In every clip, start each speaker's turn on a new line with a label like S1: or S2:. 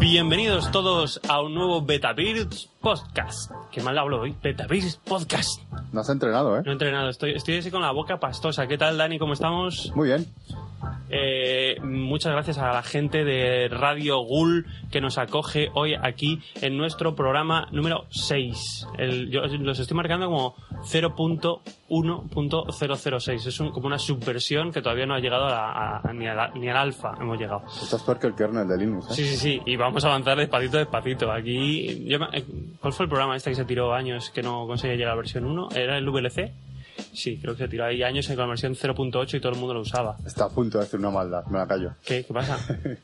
S1: Bienvenidos todos a un nuevo Betavirs Podcast. Qué mal hablo hoy. Betavirs Podcast.
S2: No has entrenado, ¿eh?
S1: No he entrenado, estoy, estoy así con la boca pastosa. ¿Qué tal, Dani? ¿Cómo estamos?
S2: Muy bien.
S1: Eh, muchas gracias a la gente de Radio Ghoul que nos acoge hoy aquí en nuestro programa número 6. El- yo los estoy marcando como 0.1.006. Es un- como una subversión que todavía no ha llegado a la- a- ni, a la- ni al alfa. Hemos llegado.
S2: Estás peor que el kernel de Linux, ¿eh?
S1: Sí, sí, sí, y vamos a avanzar despacito, despacito. Aquí, yo me- eh, ¿cuál fue el programa este que se tiró años que no conseguía llegar a la versión 1? ¿Era el VLC? Sí, creo que se tiró ahí años con la versión 0.8 y todo el mundo lo usaba.
S2: Está a punto de hacer una maldad, me la callo.
S1: ¿Qué, qué pasa?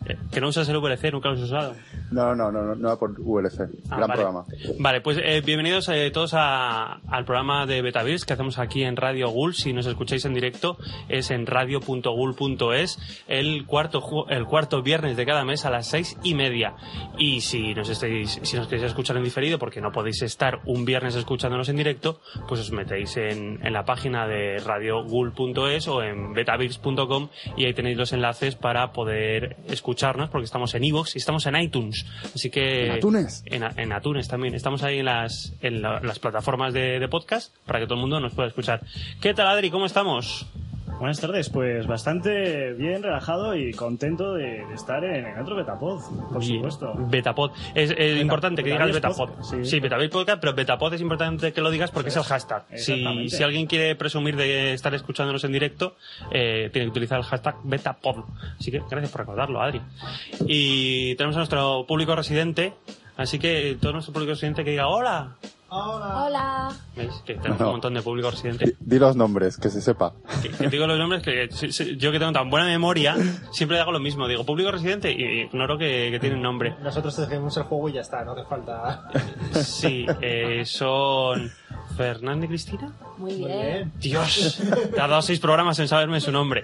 S1: Eh, ¿Que no usas el VLC? ¿Nunca lo has usado?
S2: No, no, no, no, no va por VLC.
S1: Ah,
S2: Gran
S1: vale.
S2: programa.
S1: Vale, pues eh, bienvenidos eh, todos a- al programa de Betavirs que hacemos aquí en Radio Gul. Si nos escucháis en directo es en radio.gul.es el cuarto ju- el cuarto viernes de cada mes a las seis y media. Y si nos estáis si nos queréis escuchar en diferido porque no podéis estar un viernes escuchándonos en directo, pues os metéis en, en la página de radiogul.es o en betavirs.com y ahí tenéis los enlaces para poder escucharnos porque estamos en iVoox y estamos en iTunes. Así que
S2: ¿En iTunes?
S1: en, a- en Atunes también. Estamos ahí en las, en la- las plataformas de, de podcast para que todo el mundo nos pueda escuchar. ¿Qué tal, Adri? ¿Cómo estamos?
S3: Buenas tardes, pues bastante bien relajado y contento de, de estar en el otro Betapod, por
S1: Bien.
S3: supuesto.
S1: Betapod. Es, es importante que digas
S3: Betavirs
S1: Betapod.
S3: Podcast,
S1: Sí,
S3: sí.
S1: Betavirs Podcast, pero Betapod es importante que lo digas porque es el hashtag. Si,
S3: Exactamente.
S1: si alguien quiere presumir de estar escuchándonos en directo, eh, tiene que utilizar el hashtag Betapod. Así que gracias por recordarlo, Adri. Y tenemos a nuestro público residente. Así que eh, todo nuestro público residente que diga hola.
S4: Hola.
S1: ¿Veis? Que tenemos
S2: No.
S1: un montón de público residente.
S2: Di, di los nombres, que se sepa.
S1: que, que digo los nombres que si- si- yo que tengo tan buena memoria siempre hago lo mismo digo público residente y ignoro que, que tienen nombre
S5: Nosotros tenemos el juego y ya está, no hace falta.
S1: sí eh, son Fernanda y Cristina
S4: Muy
S5: Muy
S4: bien.
S5: bien.
S1: Dios te ha dado seis programas en saberme su nombre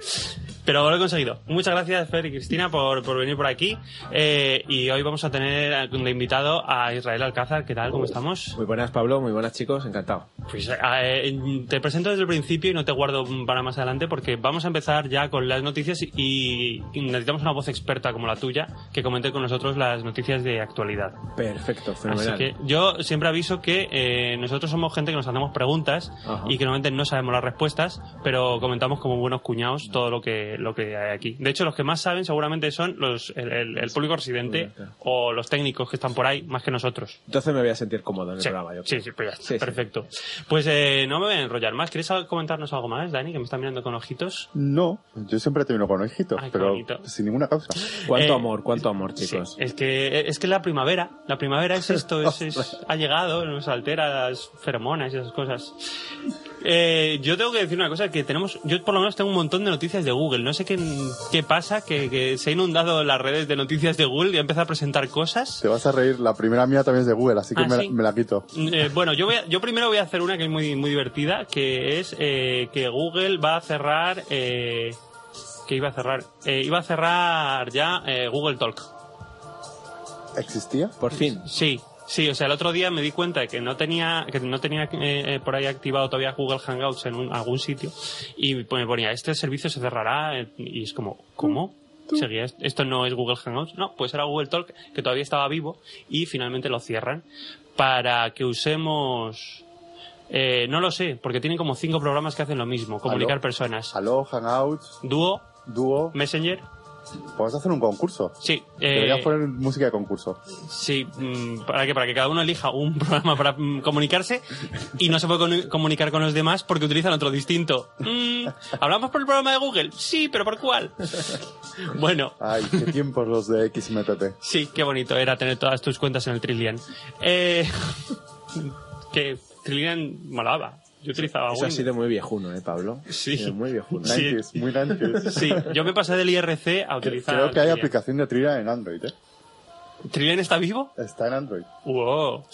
S1: pero lo he conseguido muchas gracias Fer y Cristina por, por venir por aquí eh, y hoy vamos a tener de invitado a Israel Alcázar ¿qué tal? ¿cómo estamos?
S6: Muy buenas, Pablo. Muy buenas, chicos. Encantado.
S1: Pues eh, te presento desde el principio y no te guardo para más adelante porque vamos a empezar ya con las noticias y necesitamos una voz experta como la tuya que comente con nosotros las noticias de actualidad.
S6: Perfecto,
S1: Así
S6: fenomenal.
S1: que yo siempre aviso que eh, nosotros somos gente que nos hacemos preguntas
S6: Ajá.
S1: y que normalmente no sabemos las respuestas, pero comentamos como buenos cuñados todo lo que lo que hay aquí. De hecho, los que más saben seguramente son los el, el- el público residente
S6: Correcto.
S1: o los técnicos que están por ahí más que nosotros.
S6: Entonces me voy a sentir cómodo en el
S1: Sí,
S6: programa. Yo
S1: sí,
S6: creo.
S1: sí, pues ya está,
S6: Sí, sí.
S1: perfecto. Pues eh, no me voy a enrollar más. ¿Quieres al- comentarnos algo más, Dani, que me está mirando con ojitos?
S2: No, yo siempre termino con ojitos,
S1: Ay, qué
S2: pero
S1: bonito.
S2: sin ninguna causa.
S6: Cuánto
S1: Eh,
S6: amor, cuánto amor, chicos.
S1: Sí, eh, es que es que la primavera, la primavera es esto, es, es- ha llegado, nos altera las feromonas y esas cosas. Eh, yo tengo que decir una cosa que tenemos, yo por lo menos tengo un montón de noticias de Google. No sé qué, qué pasa, que, que se ha inundado las redes de noticias de Google y ha empezado a presentar cosas.
S2: Te vas a reír, la primera mía también es de Google, así que
S1: Ah,
S2: me, la-
S1: ¿sí?
S2: me la quito.
S1: Eh, bueno, yo, voy a- yo primero voy a hacer una que es muy, muy divertida, que es eh, que Google va a cerrar... Eh, que iba a cerrar. Eh, iba a cerrar ya eh, Google Talk.
S2: ¿Existía?
S6: Por fin.
S1: Sí, sí, o sea, el otro día me di cuenta de que no tenía, que no tenía eh, eh, por ahí activado todavía Google Hangouts en un- algún sitio y pues me ponía, este servicio se cerrará eh, y es como, ¿cómo? Seguía, est- esto no es Google Hangouts, no, pues era Google Talk que todavía estaba vivo y finalmente lo cierran para que usemos Eh, no lo sé, porque tienen como cinco programas que hacen lo mismo, comunicar
S2: Aló.
S1: personas.
S2: Aló, Hangouts,
S1: Duo,
S2: Duo.
S1: Messenger.
S2: Podemos hacer un concurso.
S1: Sí,
S2: Deberías
S1: eh,
S2: poner música de concurso.
S1: sí mm, ¿para, que, para que cada uno elija un programa para mm, comunicarse y no se puede con- comunicar con los demás porque utilizan otro distinto. Mm, ¿Hablamos por el programa de Google? Sí, pero ¿por cuál? Bueno,
S2: Ay, qué tiempos los de XMPP.
S1: Sí, qué bonito era tener todas tus cuentas en el Trillian. Eh, que Trillian molaba. Yo utilizaba
S6: Eso ha
S1: Windows.
S6: sido muy viejuno, ¿eh, Pablo?
S1: Sí.
S6: Eh, Muy viejuno.
S1: Sí.
S2: 90s, muy 90s.
S1: Sí, yo me pasé del IRC a utilizar.
S2: Creo que hay
S1: Trillian.
S2: aplicación de Trira en Android, ¿eh?
S1: ¿Trillian está vivo?
S2: Está en Android.
S1: Wow.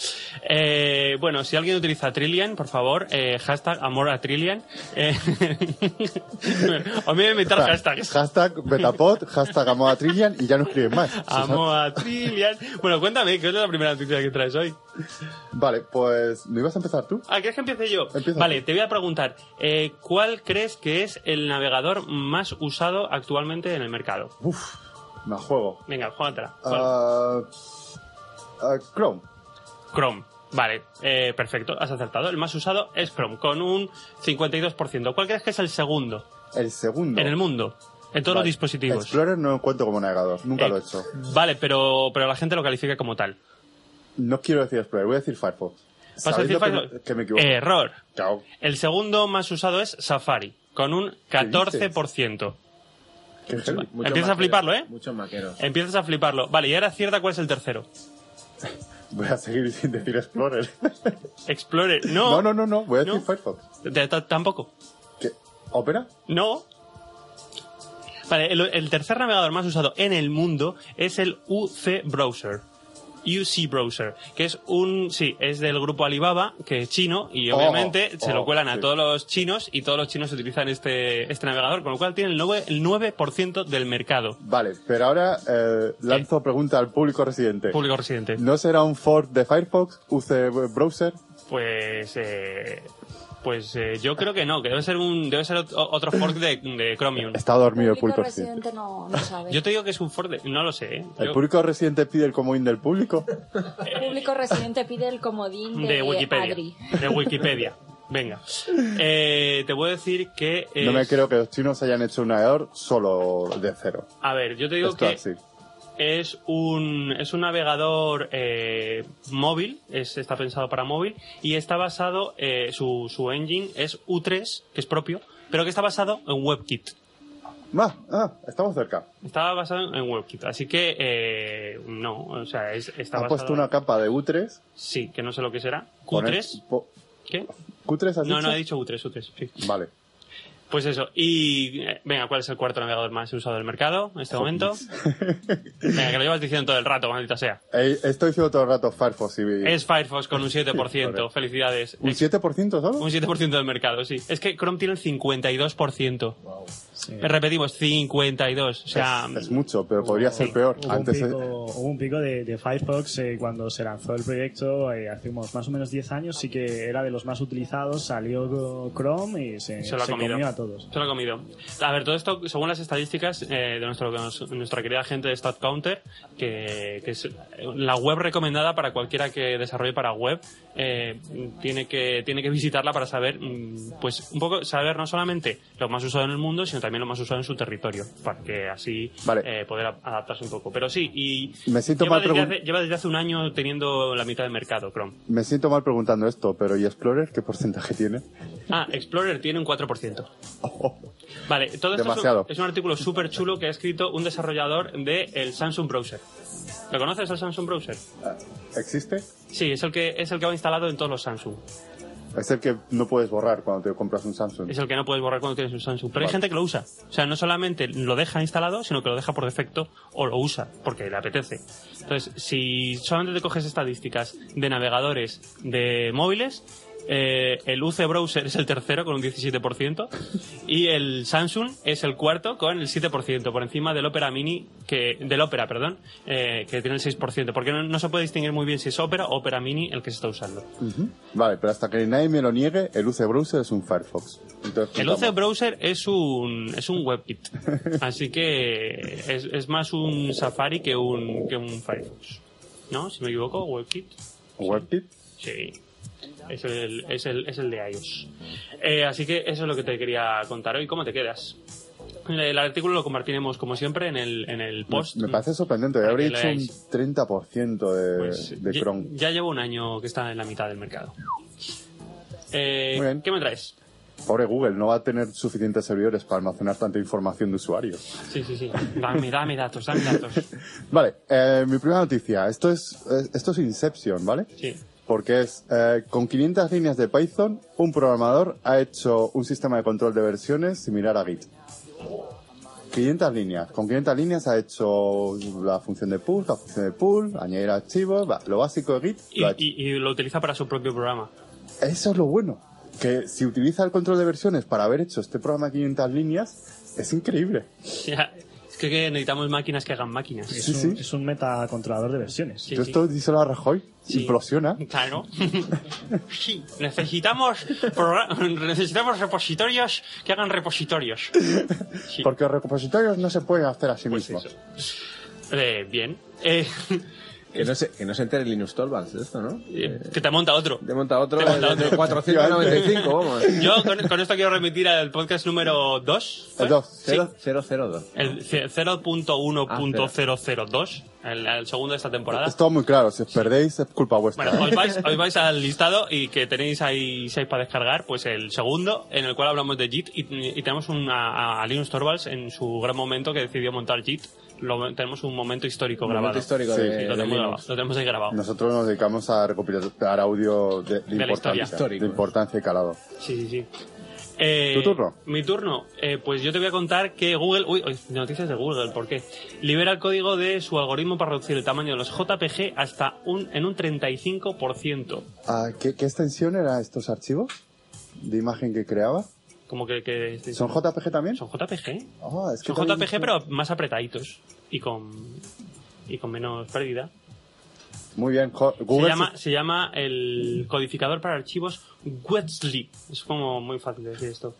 S1: Eh, bueno, si alguien utiliza Trillian, por favor, eh, hashtag amor a Trillian. Eh, o me voy a inventar hashtags.
S2: Hashtag Betapod, hashtag amo a Trillian y ya no escriben más.
S1: Amo a Trillian. Bueno, cuéntame, ¿qué es la primera noticia que traes hoy?
S2: Vale, pues, ¿no ibas a empezar tú?
S1: Ah, ¿quieres que empiece yo?
S2: Empieza
S1: vale,
S2: tú.
S1: te voy a preguntar, eh, ¿cuál crees que es el navegador más usado actualmente en el mercado?
S2: Uf, me juego.
S1: Venga, juégatela. ¿Cuál?
S2: Uh. Ah, ah, Chrome.
S1: Chrome. Vale, eh, perfecto, has acertado. El más usado es Chrome, con un 52%. ¿Cuál crees que es el segundo
S2: El segundo.
S1: en el mundo? En todos los
S2: Vale.
S1: dispositivos.
S2: Explorer no lo encuentro como navegador, nunca
S1: Eh,
S2: lo he hecho.
S1: Vale, pero, pero la gente lo califica como tal.
S2: No quiero decir Explorer, voy a decir Firefox.
S1: ¿Vas a decir
S2: Sabiendo que
S1: Firefox? Eh.
S2: me- Que, me equivoco.
S1: Error.
S2: Cao.
S1: El segundo más usado es Safari, con un 14%.
S2: Qué
S1: Empiezas a
S2: heavy.
S6: Mucho maquero,
S1: fliparlo, ¿eh?
S6: Muchos maqueros.
S1: Empiezas a fliparlo. Vale, y ahora cierta cuál es el tercero.
S2: Voy a seguir sin decir Explorer.
S1: Explorer. No,
S2: No, no, no, no, voy a
S1: No.
S2: decir Firefox.
S1: De- ta- tampoco.
S2: ¿Qué? ¿Opera?
S1: No. Vale, el, el tercer navegador más usado en el mundo es el UC Browser. UC Browser, que es un, sí, es del grupo Alibaba, que es chino, y
S2: Oh,
S1: obviamente se lo
S2: oh,
S1: cuelan a
S2: sí.
S1: todos los chinos, y todos los chinos utilizan este, este navegador, con lo cual tienen el 9%, el 9% del mercado
S2: Vale, pero ahora eh, lanzo pregunta al público residente.
S1: público residente.
S2: ¿No será un Ford de Firefox, UC Browser?
S1: Pues, eh, pues eh, yo creo que no, que debe ser un, debe ser ot- otro fork de, de Chromium.
S2: Está dormido el
S4: público
S2: público residente.
S4: residente no, no sabe.
S1: Yo te digo que es un fork de, no lo sé, ¿eh?
S2: ¿El
S1: Yo-
S2: público residente pide el comodín del público?
S4: El público residente pide el comodín de,
S1: de Wikipedia.
S4: Adri.
S1: De Wikipedia. Venga. Eh, te voy a decir que. es-
S2: No me creo que los chinos hayan hecho un error solo de cero.
S1: A ver, yo te digo
S2: Esto
S1: que
S2: así.
S1: es un, es un navegador eh, móvil, es, está pensado para móvil, y está basado, eh, su, su engine es U3, que es propio, pero que está basado en WebKit.
S2: Ah, ah, estamos cerca.
S1: Estaba basado en WebKit, así que eh, no, o sea, es, está
S2: Han
S1: basado
S2: puesto una capa de U3.
S1: Sí, que no sé lo que será.
S2: Poner-
S1: ¿Q3?
S2: po-
S1: ¿Qué?
S2: ¿Q3 has
S1: No,
S2: dicho?
S1: no, he dicho U3, U3, sí.
S2: Vale.
S1: Pues eso, y eh, venga, ¿cuál es el cuarto navegador más usado del mercado en este momento? Venga, que lo llevas diciendo todo el rato, maldita sea.
S2: Eh, estoy diciendo todo el rato Firefox y...
S1: Es Firefox con un 7%,
S2: Correcto.
S1: felicidades.
S2: ¿Un
S1: Ex-
S2: 7% solo?
S1: Un 7% del mercado, sí. Es que Chrome tiene el 52%.
S3: Sí.
S1: Repetimos, 52. O sea,
S2: es, es mucho, pero podría ser peor.
S3: Hubo
S2: Antes eh,
S3: un pico, hubo un pico de, de Firefox eh, cuando se lanzó el proyecto eh, hace unos más o menos 10 años, sí que era de los más utilizados, salió Chrome y se,
S1: se lo ha
S3: se
S1: comido.
S3: comió a todos.
S1: Se lo ha comido. A ver, todo esto, según las estadísticas eh, de nuestro, nuestra querida gente de StatCounter, que, que es la web recomendada para cualquiera que desarrolle para web, eh, tiene, que, tiene que visitarla para saber, mm, pues un poco, saber no solamente lo más usado en el mundo, sino también lo más usado en su territorio, para que así
S2: Vale.
S1: eh, poder a- adaptarse un poco. Pero sí, y
S2: Me siento
S1: lleva,
S2: mal
S1: desde
S2: pregun-
S1: hace, lleva desde hace un año teniendo la mitad de mercado, Chrome.
S2: Me siento mal preguntando esto, pero ¿y Explorer qué porcentaje tiene?
S1: Ah, Explorer tiene un 4%. Vale, todo esto
S2: Demasiado.
S1: Es, un, es un artículo súper chulo que ha escrito un desarrollador del el Samsung Browser. ¿Lo conoces el Samsung Browser?
S2: Ah, ¿Existe?
S1: Sí, es el que es el que va instalado en todos los Samsung.
S2: Es el que no puedes borrar cuando te compras un Samsung.
S1: Es el que no puedes borrar cuando tienes un Samsung. Pero hay
S2: Vale.
S1: gente que lo usa. O sea, no solamente lo deja instalado, sino que lo deja por defecto o lo usa porque le apetece. Entonces, si solamente te coges estadísticas de navegadores de móviles, eh, el UC Browser es el tercero con un 17% y el Samsung es el cuarto con el 7%, por encima del Opera Mini, que, del Opera, perdón, eh, que tiene el 6%, porque no, no se puede distinguir muy bien si es Opera o Opera Mini el que se está usando.
S2: Ujú. Vale, pero hasta que nadie me lo niegue, el UC Browser es un Firefox. Entonces,
S1: El
S2: juntamos.
S1: 11 browser es un, es un WebKit. Así que es, es más un Safari que un, que un Firefox. ¿No? Si me equivoco, WebKit.
S2: ¿WebKit?
S1: Sí. Es el, es el, es el de iOS. Eh, así que eso es lo que te quería contar hoy. ¿Cómo te quedas? El artículo lo compartiremos, como siempre, en el, en el
S2: Me,
S1: post.
S2: me parece sorprendente.
S1: Para
S2: Habré
S1: Mm. que
S2: hecho un
S1: leáis.
S2: 30% de,
S1: Pues,
S2: de
S1: ya,
S2: Chrome.
S1: ya llevo un año que está en la mitad del mercado. Eh,
S2: Muy bien.
S1: ¿Qué me traes?
S2: Pobre Google, no va a tener suficientes servidores para almacenar tanta información de usuarios.
S1: Sí, sí, sí. Dame, dame datos, dame datos.
S2: Vale, eh, mi primera noticia. Esto es, eh, esto es Inception, ¿vale?
S1: Sí.
S2: Porque es, eh, con 500 líneas de Python, un programador ha hecho un sistema de control de versiones similar a Git. 500 líneas. Con 500 líneas ha hecho la función de push, la función de pull, añadir archivos, va, lo básico de Git.
S1: Y,
S2: lo ha hecho.
S1: y- y lo utiliza para su propio programa.
S2: Eso es lo bueno. Que si utiliza el control de versiones para haber hecho este programa de 500 líneas, es increíble.
S1: Ya, Es que, que necesitamos máquinas que hagan máquinas.
S3: Es,
S2: Sí,
S3: un,
S2: sí.
S3: es un metacontrolador de versiones.
S1: Sí,
S2: Yo
S1: sí.
S2: esto díselo a Rajoy,
S1: Sí.
S2: implosiona.
S1: Claro. necesitamos progra- necesitamos repositorios que hagan repositorios. Sí.
S2: Porque los repositorios no se pueden hacer a sí
S1: Pues
S2: mismos.
S1: eso. Eh, bien. Eh,
S6: Que no se, que no se entere Linus Torvalds de esto, ¿no?
S1: eh, que te monta otro.
S6: Te monta otro,
S1: Te monta
S6: de- de
S1: otro.
S6: 495, vamos.
S1: Yo con, con esto quiero remitir al podcast número 2.
S2: El dos.
S6: Cero- 002.
S1: El ce-
S2: Ah,
S1: 0.1.002, el, el segundo de esta temporada.
S2: Es todo muy claro, si os perdéis es culpa vuestra.
S1: Bueno, hoy vais, hoy vais al listado y que tenéis ahí seis para descargar, pues el segundo, en el cual hablamos de JIT y, y tenemos una, a, a Linus Torvalds en su gran momento que decidió montar JIT. Lo- tenemos un momento histórico
S6: Un
S1: grabado.
S6: momento histórico
S2: Sí,
S6: de,
S2: sí,
S1: Sí, lo,
S6: de
S1: tenemos grabado,
S6: Linux.
S1: lo tenemos ahí grabado.
S2: Nosotros nos dedicamos a recopilar audio
S1: la
S2: de, de
S1: historia.
S2: importancia, de
S6: Histórico.
S2: importancia y calado.
S1: Sí, sí, sí. Eh,
S2: Tu turno.
S1: Mi turno. Eh, pues yo te voy a contar que Google. Uy, uy, noticias de Google, ¿por qué? Libera el código de su algoritmo para reducir el tamaño de los JPG hasta un, en un 35%.
S2: Ah, ¿qué, qué extensión eran estos archivos de imagen que creaba?
S1: Como que. que
S2: ¿Son JPG también?
S1: son JPG.
S2: Ah, es que
S1: Son
S2: también-
S1: JPG, pero más apretaditos. Y con. Y con menos pérdida.
S2: Muy bien, jo-
S1: Se
S2: Google...
S1: llama, se llama el codificador para archivos Wesley. Es como muy fácil de decir esto.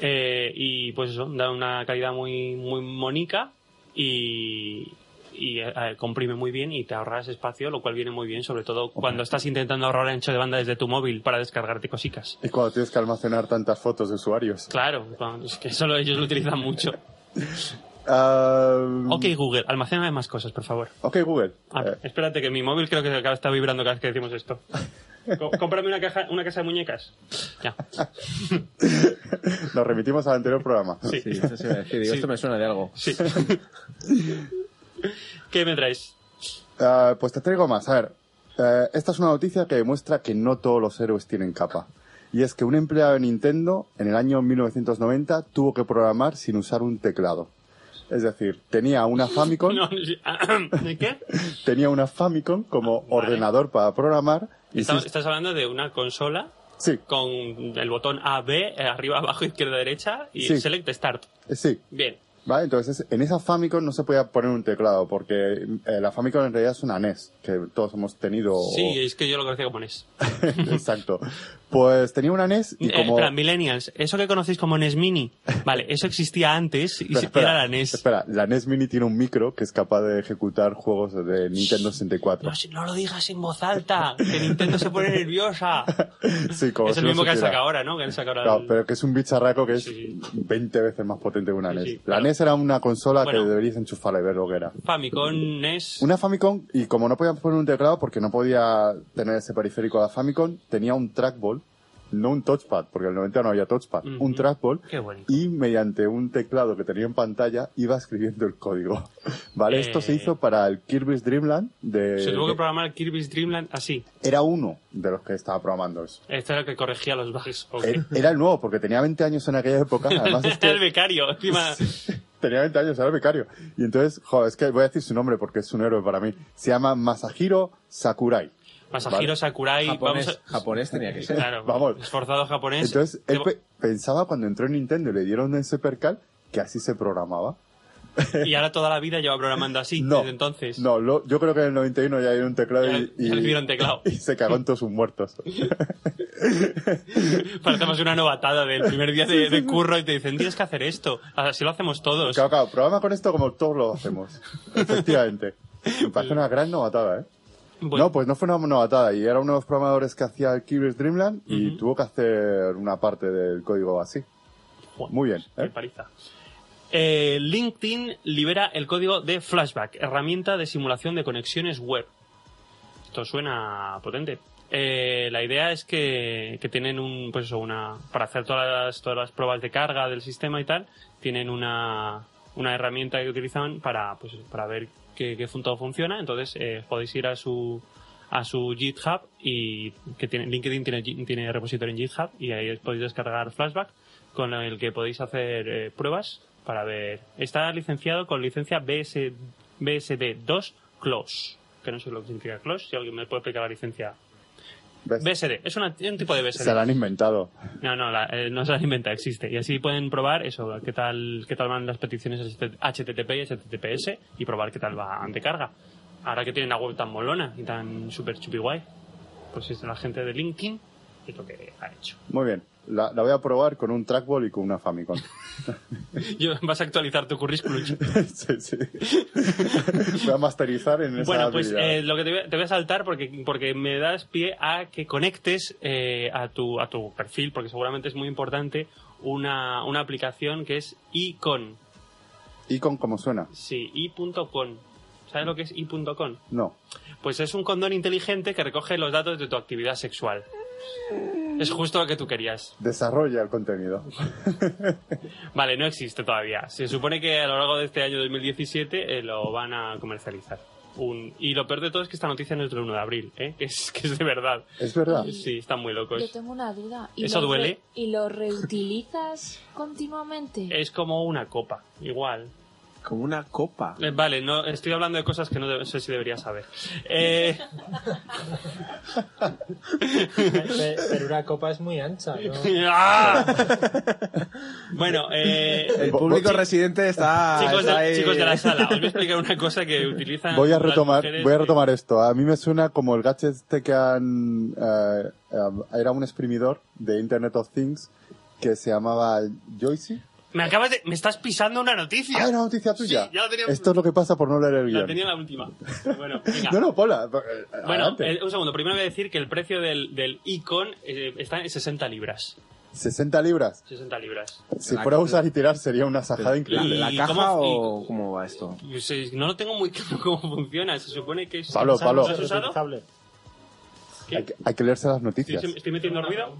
S1: Eh, y pues eso, da una calidad muy, muy monica y, y, eh, comprime muy bien y te ahorras espacio, lo cual viene muy bien, sobre todo cuando estás intentando ahorrar ancho de banda desde tu móvil para descargarte cositas.
S2: Y cuando tienes que almacenar tantas fotos de usuarios.
S1: Claro, es que solo ellos lo utilizan mucho.
S2: Ah,
S1: Ok, Google, almacéname más cosas, por favor.
S2: ok, Google.
S1: Ah,
S2: Eh,
S1: espérate, que mi móvil creo que acaba- está vibrando cada vez que decimos esto. Co- cómprame una, caja, una casa de muñecas. Ya.
S2: Eh, nos remitimos al anterior programa.
S1: Sí.
S6: Sí, eso se iba a decir. Digo,
S1: Sí.
S6: esto me suena de algo.
S1: Sí. ¿Qué me traes?
S2: Ah, pues te traigo más. A ver, eh, esta es una noticia que demuestra que no todos los héroes tienen capa. Y es que un empleado de Nintendo en el año 1990 tuvo que programar sin usar un teclado. Es decir, tenía una Famicom,
S1: No, sí, ah, ¿de ¿Qué?
S2: tenía una Famicom como
S1: Vale.
S2: ordenador para programar. Y
S1: Estamos-
S2: sí-
S1: estás hablando de una consola
S2: sí,
S1: con el botón A, B, eh, arriba, abajo, izquierda, derecha y
S2: Sí.
S1: Select Start.
S2: eh, sí.
S1: Bien.
S2: Vale, entonces en esa Famicom no se podía poner un teclado porque eh, la Famicom en realidad es una NES que todos hemos tenido.
S1: Sí, es que yo lo conocía como E NES.
S2: Exacto. Pues tenía una NES y
S1: Eh,
S2: como...
S1: espera, Millennials, eso que conocéis como NES Mini, vale, eso existía antes y
S2: Pero
S1: se-
S2: espera,
S1: era la E NES.
S2: Espera, la NES Mini tiene un micro que es capaz de ejecutar juegos de Nintendo 64.
S1: No, si- no lo digas en voz alta, que Nintendo se pone nerviosa.
S2: Sí, como
S1: es el
S2: si no
S1: mismo que han
S2: supiera.
S1: sacado ahora, ¿no? Que han sacado ahora
S2: Claro,
S1: el-
S2: pero que es un bicharraco que es
S1: Sí.
S2: 20 veces más potente que una
S1: Sí,
S2: NES.
S1: sí,
S2: la
S1: claro.
S2: NES era una consola
S1: Bueno.
S2: que deberías enchufar y ver lo que era.
S1: Famicom, NES.
S2: Una Famicom, y como no podía poner un teclado porque no podía tener ese periférico a la Famicom, tenía un trackball, no un touchpad, porque en el 90 no había touchpad,
S1: Ujú.
S2: un trackball,
S1: Qué bonito.
S2: y mediante un teclado que tenía en pantalla iba escribiendo el código. ¿Vale? Esto se
S1: Eh.
S2: hizo para el Kirby's Dreamland de...
S1: Se tuvo que
S2: eh, de-
S1: programar Kirby's Dreamland así.
S2: era uno de los que estaba programando eso.
S1: Este era el que corregía los bugs. ok.
S2: E- Era el nuevo, porque tenía 20 años en aquella época. Además, es
S1: el
S2: que
S1: becario, encima.
S2: tenía 20 años, era el becario. Y entonces, joder, es que voy a decir su nombre porque es un héroe para mí. Se llama Masahiro Sakurai.
S1: Masahiro
S2: Vale.
S1: Sakurai.
S6: Japonés,
S1: Vamos a... Ah.
S6: japonés tenía que ser.
S1: Claro,
S2: Vamos.
S1: esforzado japonés.
S2: Entonces, él
S1: Debo-
S2: pe- pensaba cuando entró en Nintendo y le dieron ese percal que así se programaba.
S1: Y ahora toda la vida lleva programando así desde entonces.
S2: No, lo- yo creo que en el 91 ya era un teclado
S1: Ya-
S2: y,
S1: ya le dieron teclado.
S2: y se cagó en todos sus muertos.
S1: Parecemos una novatada del primer día de, de curro y te dicen, tienes que hacer esto. Así lo hacemos todos.
S2: Claro, claro, programa con esto como todos lo hacemos. Efectivamente. Me parece una gran novatada, ¿eh?
S1: Bueno.
S2: No, pues no fue una novatada y era uno de los programadores que hacía el Kirby's Dreamland y
S1: Ujú.
S2: tuvo que hacer una parte del código así.
S1: Joder,
S2: Muy bien,
S1: qué
S2: ¿eh?
S1: paliza. Eh, LinkedIn libera el código de Flashback, herramienta de simulación de conexiones web. Esto suena potente. Eh, la idea es que, que tienen un, pues eso, una, para hacer todas las, todas las pruebas de carga del sistema y tal, tienen una, una herramienta que utilizan para, pues, para ver qué, qué fun- todo funciona. Entonces, eh, podéis ir a su, a su GitHub y que tiene, LinkedIn tiene, gi- tiene repositorio en GitHub y ahí os podéis descargar Flashback con el que podéis hacer eh, pruebas para ver. Está licenciado con licencia BS, BSD2 Close, que no sé lo que significa Close, si alguien me puede explicar la licencia.
S2: ¿Ves?
S1: BSD, es una- un tipo de BSD.
S2: Pues- Se la han inventado.
S1: No, no, la- eh, no se las inventa, existe. Y así pueden probar eso, qué tal, qué tal van las peticiones HTTP y HTTPS y probar qué tal van de carga. Ahora que tienen la web tan molona y tan super chupi guay, pues es la gente de LinkedIn es lo que ha hecho.
S2: Muy bien. La, la voy a probar con un trackball y con una Famicom.
S1: Yo, vas a actualizar tu currículum.
S2: sí, sí. voy a masterizar en esa
S1: Bueno, pues
S2: habilidad.
S1: eh, lo que te voy, a- te voy a saltar porque, porque me das pie a que conectes eh, a, tu, a tu perfil, porque seguramente es muy importante, una, una aplicación que es iCon.
S2: ¿Y con cómo suena?
S1: Sí, i.con. ¿Sabes lo que es i.con?
S2: No.
S1: Pues es un condón inteligente que recoge los datos de tu actividad sexual. Es justo lo que tú querías.
S2: Desarrolla el contenido.
S1: Vale, no existe todavía. Se supone que a lo largo de este año 2017 eh, lo van a comercializar. Un- y lo peor de todo es que esta noticia no es del 1 de abril, ¿eh? que, es, que es de verdad.
S2: Es verdad.
S1: Sí, están muy
S4: Yo
S1: locos.
S4: tengo una duda. ¿Y
S1: Pues ¿Eso
S4: lo re-
S1: duele?
S4: ¿Y lo reutilizas continuamente?
S1: Es como una copa, igual.
S6: Como una copa.
S1: Eh, Vale, no estoy hablando de cosas que no de- sé si debería saber. Eh,
S5: Pe- Pero una copa es muy ancha, ¿no?
S1: ¡ah! bueno, eh,
S6: El público
S2: Bo-
S6: residente
S2: Ah,
S6: está.
S1: chicos,
S6: está
S1: de,
S6: ahí.
S1: chicos de la sala, os voy a explicar una cosa que utilizan.
S2: Voy a
S1: las
S2: retomar,
S1: mujeres
S2: voy a
S1: que-
S2: retomar esto. A mí me suena como el gadget este que han... eh, eh, era un exprimidor de Internet of Things que se llamaba Joycey.
S1: Me acabas de. Me estás pisando una noticia.
S2: Ah, era noticia tuya.
S1: ya la tenía-
S2: Esto es lo que pasa por no leer el
S1: La
S2: guión.
S1: tenía la última. Bueno, venga.
S2: No, no, Pola. eh,
S1: Bueno,
S2: adelante.
S1: eh, un segundo. Primero voy a decir que el precio del, del Icon eh, está en 60 libras.
S2: 60 libras.
S1: 60 libras.
S2: Si
S6: La-
S2: fuera a usar y tirar sería una sajada
S6: ¿La,
S2: increíble.
S6: la
S1: ¿Y
S6: caja
S1: cómo-
S6: o cómo va esto?
S1: Yo sé, No lo tengo muy claro cómo funciona. Se supone que es.
S2: Pablo,
S1: ¿sabes? ¿Lo
S2: Pablo.
S1: has usado?
S5: Reutilizable.
S1: ¿Qué?
S2: Hay que, hay que leerse las
S1: ¿Estoy,
S2: noticias.
S1: estoy metiendo ruido?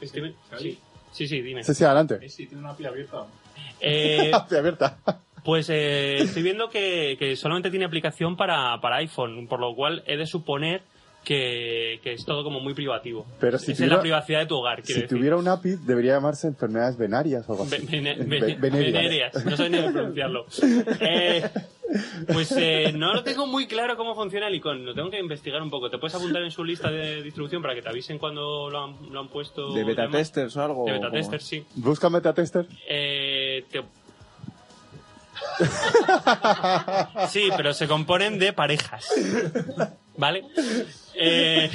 S1: Estoy me- sí. sí, sí, dime.
S2: Sí, sí, adelante.
S7: Sí, tiene una pila abierta.
S1: Eh,
S2: Estoy abierta.
S1: Pues eh, estoy viendo que, que solamente tiene aplicación para, para iPhone, por lo cual he de suponer que, que es todo como muy privativo.
S2: Pero si
S1: es
S2: tuviera-
S1: la privacidad de tu hogar,
S2: Si
S1: quiero decir.
S2: tuviera un API, debería llamarse enfermedades venarias o algo así.
S1: Ve- vene-
S2: Ve-
S1: vene-
S2: venerias.
S1: venerias, no sé ni cómo pronunciarlo. Eh, pues eh, no lo tengo muy claro cómo funciona el icono, lo tengo que investigar un poco. Te puedes apuntar en su lista de distribución para que te avisen cuando lo han, lo han puesto.
S6: ¿De beta
S1: además.
S6: testers o algo?
S1: De
S6: ¿O
S1: beta
S6: cómo?
S1: tester, sí.
S2: Busca MetaTester.
S1: Eh, te- sí, pero se componen de parejas. ¿Vale? Eh,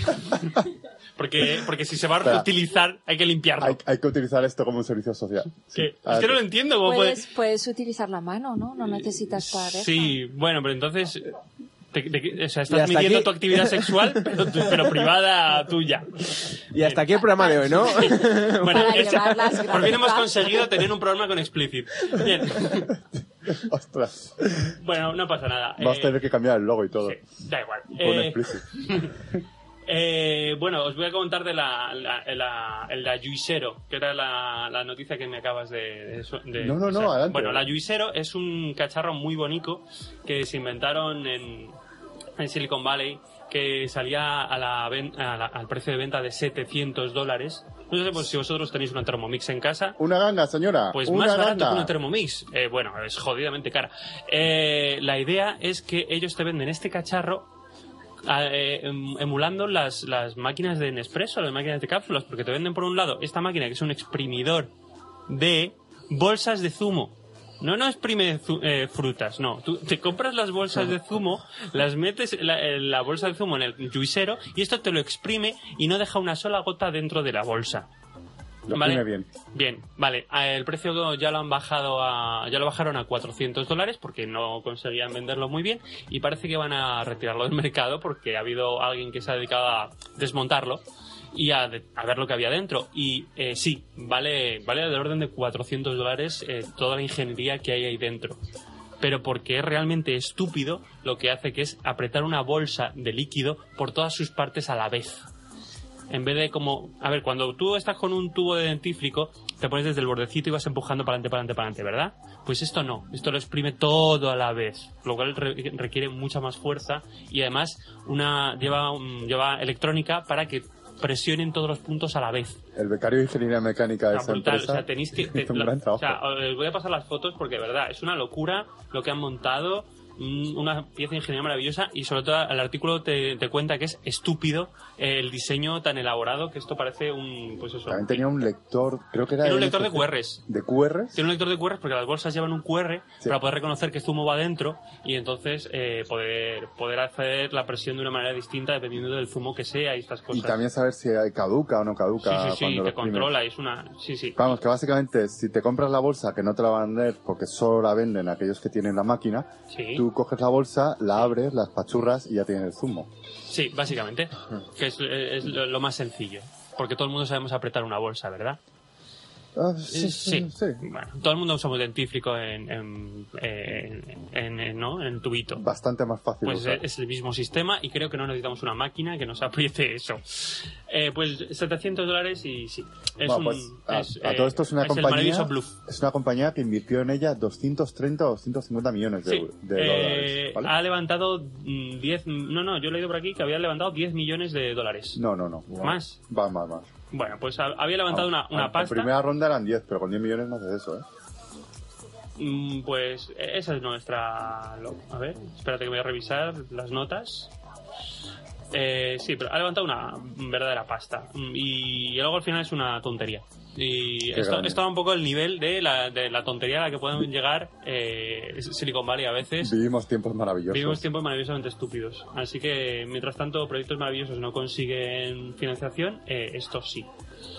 S1: porque, porque si se va a
S2: Espera.
S1: reutilizar, hay que limpiarlo.
S2: Hay, hay que utilizar esto como un servicio social. Sí.
S1: Que- es que no lo entiendo. ¿cómo puede-
S4: Puedes, puedes utilizar la mano, ¿no? No necesitas pareja.
S1: Sí, bueno, pero entonces. te- te- o sea,
S6: Y
S1: estás
S6: hasta
S1: midiendo
S6: aquí-
S1: tu actividad sexual, pero, tu- pero privada tuya.
S6: Y hasta aquí el programa de hoy, ¿no?
S1: Bueno,
S4: Para llevar las
S1: por fin hemos
S4: granjas.
S1: conseguido tener un programa con Explicit. Bien.
S2: Ostras.
S1: Bueno, no pasa nada.
S2: Vas a
S1: Eh,
S2: tener que cambiar el logo y todo.
S1: Sí, da igual.
S2: Con
S1: Eh,
S2: explicit.
S1: eh, bueno, os voy a contar de la, la, la- el Ayuisero, que era la, la noticia que me acabas de... de su- de-
S2: No, no, no,
S1: o sea,
S2: adelante.
S1: Bueno, el Ayuisero es un cacharro muy bonito que se inventaron en, en Silicon Valley que salía a la ven- a la- al precio de venta de 700 dólares. No sé pues, si vosotros tenéis una Thermomix en casa.
S2: Una ganga, señora.
S1: Pues
S2: una
S1: más barato
S2: ganga.
S1: que una Thermomix. Eh, bueno, es jodidamente cara. Eh, la idea es que ellos te venden este cacharro a- eh, em- emulando las, las máquinas de Nespresso, las máquinas de cápsulas, porque te venden por un lado esta máquina que es un exprimidor de bolsas de zumo. No, no exprime zu- eh, frutas, no. Tú te compras las bolsas de zumo, las metes la, eh, la bolsa de zumo en el juicero y esto te lo exprime y no deja una sola gota dentro de la bolsa.
S2: Lo
S1: Vale.
S2: tiene bien.
S1: Bien, vale. A- El precio ya lo han bajado a, ya lo bajaron a 400 dólares porque no conseguían venderlo muy bien y parece que van a retirarlo del mercado porque ha habido alguien que se ha dedicado a desmontarlo y a, de- a ver lo que había dentro. Y eh, sí, vale, vale del orden de 400 dólares eh, toda la ingeniería que hay ahí dentro. Pero porque es realmente estúpido lo que hace que es apretar una bolsa de líquido por todas sus partes a la vez en vez de como, a ver, cuando tú estás con un tubo de dentífrico, te pones desde el bordecito y vas empujando para adelante, para adelante, para adelante, ¿verdad? Pues esto no, esto lo exprime todo a la vez, lo cual re- requiere mucha más fuerza y además una lleva, mm, lleva electrónica para que presionen todos los puntos a la vez.
S2: El becario de ingeniería mecánica de
S1: Ah,
S2: esa
S1: brutal,
S2: empresa
S1: o sea, tenéis que... te-
S2: hizo un
S1: la-
S2: gran
S1: o
S2: trabajo.
S1: sea, os voy a pasar las fotos porque, de verdad, es una locura lo que han montado, mm, una pieza de ingeniería maravillosa y sobre todo el artículo te, te cuenta que es estúpido eh, el diseño tan elaborado que esto parece un... Pues eso,
S2: También tenía un lector, creo que era...
S1: tiene un lector de
S2: NFC,
S1: QRs.
S2: ¿De QRs?
S1: Tiene un lector de QRs porque las bolsas llevan un QR
S2: Sí.
S1: para poder reconocer qué zumo va dentro y entonces eh, poder, poder hacer la presión de una manera distinta dependiendo del zumo que sea y estas cosas.
S2: Y también saber si caduca o no
S1: sí,
S2: caduca.
S1: pues sí, sí,
S2: cuando
S1: te
S2: lo exprimes.
S1: controla, es una... Sí, sí.
S2: Vamos, que básicamente si te compras la bolsa que no te la van a vender porque solo la venden aquellos que tienen la máquina,
S1: Sí.
S2: tú coges la bolsa, la abres, las pachurras y ya tienes el zumo.
S1: Sí, básicamente. Que es, eh, es lo lo más sencillo. Porque todo el mundo sabemos apretar una bolsa, ¿verdad?
S2: Ah,
S1: Eh,
S2: sí, sí, sí.
S1: Bueno, todo el mundo somos dentífrico en, en, en- en- en- ¿no? en tubito.
S2: Bastante más fácil.
S1: Pues
S2: usar.
S1: es, es el mismo sistema y creo que no necesitamos una máquina que nos apriete eso. Eh, pues 700 dólares y sí. Es
S2: Bueno,
S1: un,
S2: pues, a,
S1: es,
S2: a
S1: eh,
S2: todo esto es una
S1: es el
S2: compañía
S1: maravilloso bluff.
S2: es una compañía que invirtió en ella 230 o 250 millones de,
S1: Sí,
S2: euros- de
S1: eh,
S2: dólares. ¿vale?
S1: Ha levantado mm, 10... No, no, yo he leído por aquí que había levantado 10 millones de dólares.
S2: No, no, no.
S1: ¿Más?
S2: Va, más, más.
S1: Bueno, pues ha- había
S2: Ah,
S1: levantado una, una
S2: En
S1: pasta.
S2: primera ronda eran 10, pero con 10 millones no haces eso, ¿eh?
S1: Mm, Pues eh, esa es nuestra. lo- A ver, espérate que voy a revisar las notas. Eh, sí, pero ha levantado una verdadera pasta. Mm, Y, y luego al final es una tontería. Y
S2: Qué
S1: esto,
S2: grande.
S1: esto da un poco el nivel de la, de la tontería a la que pueden llegar eh, Silicon Valley a veces.
S2: Vivimos tiempos maravillosos.
S1: Vivimos tiempos maravillosamente estúpidos. Así que mientras tanto proyectos maravillosos no consiguen financiación, eh, esto sí.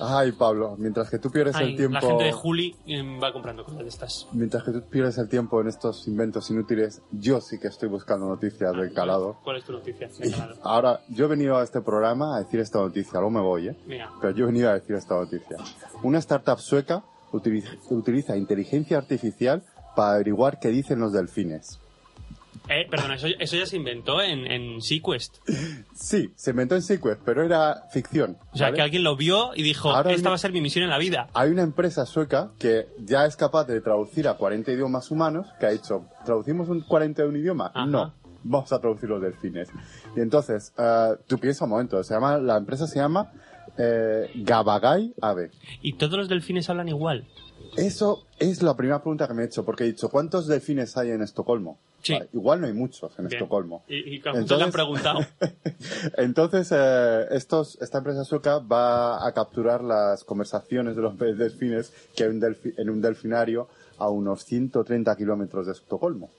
S2: Ay, Pablo, mientras que tú pierdes
S1: Ay,
S2: el tiempo...
S1: La gente de Juli em, va comprando cosas de estas.
S2: Mientras que tú pierdes el tiempo en estos inventos inútiles, yo sí que estoy buscando noticias
S1: Ah,
S2: del calado.
S1: ¿Cuál es tu noticia? de calado?
S2: Ahora, yo he venido a este programa a decir esta noticia, luego me voy, ¿eh?
S1: Mira.
S2: Pero yo he venido a decir esta noticia. Una startup sueca utiliza, utiliza inteligencia artificial para averiguar qué dicen los delfines.
S1: Eh, perdona, eso, eso ya se inventó en, en Sequest.
S2: Sí, se inventó en Sequest, pero era ficción.
S1: O sea,
S2: ¿vale?
S1: que alguien lo vio y dijo,
S2: Ahora
S1: esta
S2: mismo-
S1: va a ser mi misión en la vida.
S2: Hay una empresa sueca que ya es capaz de traducir a 40 idiomas humanos, que ha dicho, ¿traducimos un 41 idioma?
S1: Ajá.
S2: No, vamos a traducir los delfines. Y entonces, eh, tú piensa un momento, se llama, la empresa se llama eh, Gabagai Ave.
S1: Y todos los delfines hablan igual.
S2: Eso es la primera pregunta que me he hecho, porque he dicho, ¿cuántos delfines hay en Estocolmo?
S1: Sí.
S2: Vale, igual no hay muchos en
S1: Bien.
S2: Estocolmo.
S1: Y, y claro, muchos le han preguntado.
S2: Entonces, eh, estos, esta empresa sueca va a capturar las conversaciones de los delfines que hay un delfi- en un delfinario a unos 130 kilómetros de Estocolmo.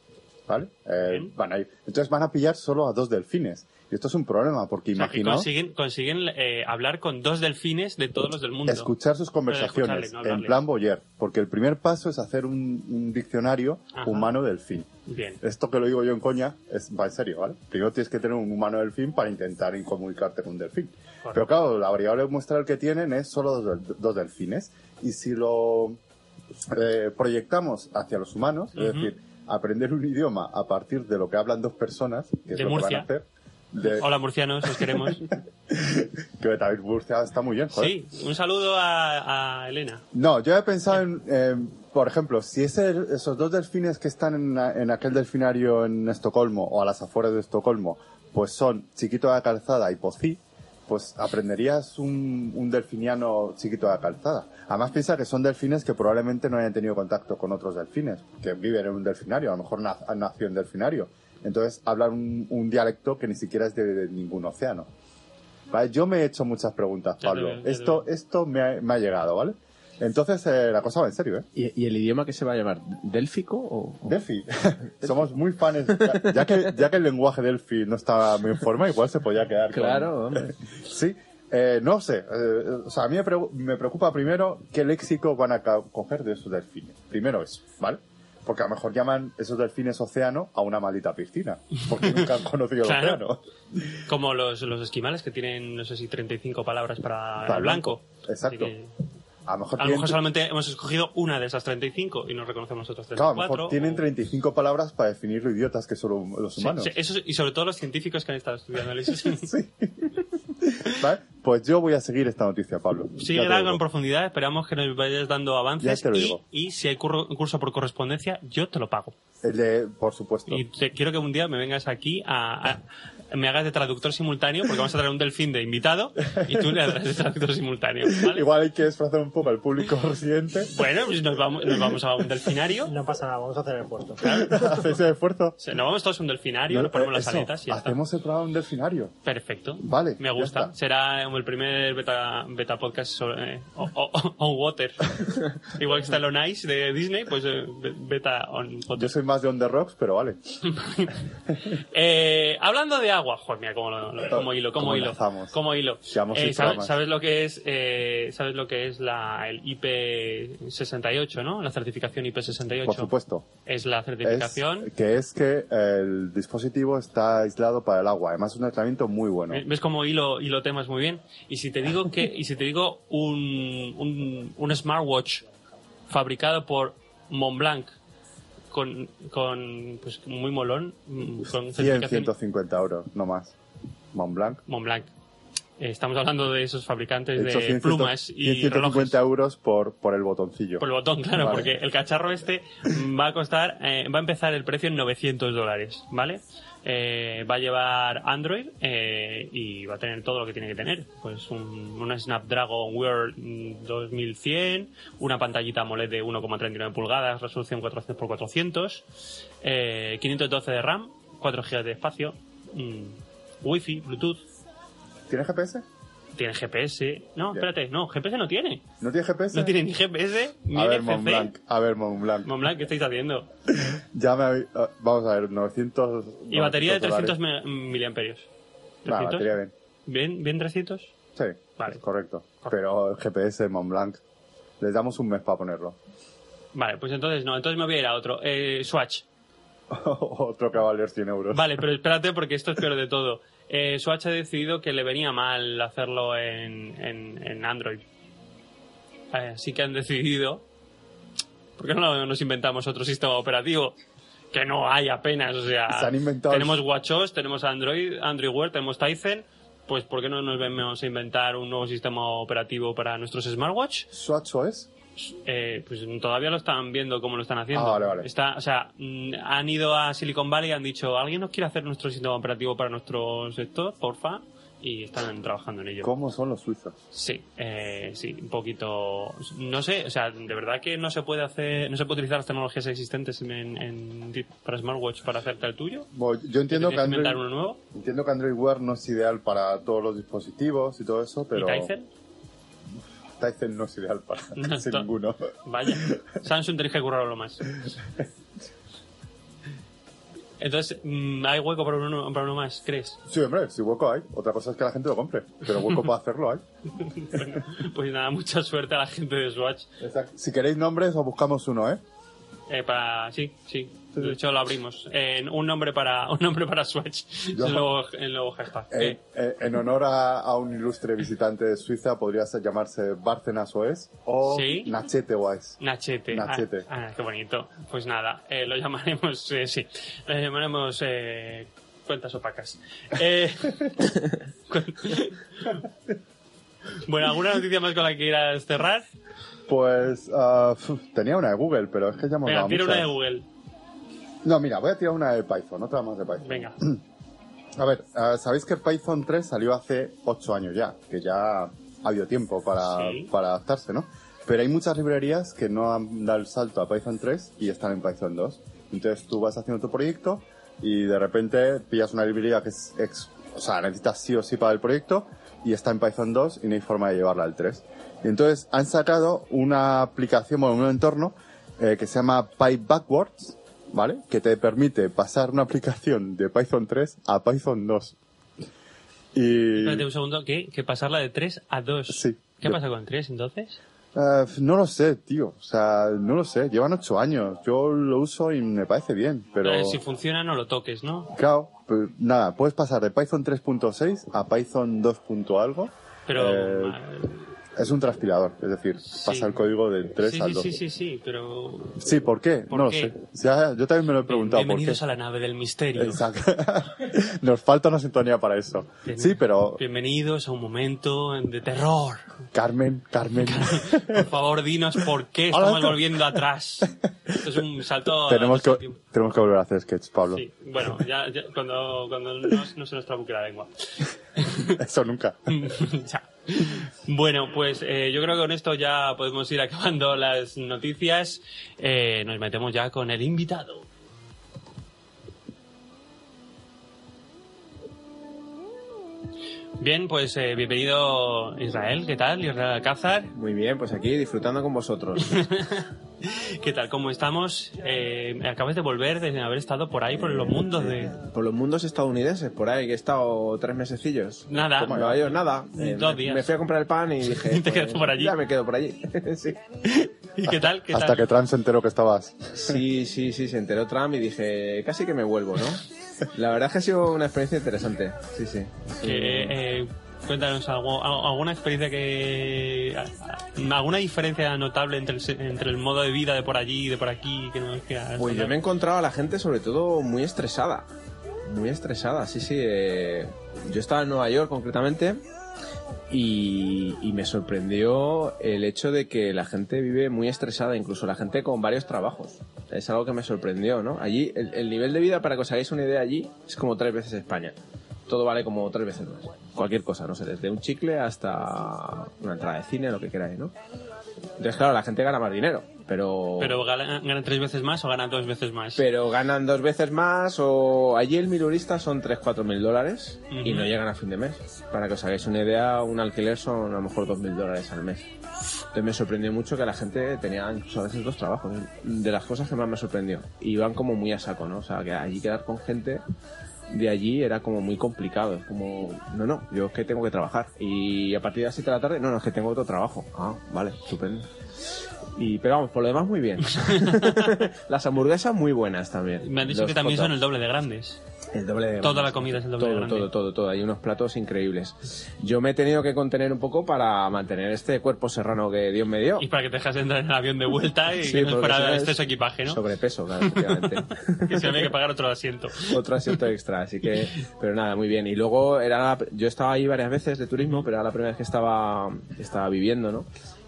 S2: ¿Vale? Eh,
S1: Bien.
S2: van a ir- Entonces van a pillar solo a dos delfines. Y esto es un problema, porque
S1: O sea, que
S2: imaginaos
S1: consiguen, consiguen eh, hablar con dos delfines de todos los del mundo.
S2: escuchar sus
S1: Escucharles,
S2: conversaciones
S1: no
S2: en
S1: hablarles.
S2: plan Boyer, porque el primer paso es hacer un, un diccionario
S1: Ajá.
S2: humano-delfín.
S1: Bien.
S2: Esto que lo digo yo en coña, es, va en serio, ¿vale? Primero tienes que tener un humano delfín para intentar incomunicarte con un delfín.
S1: Correcto.
S2: Pero claro, la variable muestral que tienen es solo dos, del- dos delfines. Y si lo eh, proyectamos hacia los humanos, es
S1: Ujú.
S2: decir, aprender un idioma a partir de lo que hablan dos personas, que es
S1: De
S2: lo
S1: Murcia.
S2: que van a hacer, de,
S1: Hola, murcianos, os queremos.
S2: que David Murcia está muy bien, joder.
S1: sí, un saludo a, a Elena.
S2: No, yo he pensado en, eh, por ejemplo, si ese- esos dos delfines que están en, la- en aquel delfinario en Estocolmo o a las afueras de Estocolmo, pues son Chiquito de la Calzada y Pocí, pues aprenderías un, un delfiniano Chiquito de la Calzada. Además piensa que son delfines que probablemente no hayan tenido contacto con otros delfines, que viven en un delfinario, a lo mejor na- han nacido en delfinario. Entonces hablan un, un dialecto que ni siquiera es de, de ningún océano. Vale, Yo me he hecho muchas preguntas,
S1: Ya te
S2: Pablo.
S1: veo, ya te
S2: Esto esto me ha, me ha llegado, ¿vale? Entonces, eh, la cosa va en serio, ¿eh?
S6: ¿Y, y el idioma que se va a llamar? ¿Délfico o...? o-
S2: Delphi. Somos muy fans. Ya, ya que, ya que el lenguaje Delphi no está muy en forma, igual se podía quedar con-
S6: Claro, hombre.
S2: Sí. Eh, no sé, eh, o sea, a mí me, pregu- me preocupa primero qué léxico van a ca- coger de esos delfines. Primero eso, ¿vale? Porque a lo mejor llaman esos delfines océano a una maldita piscina, porque nunca han conocido
S1: Claro.
S2: el océano.
S1: Como los, los esquimales que tienen, no sé si 35 palabras para,
S2: Para
S1: el blanco.
S2: blanco, exacto.
S1: Así que,
S2: A lo mejor,
S1: a lo
S2: tienen,
S1: mejor solamente hemos escogido una de esas 35 y no reconocemos otras
S2: claro, a lo
S1: 34.
S2: mejor tienen
S1: o-
S2: 35 palabras para definir lo idiotas que son hum- los
S1: Sí,
S2: humanos.
S1: sí, eso- y sobre todo los científicos que han estado estudiando el
S2: Sí. ¿Vale? Pues yo voy a seguir esta noticia, Pablo.
S1: Sigue
S2: Ya te
S1: algo
S2: digo.
S1: en profundidad, esperamos que nos vayas dando avances.
S2: Ya te lo
S1: y,
S2: digo.
S1: y si hay curro- curso por correspondencia, yo te lo pago.
S2: El de- por supuesto.
S1: Y te- quiero que un día me vengas aquí a, a- me hagas de traductor simultáneo, porque vamos a traer un delfín de invitado y tú le harás de traductor simultáneo. ¿vale?
S2: Igual hay que desplazar un poco al público residente.
S1: Bueno, pues nos vamos, nos vamos a un delfinario.
S5: No pasa nada, vamos a hacer el puerto.
S2: Hacéis el esfuerzo.
S1: O sea, nos vamos todos a un delfinario,
S2: No,
S1: nos ponemos
S2: eh,
S1: las
S2: eso,
S1: aletas y ya está.
S2: Hacemos el programa un delfinario.
S1: Perfecto.
S2: Vale,
S1: Me
S2: ya
S1: gusta.
S2: está.
S1: Será el primer beta, beta podcast sobre, eh, o- o- on water. Igual que está el On Ice de Disney, pues eh, be- beta on
S2: Yo
S1: water.
S2: soy más de on the rocks, pero vale.
S1: Eh, hablando de agua, joder, mira cómo, lo- lo- cómo hilo, cómo,
S2: ¿Cómo
S1: hilo,
S2: enlazamos?
S1: cómo hilo.
S2: Llevamos
S1: Eh,
S2: seis
S1: ¿sabes,
S2: programas.
S1: sabes lo que es, eh, sabes lo que es la, el IP68, ¿no? La certificación IP68.
S2: Por supuesto.
S1: Es la
S2: Es,
S1: certificación.
S2: que es que el dispositivo está aislado para el agua. Además, es un aislamiento muy bueno.
S1: ¿Ves cómo hilo, hilo temas muy bien? Y si te digo que, y si te digo un, un, un smartwatch fabricado por Montblanc con, con pues muy molón, mm, con
S2: 100,
S1: certificación
S2: 150 euros, no más. Montblanc.
S1: Montblanc. Eh, estamos hablando de esos fabricantes
S2: He hecho
S1: de
S2: 100,
S1: plumas
S2: 100,
S1: y
S2: 150
S1: relojes.
S2: euros por, por el botoncillo.
S1: Por el botón, claro,
S2: Vale.
S1: porque el cacharro este va a costar, eh, va a empezar el precio en 900 dólares, ¿vale? Eh, va a llevar Android eh, y va a tener todo lo que tiene que tener. Pues un, una Snapdragon Wear mm, 2100, una pantallita AMOLED de 1,39 pulgadas, resolución 400x400, eh, 512 de RAM, 4 GB de espacio, mm, Wi-Fi, Bluetooth,
S2: ¿Tiene GPS?
S1: tiene GPS. No,
S2: Ya.
S1: espérate, no, GPS no tiene.
S2: ¿No tiene GPS?
S1: No tiene ni GPS ni
S2: A ver,
S1: NFC.
S2: Montblanc. A ver, Montblanc.
S1: Montblanc, ¿qué estáis haciendo?
S2: Ya me habéis- ah, Vamos a ver, 900.
S1: Y batería de 300
S2: dólares.
S1: me- miliamperios.
S2: Nah, batería bien.
S1: ¿Bien, bien 300?
S2: Sí,
S1: Vale.
S2: correcto. Pero el GPS Montblanc, les damos un mes para ponerlo.
S1: Vale, pues entonces no, entonces me voy a ir a otro. Eh, Swatch.
S2: Otro que va a valer 100 euros.
S1: Vale, pero espérate porque esto es peor de todo. Eh, Swatch ha decidido que le venía mal hacerlo en, en, en Android. Eh, Así que han decidido... ¿Por qué no nos inventamos otro sistema operativo? Que no hay apenas, o sea...
S2: Se han inventado-
S1: Tenemos WatchOS, tenemos Android, Android Wear, tenemos Tizen... Pues ¿por qué no nos vamos a inventar un nuevo sistema operativo para nuestros smartwatch?
S2: ¿Swatch OS?
S1: Eh, pues todavía lo están viendo cómo lo están haciendo.
S2: Ah, vale, vale.
S1: Está, o sea, mm, han ido a Silicon Valley y han dicho, ¿alguien nos quiere hacer nuestro sistema operativo para nuestro sector, porfa? Y están trabajando en ello.
S2: ¿Cómo son los suizos?
S1: Sí, eh, sí, un poquito. No sé, o sea, de verdad que no se puede hacer, no se puede utilizar las tecnologías existentes en, en- para smartwatch para hacerte el tuyo.
S2: Bueno, yo entiendo que,
S1: ¿Tienes que inventar
S2: Android,
S1: uno nuevo?
S2: entiendo que Android Wear no es ideal para todos los dispositivos y todo eso, pero
S1: ¿Y Tizen?
S2: Tizen no es ideal para
S1: No,
S2: casi
S1: to-
S2: ninguno.
S1: Vaya, Samsung tenéis que currarlo más. Entonces, mm, ¿hay hueco para uno, para uno más, crees?
S2: Sí, hombre, si hueco hay. Otra cosa es que la gente lo compre, pero hueco para hacerlo hay.
S1: Bueno, pues nada, mucha suerte a la gente de Swatch.
S2: Si queréis nombres, os buscamos uno, ¿eh?
S1: Eh, para... Sí, sí. De hecho, lo abrimos. Eh, un nombre para un nombre para Swatch.
S2: Yo-
S1: Es el nuevo, el nuevo hashtag.
S2: Eh,
S1: Eh,
S2: eh, en honor a, a un ilustre visitante de Suiza, podría ser- llamarse Bárcenas OS o
S1: Sí.
S2: Nachete OS.
S1: Nachete. Ah,
S2: Nachete.
S1: Ah, qué bonito. Pues nada, eh, lo llamaremos... eh, sí, lo llamaremos... eh, cuentas opacas. Eh, cuen- bueno, ¿alguna noticia más con la que quieras cerrar?
S2: Pues ah, pf, tenía una de Google, pero es que ya hemos ¿eh?
S1: Venga,
S2: dado
S1: tira una
S2: muchas.
S1: de Google.
S2: No, mira, voy a tirar una de Python, otra más de Python.
S1: Venga.
S2: A ver, ah, sabéis que Python 3 salió hace 8 años ya, que ya ha habido tiempo para,
S1: Sí.
S2: para adaptarse, ¿no? Pero hay muchas librerías que no han dado el salto a Python 3 y están en Python 2. Entonces tú vas haciendo tu proyecto y de repente pillas una librería que es, ex- o sea, necesitas sí o sí para el proyecto y está en Python 2 y no hay forma de llevarla al 3. Y entonces han sacado una aplicación, bueno, un entorno eh, que se llama PyBackwards, ¿vale? Que te permite pasar una aplicación de Python 3 a Python 2. Y,
S1: Espérate un segundo, ¿qué? Que pasarla de 3 a 2.
S2: Sí.
S1: ¿Qué pasa con 3 entonces?
S2: eh, no lo sé, tío. O sea, no lo sé. Llevan ocho años. Yo lo uso y me parece bien, pero...
S1: Eh, si funciona, no lo toques, ¿no?
S2: Claro, pues, nada, puedes pasar de Python 3.6 a Python 2. punto algo.
S1: Pero.
S2: Eh,
S1: ah,
S2: Es un transpilador, es decir, pasa el código del 3
S1: sí,
S2: al
S1: sí,
S2: 2.
S1: Sí, sí, sí, pero.
S2: Sí, ¿por qué?
S1: ¿Por
S2: no
S1: qué?
S2: lo sé. Ya- yo también me lo he preguntado por qué.
S1: Bienvenidos a la nave del misterio.
S2: Exacto. Nos falta una sintonía para eso.
S1: Bien-
S2: Sí, pero
S1: Bienvenidos a un momento de terror.
S2: Carmen, Carmen,
S1: Por favor, dinos por qué
S2: Ahora
S1: estamos
S2: tú-
S1: volviendo atrás. Esto es un salto. a-
S2: tenemos
S1: al
S2: que
S1: tiempo.
S2: tenemos que volver a hacer sketch, Pablo.
S1: Sí, bueno, ya, ya- cuando, cuando no, no se nos trabuque la lengua.
S2: Eso nunca.
S1: Ya. Bueno, pues eh, yo creo que con esto ya podemos ir acabando las noticias. Eh, nos metemos ya con el invitado. Bien, pues eh, bienvenido Israel, ¿qué tal? Israel Alcázar,
S6: Muy bien, pues aquí disfrutando con vosotros.
S1: ¿qué tal? ¿Cómo estamos? Eh, acabas de volver de haber estado por ahí, por los mundos de...
S6: Por los mundos estadounidenses, por ahí, que he estado tres mesecillos.
S1: Nada,
S6: En Nueva York, nada. Eh,
S1: Dos
S6: me-
S1: días.
S6: Me fui a comprar el pan y dije. "Pues,
S1: Te quedaste por allí.
S6: Ya me quedo por allí. sí.
S1: ¿y qué tal? ¿Qué
S2: Hasta
S1: tal?
S2: que Trump se enteró que estabas.
S6: sí, sí, sí, se enteró Trump y dije, casi que me vuelvo, ¿no? La verdad es que ha sido una experiencia interesante. Sí, sí.
S1: Que, eh, cuéntanos algo, al- alguna experiencia que. a- a- alguna diferencia notable entre el, se- entre el modo de vida de por allí y de por aquí que no que has
S6: Pues yo
S1: notado?
S6: me he encontrado a la gente sobre todo muy estresada. Muy estresada, sí, sí. eh, yo estaba en Nueva York concretamente y, y me sorprendió el hecho de que la gente vive muy estresada, incluso la gente con varios trabajos. Es algo que me sorprendió, ¿no? Allí, el, el nivel de vida, para que os hagáis una idea, allí es como tres veces España. Todo vale como tres veces más. Cualquier cosa, no sé, desde un chicle hasta una entrada de cine, lo que queráis, ¿no? Entonces, claro, la gente gana más dinero,
S1: Pero gana, gana tres veces más o gana dos veces más.
S6: pero ganan dos veces más o allí el milurista son 3-4 mil dólares y
S1: Ujú.
S6: no llegan a fin de mes. Para que os hagáis una idea, un alquiler son a lo mejor 2 mil dólares al mes. Entonces me sorprendió mucho que la gente tenía incluso a veces dos trabajos. De las cosas que más me sorprendió. Y van como muy a saco, ¿no? O sea, que allí quedar con gente de allí era como muy complicado. Es como, no, no, yo es que tengo que trabajar. Y a partir de las 7 de la tarde, no, no, es que tengo otro trabajo. Ah, vale, estupendo. Y, pero vamos, por lo demás muy bien. las hamburguesas muy buenas también.
S1: me han dicho
S6: Los
S1: que también
S6: hot
S1: son el
S6: dogs.
S1: doble de grandes.
S6: El doble de
S1: Toda
S6: grande.
S1: la comida es el doble
S6: todo,
S1: de grande.
S6: Todo, todo, todo. Hay unos platos increíbles. Yo me he tenido que contener un poco para mantener este cuerpo serrano que Dios me dio.
S1: Y para que te dejas entrar en el avión de vuelta y
S6: Sí,
S1: que no
S6: porque si no
S1: fuera
S6: es
S1: este su equipaje, ¿no?
S6: Sobrepeso, claro, efectivamente.
S1: que se había que pagar otro asiento.
S6: otro asiento extra, así que, pero nada, muy bien. Y luego era, la- yo estaba ahí varias veces de turismo, pero era la primera vez que estaba, estaba viviendo, ¿no?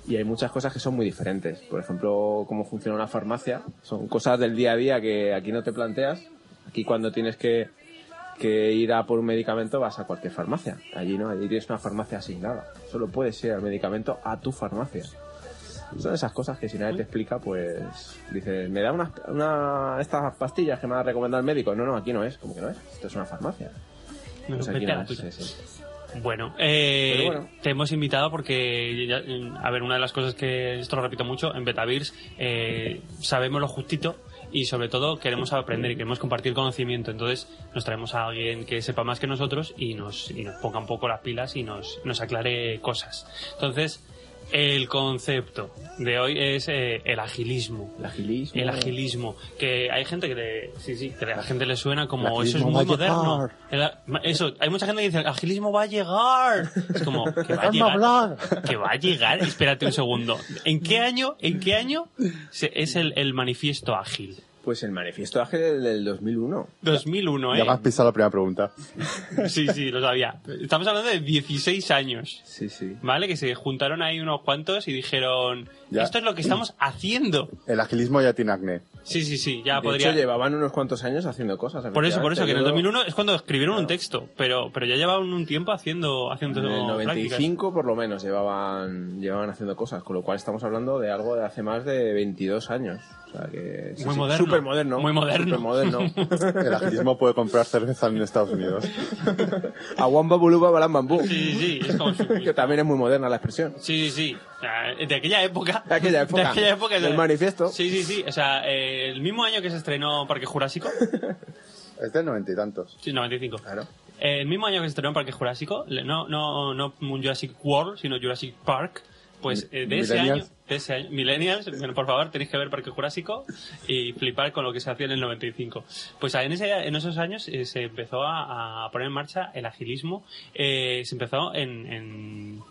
S6: Y hay muchas cosas que son muy diferentes. Por ejemplo, cómo funciona una farmacia. Son cosas del día a día que aquí no te planteas. Aquí cuando tienes que, que ir a por un medicamento vas a cualquier farmacia. Allí no, allí tienes una farmacia asignada. Solo puedes ir al medicamento a tu farmacia. Son esas cosas que si nadie te explica, pues dices, me da unas, una, estas pastillas que me ha recomendado el médico. No, no, aquí no es, como que no es, esto es una farmacia.
S1: Bueno,
S6: Pues aquí
S1: vete a
S6: no
S1: la
S6: es,
S1: tuya.
S6: sí, sí.
S1: Bueno, eh,
S6: Pero bueno.
S1: te hemos invitado porque, ya- a ver, una de las cosas que esto lo repito mucho, en Betavirs eh, sabemos lo justito y sobre todo queremos aprender y queremos compartir conocimiento. Entonces nos traemos a alguien que sepa más que nosotros y nos, y nos ponga un poco las pilas y nos, nos aclare cosas. Entonces, el concepto de hoy es eh, el agilismo.
S6: El agilismo.
S1: El agilismo, que hay gente que, le- sí, sí, que a la gente le suena
S2: El
S1: como eso es
S2: agilismo
S1: muy
S2: va a llegar".
S1: moderno. El a- eso, hay mucha gente que dice, el agilismo va a llegar. Es como, que va a
S2: Dejadme
S1: llegar.
S2: hablar.
S1: Que va a llegar. Espérate un segundo. ¿En qué año, en qué año se- es el, el manifiesto ágil?
S6: Pues el manifiesto ágil del- del 2001.
S1: 2001,
S2: Ya me has
S1: ¿eh?
S2: pisado la primera pregunta.
S1: Sí, sí, lo sabía. Estamos hablando de 16 años.
S6: Sí, sí.
S1: ¿Vale? Que se juntaron ahí unos cuantos y dijeron,
S2: Ya.
S1: esto es lo que estamos haciendo.
S2: El agilismo ya tiene acné.
S1: Sí, sí, sí, ya
S6: De
S1: Ah, podría.
S6: hecho, llevaban unos cuantos años haciendo cosas.
S1: Por eso, por eso, que en el
S6: efectivamente.
S1: 2001 es cuando escribieron un texto, pero, pero ya llevaban un tiempo haciendo, haciendo
S6: En el
S1: prácticas.
S6: 95 por lo menos llevaban, llevaban haciendo cosas, con lo cual estamos hablando de algo de hace más de 22 años. O sea que
S1: Muy moderno.
S6: Súper moderno.
S1: Muy moderno.
S2: El agilismo puede comprar cerveza en Estados Unidos.
S6: A Wamba Buluba Balam Bambú.
S1: Sí, sí, sí, es como su-
S6: que también es muy moderna la expresión.
S1: Sí, sí, sí. Ah, De aquella época.
S6: De aquella época.
S1: De aquella época.
S6: Del manifiesto.
S1: Sí, sí, sí. O sea, eh, el mismo año que se estrenó Parque Jurásico,
S2: Es del noventa y tantos.
S1: sí, 95.
S6: Claro.
S1: Eh, el mismo año que se estrenó Parque Jurásico, le- no, no, no un Jurassic World, sino Jurassic Park. Pues eh, de, ese año,
S2: Millennials.
S1: de ese año, Millennials, bueno, por favor, tenéis que ver Parque Jurásico y flipar con lo que se hacía en el 95. Pues ahí en, ese, en esos años eh, se empezó a, a poner en marcha el agilismo, eh, se empezó en, en,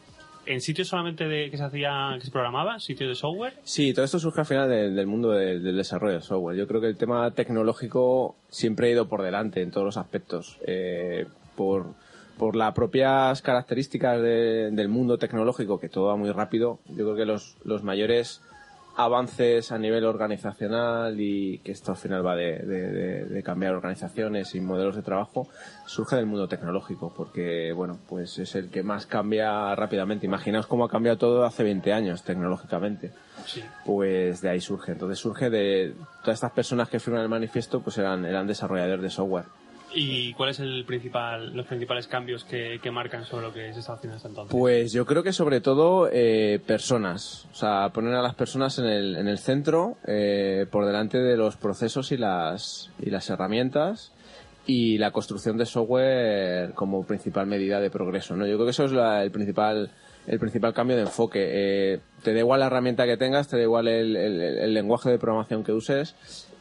S1: en sitios solamente de, que se hacía, que se programaba, sitios de software,
S6: Sí, todo esto surge al final del, del mundo de- del desarrollo de software. Yo creo que el tema tecnológico siempre ha ido por delante en todos los aspectos. Eh, por, por las propias características de- del mundo tecnológico, que todo va muy rápido, yo creo que los, los mayores avances a nivel organizacional y que esto al final va de, de- de- de cambiar organizaciones y modelos de trabajo surge del mundo tecnológico porque bueno pues es el que más cambia rápidamente imaginaos cómo ha cambiado todo hace 20 años tecnológicamente pues de ahí surge. Entonces surge de todas estas personas que firman el manifiesto, pues eran, eran desarrolladores de software.
S1: ¿Y cuál es el principal, los principales cambios que, que marcan sobre lo que se está haciendo hasta entonces?
S6: Pues yo creo que sobre todo eh, personas, o sea, poner a las personas en el, en el centro, eh, por delante de los procesos y las, y las herramientas y la construcción de software como principal medida de progreso, ¿no? Yo creo que eso es la- el principal el principal cambio de enfoque. Eh, te da igual la herramienta que tengas, te da igual el, el- el lenguaje de programación que uses,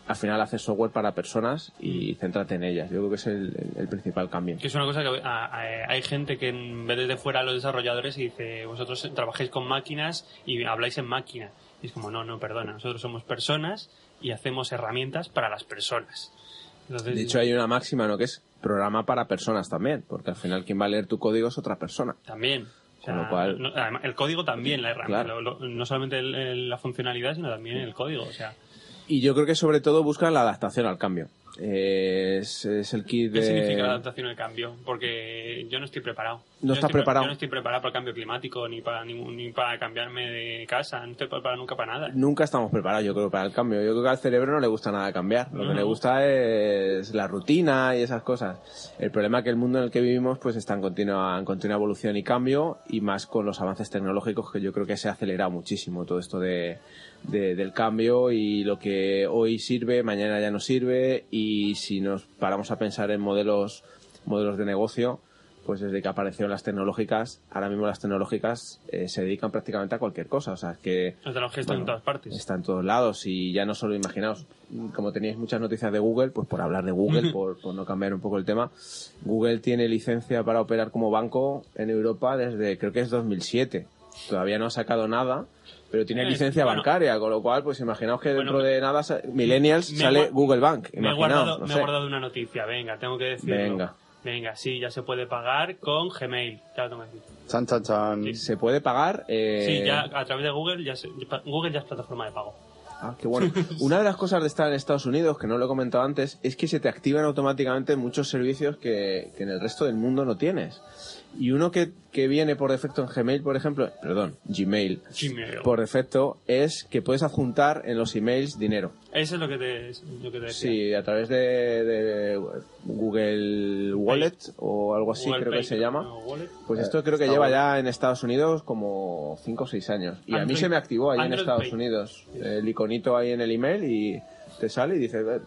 S6: al final haces software para personas y céntrate en ellas. Yo creo que es el- el- el principal cambio.
S1: Que es una cosa que a- a- hay gente que en- ve desde fuera a los desarrolladores y dice, vosotros trabajáis con máquinas y habláis en máquina. Y es como, no, no, perdona, nosotros somos personas y hacemos herramientas para las personas. Entonces,
S6: De hecho, hay una máxima, ¿no? Que es programa para personas también, porque al final quien va a leer tu código es otra persona.
S1: también. O sea,
S6: Con lo cual-
S1: no- además, el código también, la herramienta,
S6: Claro.
S1: lo- lo- no solamente el- el- la funcionalidad, sino también el código. O sea,
S6: Y yo creo que sobre todo buscan la adaptación al cambio. Eh, es, es el kit
S1: ¿Qué
S6: de...
S1: significa la adaptación al cambio? Porque yo no estoy preparado.
S6: No
S1: Yo estoy
S6: estás
S1: pre-
S6: preparado.
S1: Yo no estoy preparado para el cambio climático, ni para, ningún- ni para cambiarme de casa, no estoy preparado nunca para nada.
S6: Nunca estamos preparados, yo creo, para el cambio. Yo creo que al cerebro no le gusta nada cambiar. Lo
S1: No.
S6: que le gusta es la rutina y esas cosas. El problema es que el mundo en el que vivimos pues está en continua, en continua evolución y cambio y más con los avances tecnológicos que yo creo que se ha acelerado muchísimo todo esto de, de- del cambio y lo que hoy sirve, mañana ya no sirve y si nos paramos a pensar en modelos, modelos de negocio, pues desde que aparecieron las tecnológicas, ahora mismo las tecnológicas eh, se dedican prácticamente a cualquier cosa. O sea, es que
S1: Los de los gestos en
S6: bueno,
S1: todas partes.
S6: Está en todos lados y ya no solo imaginaos, como teníais muchas noticias de Google, pues por hablar de Google, por, por no cambiar un poco el tema, Google tiene licencia para operar como banco en Europa desde creo que es 2007. Todavía no ha sacado nada, pero tiene
S1: Eh,
S6: licencia
S1: bueno.
S6: bancaria, con lo cual, pues imaginaos que dentro
S1: Bueno,
S6: de nada, sa- Millennials
S1: me
S6: sale
S1: gua-
S6: Google Bank.
S1: me, he
S6: Imaginaos,
S1: guardado,
S6: no
S1: me he
S6: sé.
S1: guardado una noticia, venga, tengo que decirlo.
S6: Venga.
S1: Venga, sí, ya se puede pagar con Gmail. Ya lo tengo que decir.
S2: Chan, chan, chan.
S6: Se puede pagar. eh,
S1: Sí, ya a través de Google ya, se- Google ya es plataforma de pago.
S6: Ah, qué bueno. Una de las cosas de estar en Estados Unidos, que no lo he comentado antes, es que se te activan automáticamente muchos servicios que, que en el resto del mundo no tienes. Y uno que, que viene por defecto en Gmail, por ejemplo, perdón, Gmail,
S1: Gmail.
S6: por defecto, es que puedes adjuntar en los emails dinero.
S1: Eso es lo que te, lo que te decía.
S6: Sí, a través de, de Google Wallet o algo así,
S1: Google
S6: creo
S1: Pay,
S6: que se llama.
S1: o Wallet.
S6: Pues esto creo que
S2: Eh, Está
S6: lleva
S2: bueno.
S6: ya en Estados Unidos como 5 o 6 años. Y a mí
S1: Android-
S6: se me activó ahí en
S1: Android
S6: Estados
S1: Pay.
S6: Unidos. El iconito ahí en el email y te sale y dices... eh,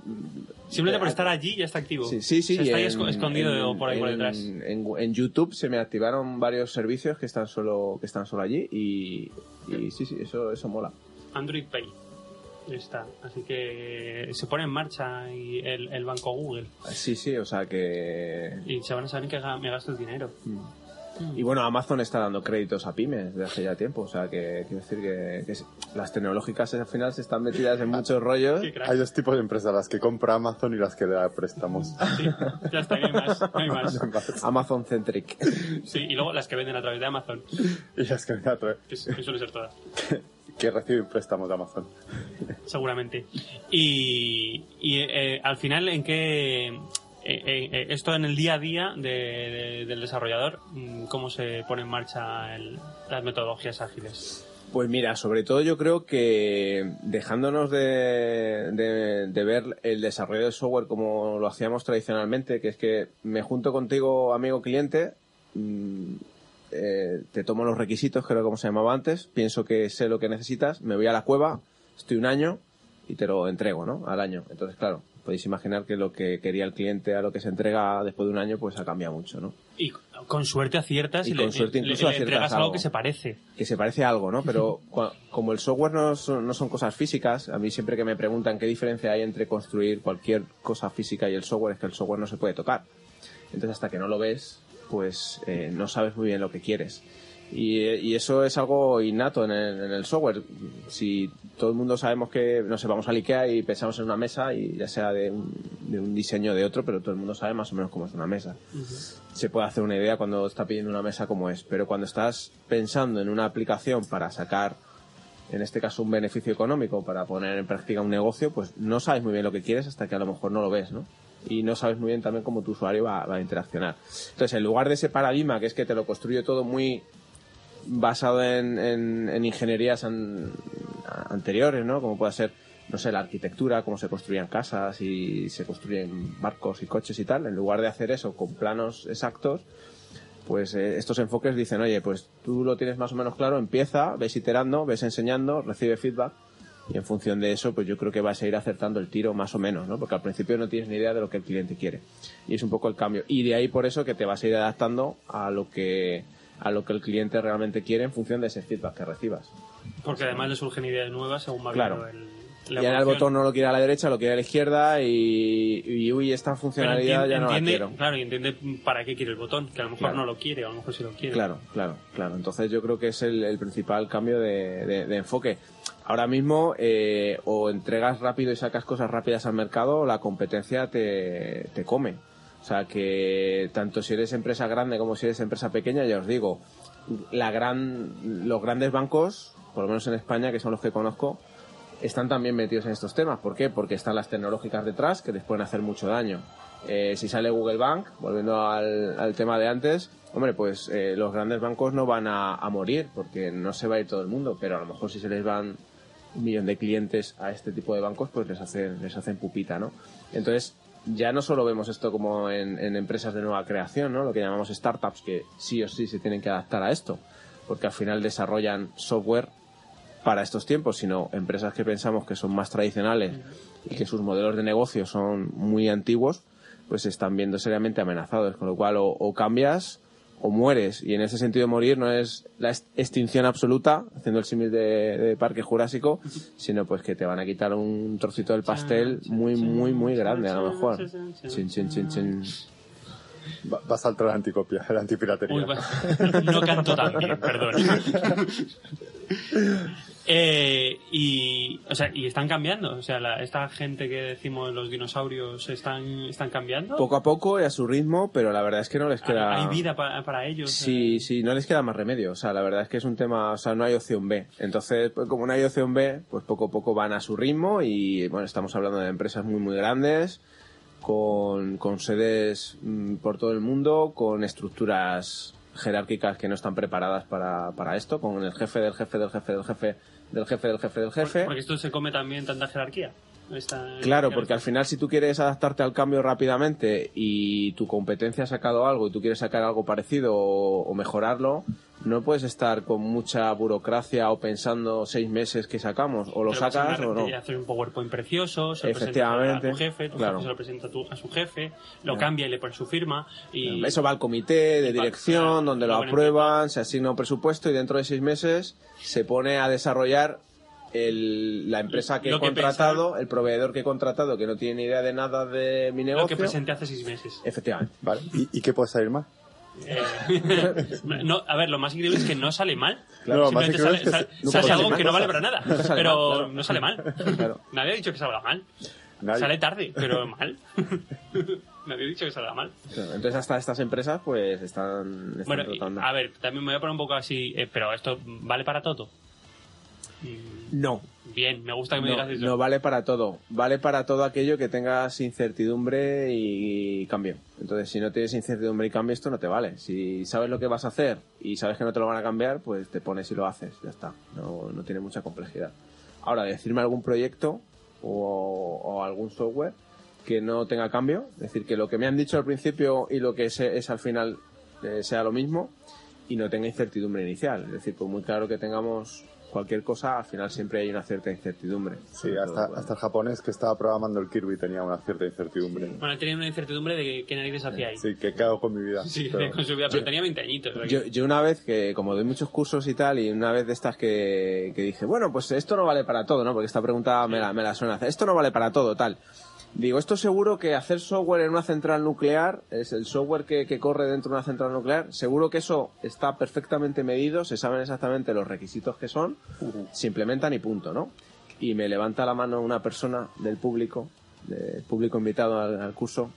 S1: Simplemente por
S6: eh,
S1: estar allí ya está activo.
S6: Sí, sí, sí.
S1: O sea,
S6: y
S1: está ahí
S6: en-
S1: esco- escondido
S6: en-
S1: por ahí por
S6: en-
S1: detrás.
S6: En, en YouTube se me activaron varios servicios que están solo, que están solo allí y, y sí, sí, eso, eso mola.
S1: Android Pay. Ahí Está. Así que se pone en marcha y el, el banco Google.
S6: Sí, sí, o sea que...
S1: Y se van a saber que ga- me gasto el dinero.
S6: Y bueno, Amazon está dando créditos a pymes desde hace ya tiempo, o sea que quiero decir que, que es- las tecnológicas al final se están metidas
S2: Ah,
S6: en muchos rollos.
S1: Qué crack.
S2: Hay dos tipos de empresas, las que compra Amazon y las que le da préstamos.
S1: Sí, ya está, no hay más. No hay más.
S6: Amazon Centric.
S1: Sí, y luego las que venden a través de Amazon,
S2: y las que, me atra-
S1: que, su- que suelen ser todas,
S2: que reciben préstamos de Amazon.
S1: seguramente. Y, y, eh, al final, ¿en qué...? eh, eh, eh, esto en el día a día de- de- del desarrollador, mm, ¿cómo se pone en marcha el- las metodologías ágiles?
S6: Pues mira, sobre todo yo creo que dejándonos de, de- de ver el desarrollo de software como lo hacíamos tradicionalmente, que es que me junto contigo, amigo cliente, mm, eh, te tomo los requisitos, creo que como se llamaba antes, pienso que sé lo que necesitas, me voy a la cueva, estoy un año, y te lo entrego, ¿no? Al año. Entonces, claro, podéis imaginar que lo que quería el cliente a lo que se entrega después de un año, pues ha cambiado mucho, ¿no?
S1: Y con suerte aciertas
S6: Y
S1: y,
S6: con
S1: le,
S6: suerte
S1: le-
S6: incluso
S1: le
S6: aciertas
S1: entregas algo.
S6: algo.
S1: que se parece.
S6: que se parece a algo, ¿no? Pero cua- como el software no son, no son cosas físicas, a mí siempre que me preguntan qué diferencia hay entre construir cualquier cosa física y el software es que el software no se puede tocar. Entonces hasta que no lo ves, pues eh, no sabes muy bien lo que quieres. Y, eh, y eso es algo innato en el, en el software. Si todo el mundo sabemos que, no sé, vamos al IKEA y pensamos en una mesa, y ya sea de un, de un diseño o de otro, pero todo el mundo sabe más o menos cómo es una mesa se puede hacer una idea cuando está pidiendo una mesa como es, pero cuando estás pensando en una aplicación para sacar, en este caso, un beneficio económico, para poner en práctica un negocio, pues no sabes muy bien lo que quieres hasta que a lo mejor no lo ves, ¿no? Y no sabes muy bien también cómo tu usuario va, va a interaccionar. Entonces, en lugar de ese paradigma, que es que te lo construyo todo muy basado en, en- en ingenierías an- anteriores, ¿no? Como puede ser, no sé, la arquitectura, cómo se construían casas y se construyen barcos y coches y tal. En lugar de hacer eso con planos exactos, pues eh, estos enfoques dicen, oye, pues tú lo tienes más o menos claro, empieza, ves iterando, ves enseñando, recibe feedback. Y en función de eso, pues yo creo que vas a ir acertando el tiro más o menos, ¿no? Porque al principio no tienes ni idea de lo que el cliente quiere. Y es un poco el cambio. Y de ahí por eso que te vas a ir adaptando a lo que, a lo que el cliente realmente quiere en función de ese feedback que recibas.
S1: Porque además le surgen ideas nuevas según va
S6: Claro.
S1: viendo el, la
S6: Y ahora el
S1: evolución.
S6: botón no lo quiere a la derecha, lo quiere a la izquierda y, y uy, esta
S1: Pero
S6: funcionalidad
S1: entien-
S6: ya no
S1: entiende,
S6: la quiero.
S1: Claro, y entiende para qué quiere el botón, que a lo mejor
S6: Claro.
S1: no lo quiere, o a lo mejor sí lo quiere.
S6: Claro, claro, claro. Entonces yo creo que es el, el principal cambio de, de- de enfoque. Ahora mismo, eh, o entregas rápido y sacas cosas rápidas al mercado, o la competencia te, te come. O sea que tanto si eres empresa grande como si eres empresa pequeña, ya os digo, la gran, los grandes bancos, por lo menos en España, que son los que conozco, están también metidos en estos temas. ¿Por qué? Porque están las tecnológicas detrás que les pueden hacer mucho daño. Eh, si sale Google Bank, volviendo al, al tema de antes, hombre, pues eh, los grandes bancos no van a, a morir porque no se va a ir todo el mundo, pero a lo mejor si se les van un millón de clientes a este tipo de bancos, pues les hacen, les hacen pupita, ¿no? Entonces, ya no solo vemos esto como en, en empresas de nueva creación, ¿no? Lo que llamamos startups, que sí o sí se tienen que adaptar a esto, porque al final desarrollan software para estos tiempos, sino empresas que pensamos que son más tradicionales y que sus modelos de negocio son muy antiguos, pues se están viendo seriamente amenazados. Con lo cual, o, o cambias o mueres. Y en ese sentido, morir no es la ex- extinción absoluta, haciendo el símil de, de Parque Jurásico, sino pues que te van a quitar un trocito del pastel muy, muy, muy grande, a lo mejor. Chin, chin, chin, chin.
S2: Va, va a saltar la anticopia, la antipiratería.
S1: Uy, va- no canto tan bien, perdón. Eh, y, o sea, y están cambiando. O sea, la- esta gente que decimos los dinosaurios están, están cambiando.
S6: Poco a poco y a su ritmo, pero la verdad es que no les
S1: Hay-
S6: queda.
S1: Hay vida para, para ellos. Eh,
S6: Sí, sí, no les queda más remedio. O sea, la verdad es que es un tema, o sea, no hay opción B. Entonces, pues, como no hay opción B, pues poco a poco van a su ritmo y, bueno, estamos hablando de empresas muy, muy grandes, con, con sedes mm, por todo el mundo, con estructuras jerárquicas que no están preparadas para, para esto, con el jefe del jefe del jefe del jefe del jefe del jefe del
S1: eh,
S6: jefe.
S1: Porque esto se come también tanta jerarquía. Esta-
S6: Claro, porque al final si tú quieres adaptarte al cambio rápidamente y tu competencia ha sacado algo y tú quieres sacar algo parecido o, o mejorarlo, no puedes estar con mucha burocracia o pensando seis meses que sacamos o lo
S1: Pero pasa
S6: sacas
S1: una
S6: o no.
S1: red- Haces un PowerPoint precioso, se lo presenta a
S6: Efectivamente,
S1: tu jefe, tu
S6: claro.
S1: jefe se lo presenta a, tu- a su jefe, lo
S6: Ya.
S1: cambia y le pone su firma. Y
S6: Eso va al comité de
S1: y va-
S6: dirección,
S1: claro,
S6: donde
S1: lo
S6: lo
S1: ven en
S6: aprueban, se asigna un presupuesto y dentro de seis meses se pone a desarrollar el- la empresa que he
S1: Lo que
S6: contratado, el proveedor que he contratado, que no tiene ni idea de nada de mi
S1: lo que
S6: negocio.
S1: presenté hace seis meses.
S6: Efectivamente.
S2: Vale, ¿Y, y qué puede salir mal?
S1: Eh, no, a ver, lo más increíble es que no sale mal.
S2: Claro, lo más
S1: Simplemente sale,
S2: increíble es que
S1: sale-
S2: se- nunca
S1: sale
S2: sale
S1: algo
S2: mal,
S1: que no vale
S2: nunca
S1: para nada.
S6: nunca sale
S1: pero
S6: mal, claro.
S1: no sale mal.
S6: Claro.
S1: Nadie ha dicho que salga mal.
S2: Nadie.
S1: Sale tarde, pero mal. Nadie ha dicho que salga mal.
S6: Claro, Entonces hasta estas empresas pues están, están
S1: Bueno, y-
S6: tratando.
S1: a ver, también me voy a poner un poco así, eh, pero esto vale para todo. Mm,
S6: no,
S1: Bien, me gusta que me
S6: no,
S1: digas eso.
S6: no vale para todo. Vale para todo aquello que tengas incertidumbre y cambio. Entonces si no tienes incertidumbre y cambio esto no te vale. Si sabes lo que vas a hacer y sabes que no te lo van a cambiar, pues te pones y lo haces. Ya está. No, no tiene mucha complejidad. Ahora, decirme algún proyecto o, o algún software que no tenga cambio. Es decir, que lo que me han dicho al principio y lo que es, es al final eh, sea lo mismo. y no tenga incertidumbre inicial. Es decir, por muy claro que tengamos cualquier cosa, al final siempre hay una cierta incertidumbre.
S2: Sí, hasta, hasta el japonés que estaba programando el Kirby tenía una cierta incertidumbre.
S1: Bueno, tenía una incertidumbre de qué narices hacía ahí. Sí,
S2: Sí, que cago con mi vida. pero-
S1: con su vida, pero tenía 20 añitos. o sea que-
S6: Yo, yo una vez que, como doy muchos cursos y tal, y una vez de estas que, que dije, bueno, pues esto no vale para todo, ¿no? Porque esta pregunta me la, me la suelen hacer. Esto no vale para todo, tal. Digo, esto seguro que hacer software en una central nuclear, es el software que, que corre dentro de una central nuclear, seguro que eso está perfectamente medido, se saben exactamente los requisitos que son, se implementan y punto, ¿no? Y me levanta la mano una persona del público, del público invitado al- al curso,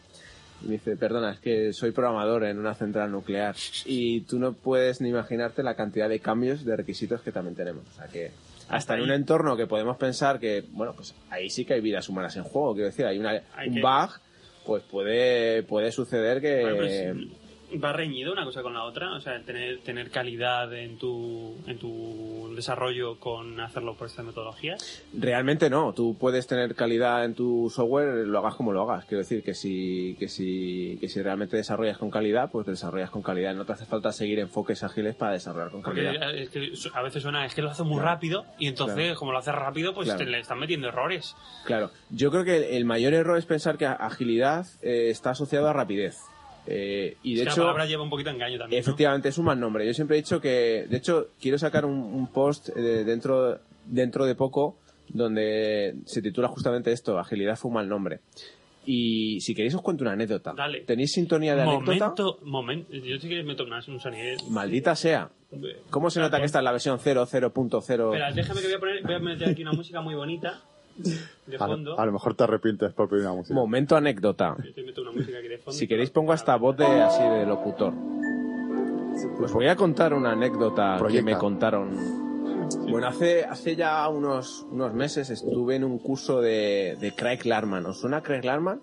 S6: y me dice, perdona, es que soy programador en una central nuclear y tú no puedes ni imaginarte la cantidad de cambios de requisitos que también tenemos. O sea que hasta en un entorno que podemos pensar que, bueno, pues ahí sí que hay vidas humanas en juego, quiero decir, hay una,
S1: Hay
S6: un
S1: que-
S6: bug, pues puede, puede suceder que...
S1: Bueno, pues, pero
S6: Eh,
S1: es- va reñido una cosa con la otra, o sea, tener, tener calidad en tu, en tu desarrollo con hacerlo por esta metodología.
S6: Realmente no, tú puedes tener calidad en tu software, lo hagas como lo hagas. Quiero decir que si, que si, que si realmente desarrollas con calidad, pues desarrollas con calidad. No te hace falta seguir enfoques ágiles para desarrollar con
S1: Porque
S6: calidad.
S1: eh, es que su- a veces suena, es que lo hace muy
S6: Claro.
S1: rápido y entonces,
S6: Claro.
S1: como lo hace rápido, pues
S6: Claro.
S1: te le están metiendo errores.
S6: Claro, yo creo que el mayor error es pensar que agilidad eh, está asociado a rapidez. Eh, y de
S1: Es que
S6: hecho,
S1: la palabra lleva un poquito de engaño también. ¿no?
S6: efectivamente, es un mal nombre. Yo siempre he dicho que, de hecho, quiero sacar un, un post eh, dentro, dentro de poco donde se titula justamente esto, Agilidad fue un mal nombre. Y si queréis os cuento una anécdota.
S1: Dale.
S6: ¿Tenéis sintonía de anécdota?
S1: Momento, momento. Yo sí que me tomo un sonido.
S6: Maldita sea.
S1: Eh,
S6: ¿Cómo se nota que esta es la versión 00.0?
S1: Espera, déjame que voy a, poner, voy a meter aquí una música muy bonita de
S2: a,
S1: fondo.
S2: lo- a lo mejor te arrepientes por pedir una música.
S6: Momento anécdota.
S1: Te meto una música aquí de fondo.
S6: Si queréis pongo hasta voz de así de locutor. Os voy a contar una anécdota
S2: Proyecta.
S6: que me contaron. Bueno, hace, hace ya unos, unos meses estuve en un curso de, de Craig Larman. ¿Os suena Craig Larman?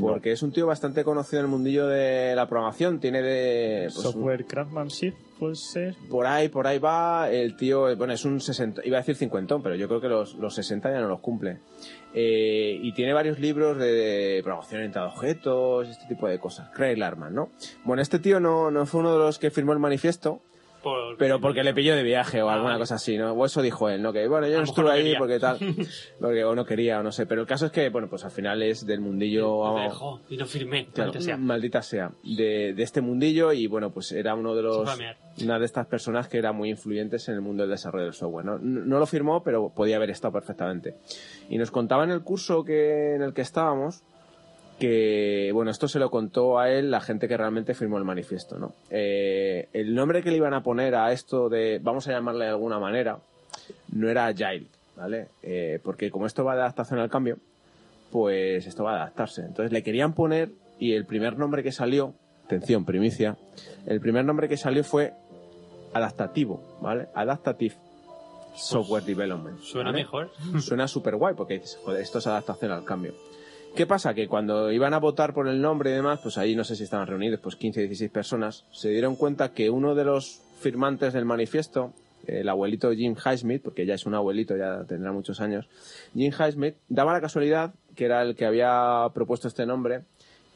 S6: Porque es un tío bastante conocido en el mundillo de la programación. Tiene de... pues, un-
S3: Software Craftsmanship, pues, eh, puede ser.
S6: por ahí, por ahí va. El tío, eh, bueno, es un 60, iba a decir cincuentón, pero yo creo que los, los 60 ya no los cumple. Eh, y tiene varios libros de programación orientada a objetos, este tipo de cosas. Craig Larman, ¿no? Bueno, este tío no, no fue uno de los que firmó el manifiesto,
S1: Por-
S6: pero porque le pilló de viaje o
S1: Ah,
S6: alguna
S1: vale.
S6: cosa así, ¿no? O eso dijo él, ¿no? Que bueno,
S1: A
S6: yo
S1: lo
S6: no
S1: mejor
S6: estuve
S1: no
S6: ahí
S1: quería.
S6: porque tal, porque o no quería o no sé. Pero el caso es que, bueno, pues al final es del mundillo.
S1: Me
S6: vamos,
S1: dejó y no firmé.
S6: Claro,
S1: maldita sea.
S6: maldita sea, de, de este mundillo y bueno, pues era uno de
S1: Se
S6: los
S1: fue a mear.
S6: una de estas personas que era muy influyentes en el mundo del desarrollo del software. No, no lo firmó, pero podía haber estado perfectamente. Y nos contaba en el curso que en el que estábamos que bueno, esto se lo contó a él la gente que realmente firmó el manifiesto, ¿no? Eh, el nombre que le iban a poner a esto de vamos a llamarle de alguna manera no era agile, ¿vale? Eh, porque como esto va de adaptación al cambio, pues esto va a adaptarse. Entonces le querían poner y el primer nombre que salió, atención, primicia, el primer nombre que salió fue adaptativo, ¿vale? Adaptative Software Development.
S1: Suena
S6: ¿vale?
S1: mejor.
S6: Suena súper guay porque dices, joder, esto es adaptación al cambio. ¿Qué pasa? Que cuando iban a votar por el nombre y demás, pues ahí no sé si estaban reunidos, pues 15, 16 personas, se dieron cuenta que uno de los firmantes del manifiesto, el abuelito Jim Highsmith, porque ya es un abuelito, ya tendrá muchos años, Jim Highsmith daba la casualidad que era el que había propuesto este nombre.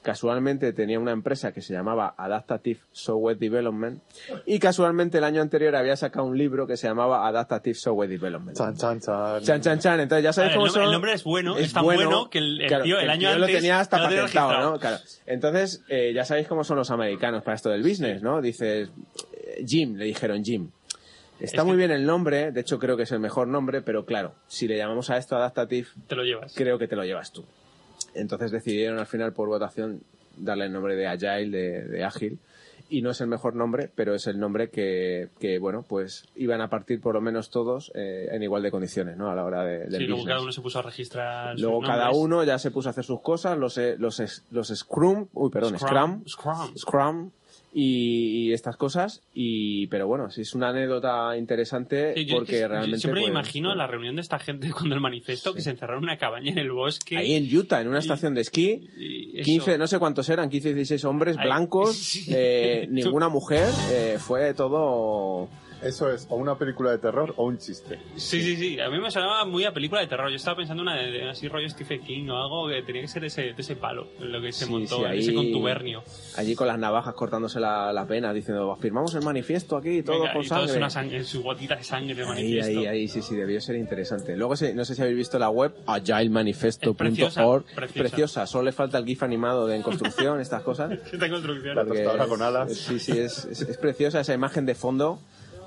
S6: Casualmente tenía una empresa que se llamaba Adaptative Software Development y casualmente el año anterior había sacado un libro que se llamaba Adaptative Software Development.
S2: Chan, chan, chan.
S6: Chan, chan, chan. Entonces ya sabes
S1: Claro,
S6: cómo
S1: el nombre-
S6: son-
S1: el nombre es bueno, es tan bueno que el- el tío el año
S6: lo
S1: antes
S6: tenía hasta
S1: lo tenía
S6: patentado,
S1: registrado.
S6: ¿no? Claro. Entonces, eh, ya sabéis cómo son los americanos para esto del business, ¿no? Dices, eh, Jim, le dijeron Jim. Está
S1: Es
S6: muy
S1: que-
S6: bien el nombre, de hecho creo que es el mejor nombre, pero claro, si le llamamos a esto Adaptative,
S1: Te lo llevas.
S6: creo que te lo llevas tú. Entonces decidieron al final por votación darle el nombre de Agile, de, de Ágil. Y no es el mejor nombre, pero es el nombre que, que, bueno, pues iban a partir por lo menos todos eh, en igual de condiciones, ¿no? A la hora de, del
S1: Sí, luego
S6: business.
S1: cada uno se puso a registrar. sus
S6: Luego cada
S1: nombres.
S6: uno ya se puso a hacer sus cosas, los, eh, los, es- los Scrum, uy, perdón, Scrum,
S1: Scrum. Scrum.
S6: Scrum y, y estas cosas. Y, pero bueno, sí es una anécdota interesante
S1: Sí, yo es
S6: porque
S1: que yo
S6: realmente.
S1: siempre
S6: pues,
S1: me imagino
S6: bueno,
S1: la reunión de esta gente cuando el manifiesto que se encerraron en una cabaña en el bosque.
S6: Ahí en Utah, en una estación de esquí,
S1: y eso.
S6: 15, no sé cuántos eran, 15, 16 hombres
S1: Ahí.
S6: blancos,
S1: Sí.
S6: eh, ninguna mujer, eh, fue todo.
S2: Eso es, o una película de terror o un chiste.
S1: Sí, sí, sí. A mí me sonaba muy a película de terror. Yo estaba pensando una de, de así rollo Stephen King o algo que tenía que ser de ese, de ese palo, lo que se
S6: Sí,
S1: montó,
S6: sí, ahí-
S1: ese contubernio.
S6: Allí con las navajas cortándose la, la pena, diciendo, firmamos el manifiesto aquí, todo
S1: Venga,
S6: con
S1: y
S6: sangre.
S1: es una sangre, su gotita de sangre de
S6: Ahí,
S1: manifiesto.
S6: ahí, ahí, sí, sí, debió ser interesante. Luego, sí, no sé si habéis visto la web
S1: Es preciosa,
S6: agilemanifesto.org.
S1: preciosa.
S6: Preciosa, solo le falta el GIF animado de en construcción, estas cosas.
S1: Esta construcción.
S2: La tostadora
S6: es-
S2: con alas.
S6: Sí, sí, es, es- es preciosa esa imagen de fondo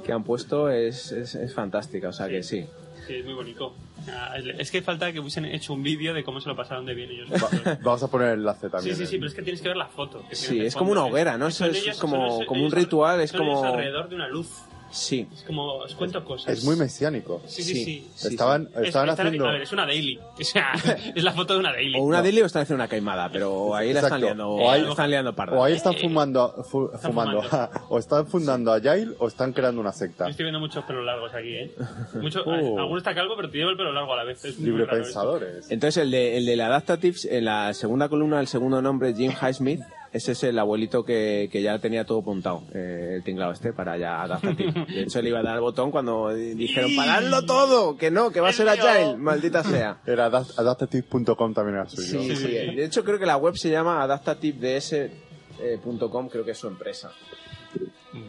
S6: que han puesto, es, es, es fantástica, o sea que sí.
S1: Sí, es muy bonito. Ah, Es que falta que hubiesen hecho un vídeo de cómo se lo pasaron de bien ellos.
S2: Va- vamos a poner el enlace
S1: Sí,
S2: también.
S1: sí, sí,
S2: ¿eh?
S1: pero es que tienes que ver la foto. que
S6: Sí,
S1: tienen de
S6: es como una
S1: fondo, ¿eh?
S6: hoguera, ¿no?
S1: Y
S6: Eso
S1: son
S6: es
S1: ellos-
S6: como-
S1: son ellos-
S6: como
S1: ellos
S6: un ritual, es
S1: son ellos
S6: como-
S1: alrededor de una luz.
S6: Sí,
S1: Es como, os cuento cosas.
S2: Es muy mesiánico.
S1: Sí, sí,
S6: Sí.
S1: sí.
S6: Sí,
S2: estaban
S1: Es-
S2: estaban
S1: están-
S2: haciendo...
S1: A ver, es una daily. O sea, es la foto de una daily.
S6: o una deli o están haciendo una caimada, pero ahí la están
S2: Exacto.
S6: liando,
S2: O ahí-
S6: la están liando parda.
S2: O ahí están fumando, fu-
S1: Eh, Están
S2: fumando,
S1: fumando.
S2: o están fundando a Jail o están creando una
S1: Yo
S2: secta.
S1: estoy viendo muchos pelos largos aquí, ¿eh? Mucho,
S2: Oh.
S1: Alguno está calvo, pero te lleva el pelo largo a la vez. Es muy
S2: Libre
S1: raro esto.
S2: pensadores.
S6: Entonces, el de, el de la Adaptatives, en la segunda columna, el segundo nombre, Jim Highsmith, ese es el abuelito que, que ya tenía todo apuntado, eh, el tinglado este, para ya Adaptative. De hecho, le iba a dar el botón cuando di- dijeron, paradlo todo, que no, que va a ser
S1: ¡El mío!
S6: Agile, maldita sea.
S2: Era adapt- adaptative.com también era suyo.
S6: Sí,
S1: Sí,
S6: sí.
S1: sí.
S6: De hecho, creo que la web se llama adaptatives.com, creo que es su empresa.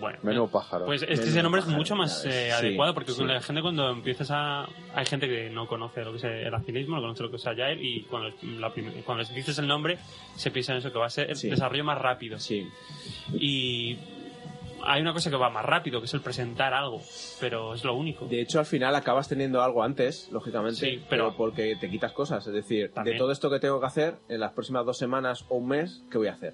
S1: Bueno.
S2: Menudo pájaro.
S1: Pues es que
S6: Menudo
S1: ese nombre es
S6: pájaro,
S1: mucho más
S6: ya ves.
S1: eh,
S6: Sí,
S1: adecuado porque
S6: sí.
S1: con la gente cuando empiezas a... Hay gente que no conoce lo que es el agilismo, no conoce lo que es Agile y cuando, la prim- cuando les dices el nombre se piensa en eso, que va a ser el
S6: Sí.
S1: desarrollo más rápido.
S6: Sí.
S1: Y hay una cosa que va más rápido, que es el presentar algo, pero es lo único.
S6: De hecho, al final acabas teniendo algo antes, lógicamente,
S1: Sí,
S6: pero...
S1: pero-
S6: porque te quitas cosas. Es decir,
S1: También.
S6: de todo esto que tengo que hacer, en las próximas dos semanas o un mes, ¿qué voy a hacer?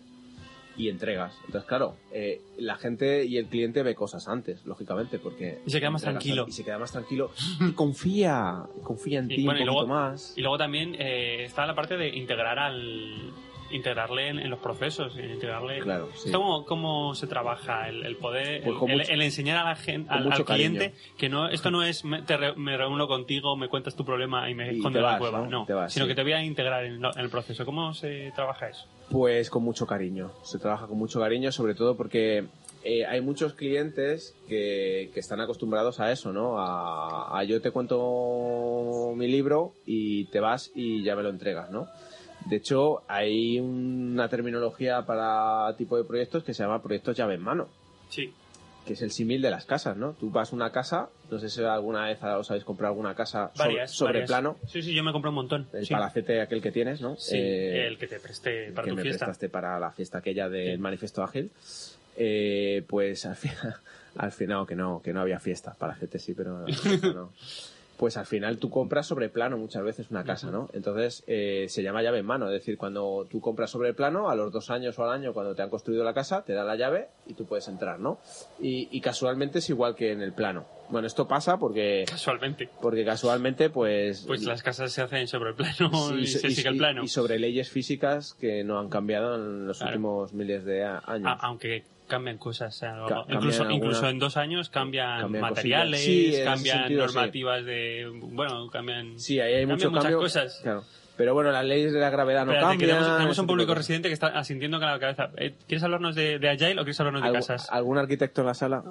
S6: Y entregas. Entonces, claro, eh, la gente y el cliente ve cosas antes, lógicamente, porque...
S1: Y se queda más
S6: entregas
S1: tranquilo.
S6: antes Y se queda más tranquilo. Y confía, confía en
S1: Y
S6: ti
S1: bueno,
S6: un
S1: y
S6: poquito
S1: luego-
S6: más.
S1: Y luego también eh, está la parte de integrar al integrarle en, en los procesos, en integrarle.
S6: Claro, sí.
S1: Esto como- cómo se trabaja el, el poder,
S6: Pues con
S1: el,
S6: mucho-
S1: el enseñar a la gente, al,
S6: mucho
S1: al cliente
S6: cariño.
S1: que no esto no es me, te re- me reúno contigo, me cuentas tu problema y me
S6: Y
S1: escondo
S6: te
S1: en la
S6: vas,
S1: cueva,
S6: ¿no?
S1: no,
S6: Te vas,
S1: sino
S6: sí.
S1: que te voy a integrar en, lo- en el proceso. ¿Cómo se trabaja eso?
S6: Pues con mucho cariño. Se trabaja con mucho cariño, sobre todo porque eh, hay muchos clientes que, que están acostumbrados a eso, ¿no? A, a yo te cuento mi libro y te vas y ya me lo entregas, ¿no? De hecho, hay una terminología para tipo de proyectos que se llama proyectos llave en mano,
S1: Sí.
S6: que es el símil de las casas, ¿no? Tú vas a una casa, no sé si alguna vez os habéis comprado alguna casa sobre-
S1: Varias.
S6: sobre,
S1: varias.
S6: plano,
S1: Sí, sí, yo me compré un montón.
S6: el
S1: sí.
S6: palacete aquel que tienes, ¿no?
S1: Sí,
S6: Eh,
S1: el que te presté para
S6: que
S1: tu
S6: me
S1: fiesta.
S6: prestaste para la fiesta aquella del manifiesto ágil eh, pues al final al final que no que no había fiesta para gente sí pero no, no. pues al final tú compras sobre plano muchas veces una casa no entonces eh, se llama llave en mano es decir cuando tú compras sobre plano a los dos años o al año cuando te han construido la casa te da la llave y tú puedes entrar no y, y casualmente es igual que en el plano bueno esto pasa porque
S1: Casualmente.
S6: porque casualmente pues
S1: Pues las casas se hacen sobre el plano
S6: Sí,
S1: y
S6: so-
S1: se sigue el plano.
S6: y sobre leyes físicas que no han cambiado en los
S1: Claro.
S6: últimos miles de a- años.
S1: A- aunque cambian cosas. o sea,
S6: Ca- cambian
S1: incluso,
S6: algunas-
S1: incluso en dos años cambian,
S6: cambian
S1: materiales,
S6: cosillas. Sí, en ese
S1: cambian
S6: sentido, sí.
S1: normativas de. Bueno, cambian.
S6: sí, ahí hay
S1: cambian
S6: mucho
S1: muchas
S6: cambio.
S1: cosas.
S6: Claro. Pero bueno, las leyes de la gravedad no
S1: Espérate, que
S6: cambian.
S1: tenemos, tenemos
S6: ese
S1: un
S6: tipo
S1: público
S6: de cosas.
S1: residente que está asintiendo con la cabeza. Eh, ¿Quieres hablarnos de, de Agile o quieres hablarnos de
S6: ¿Algu-
S1: casas?
S6: ¿Algún arquitecto en la sala?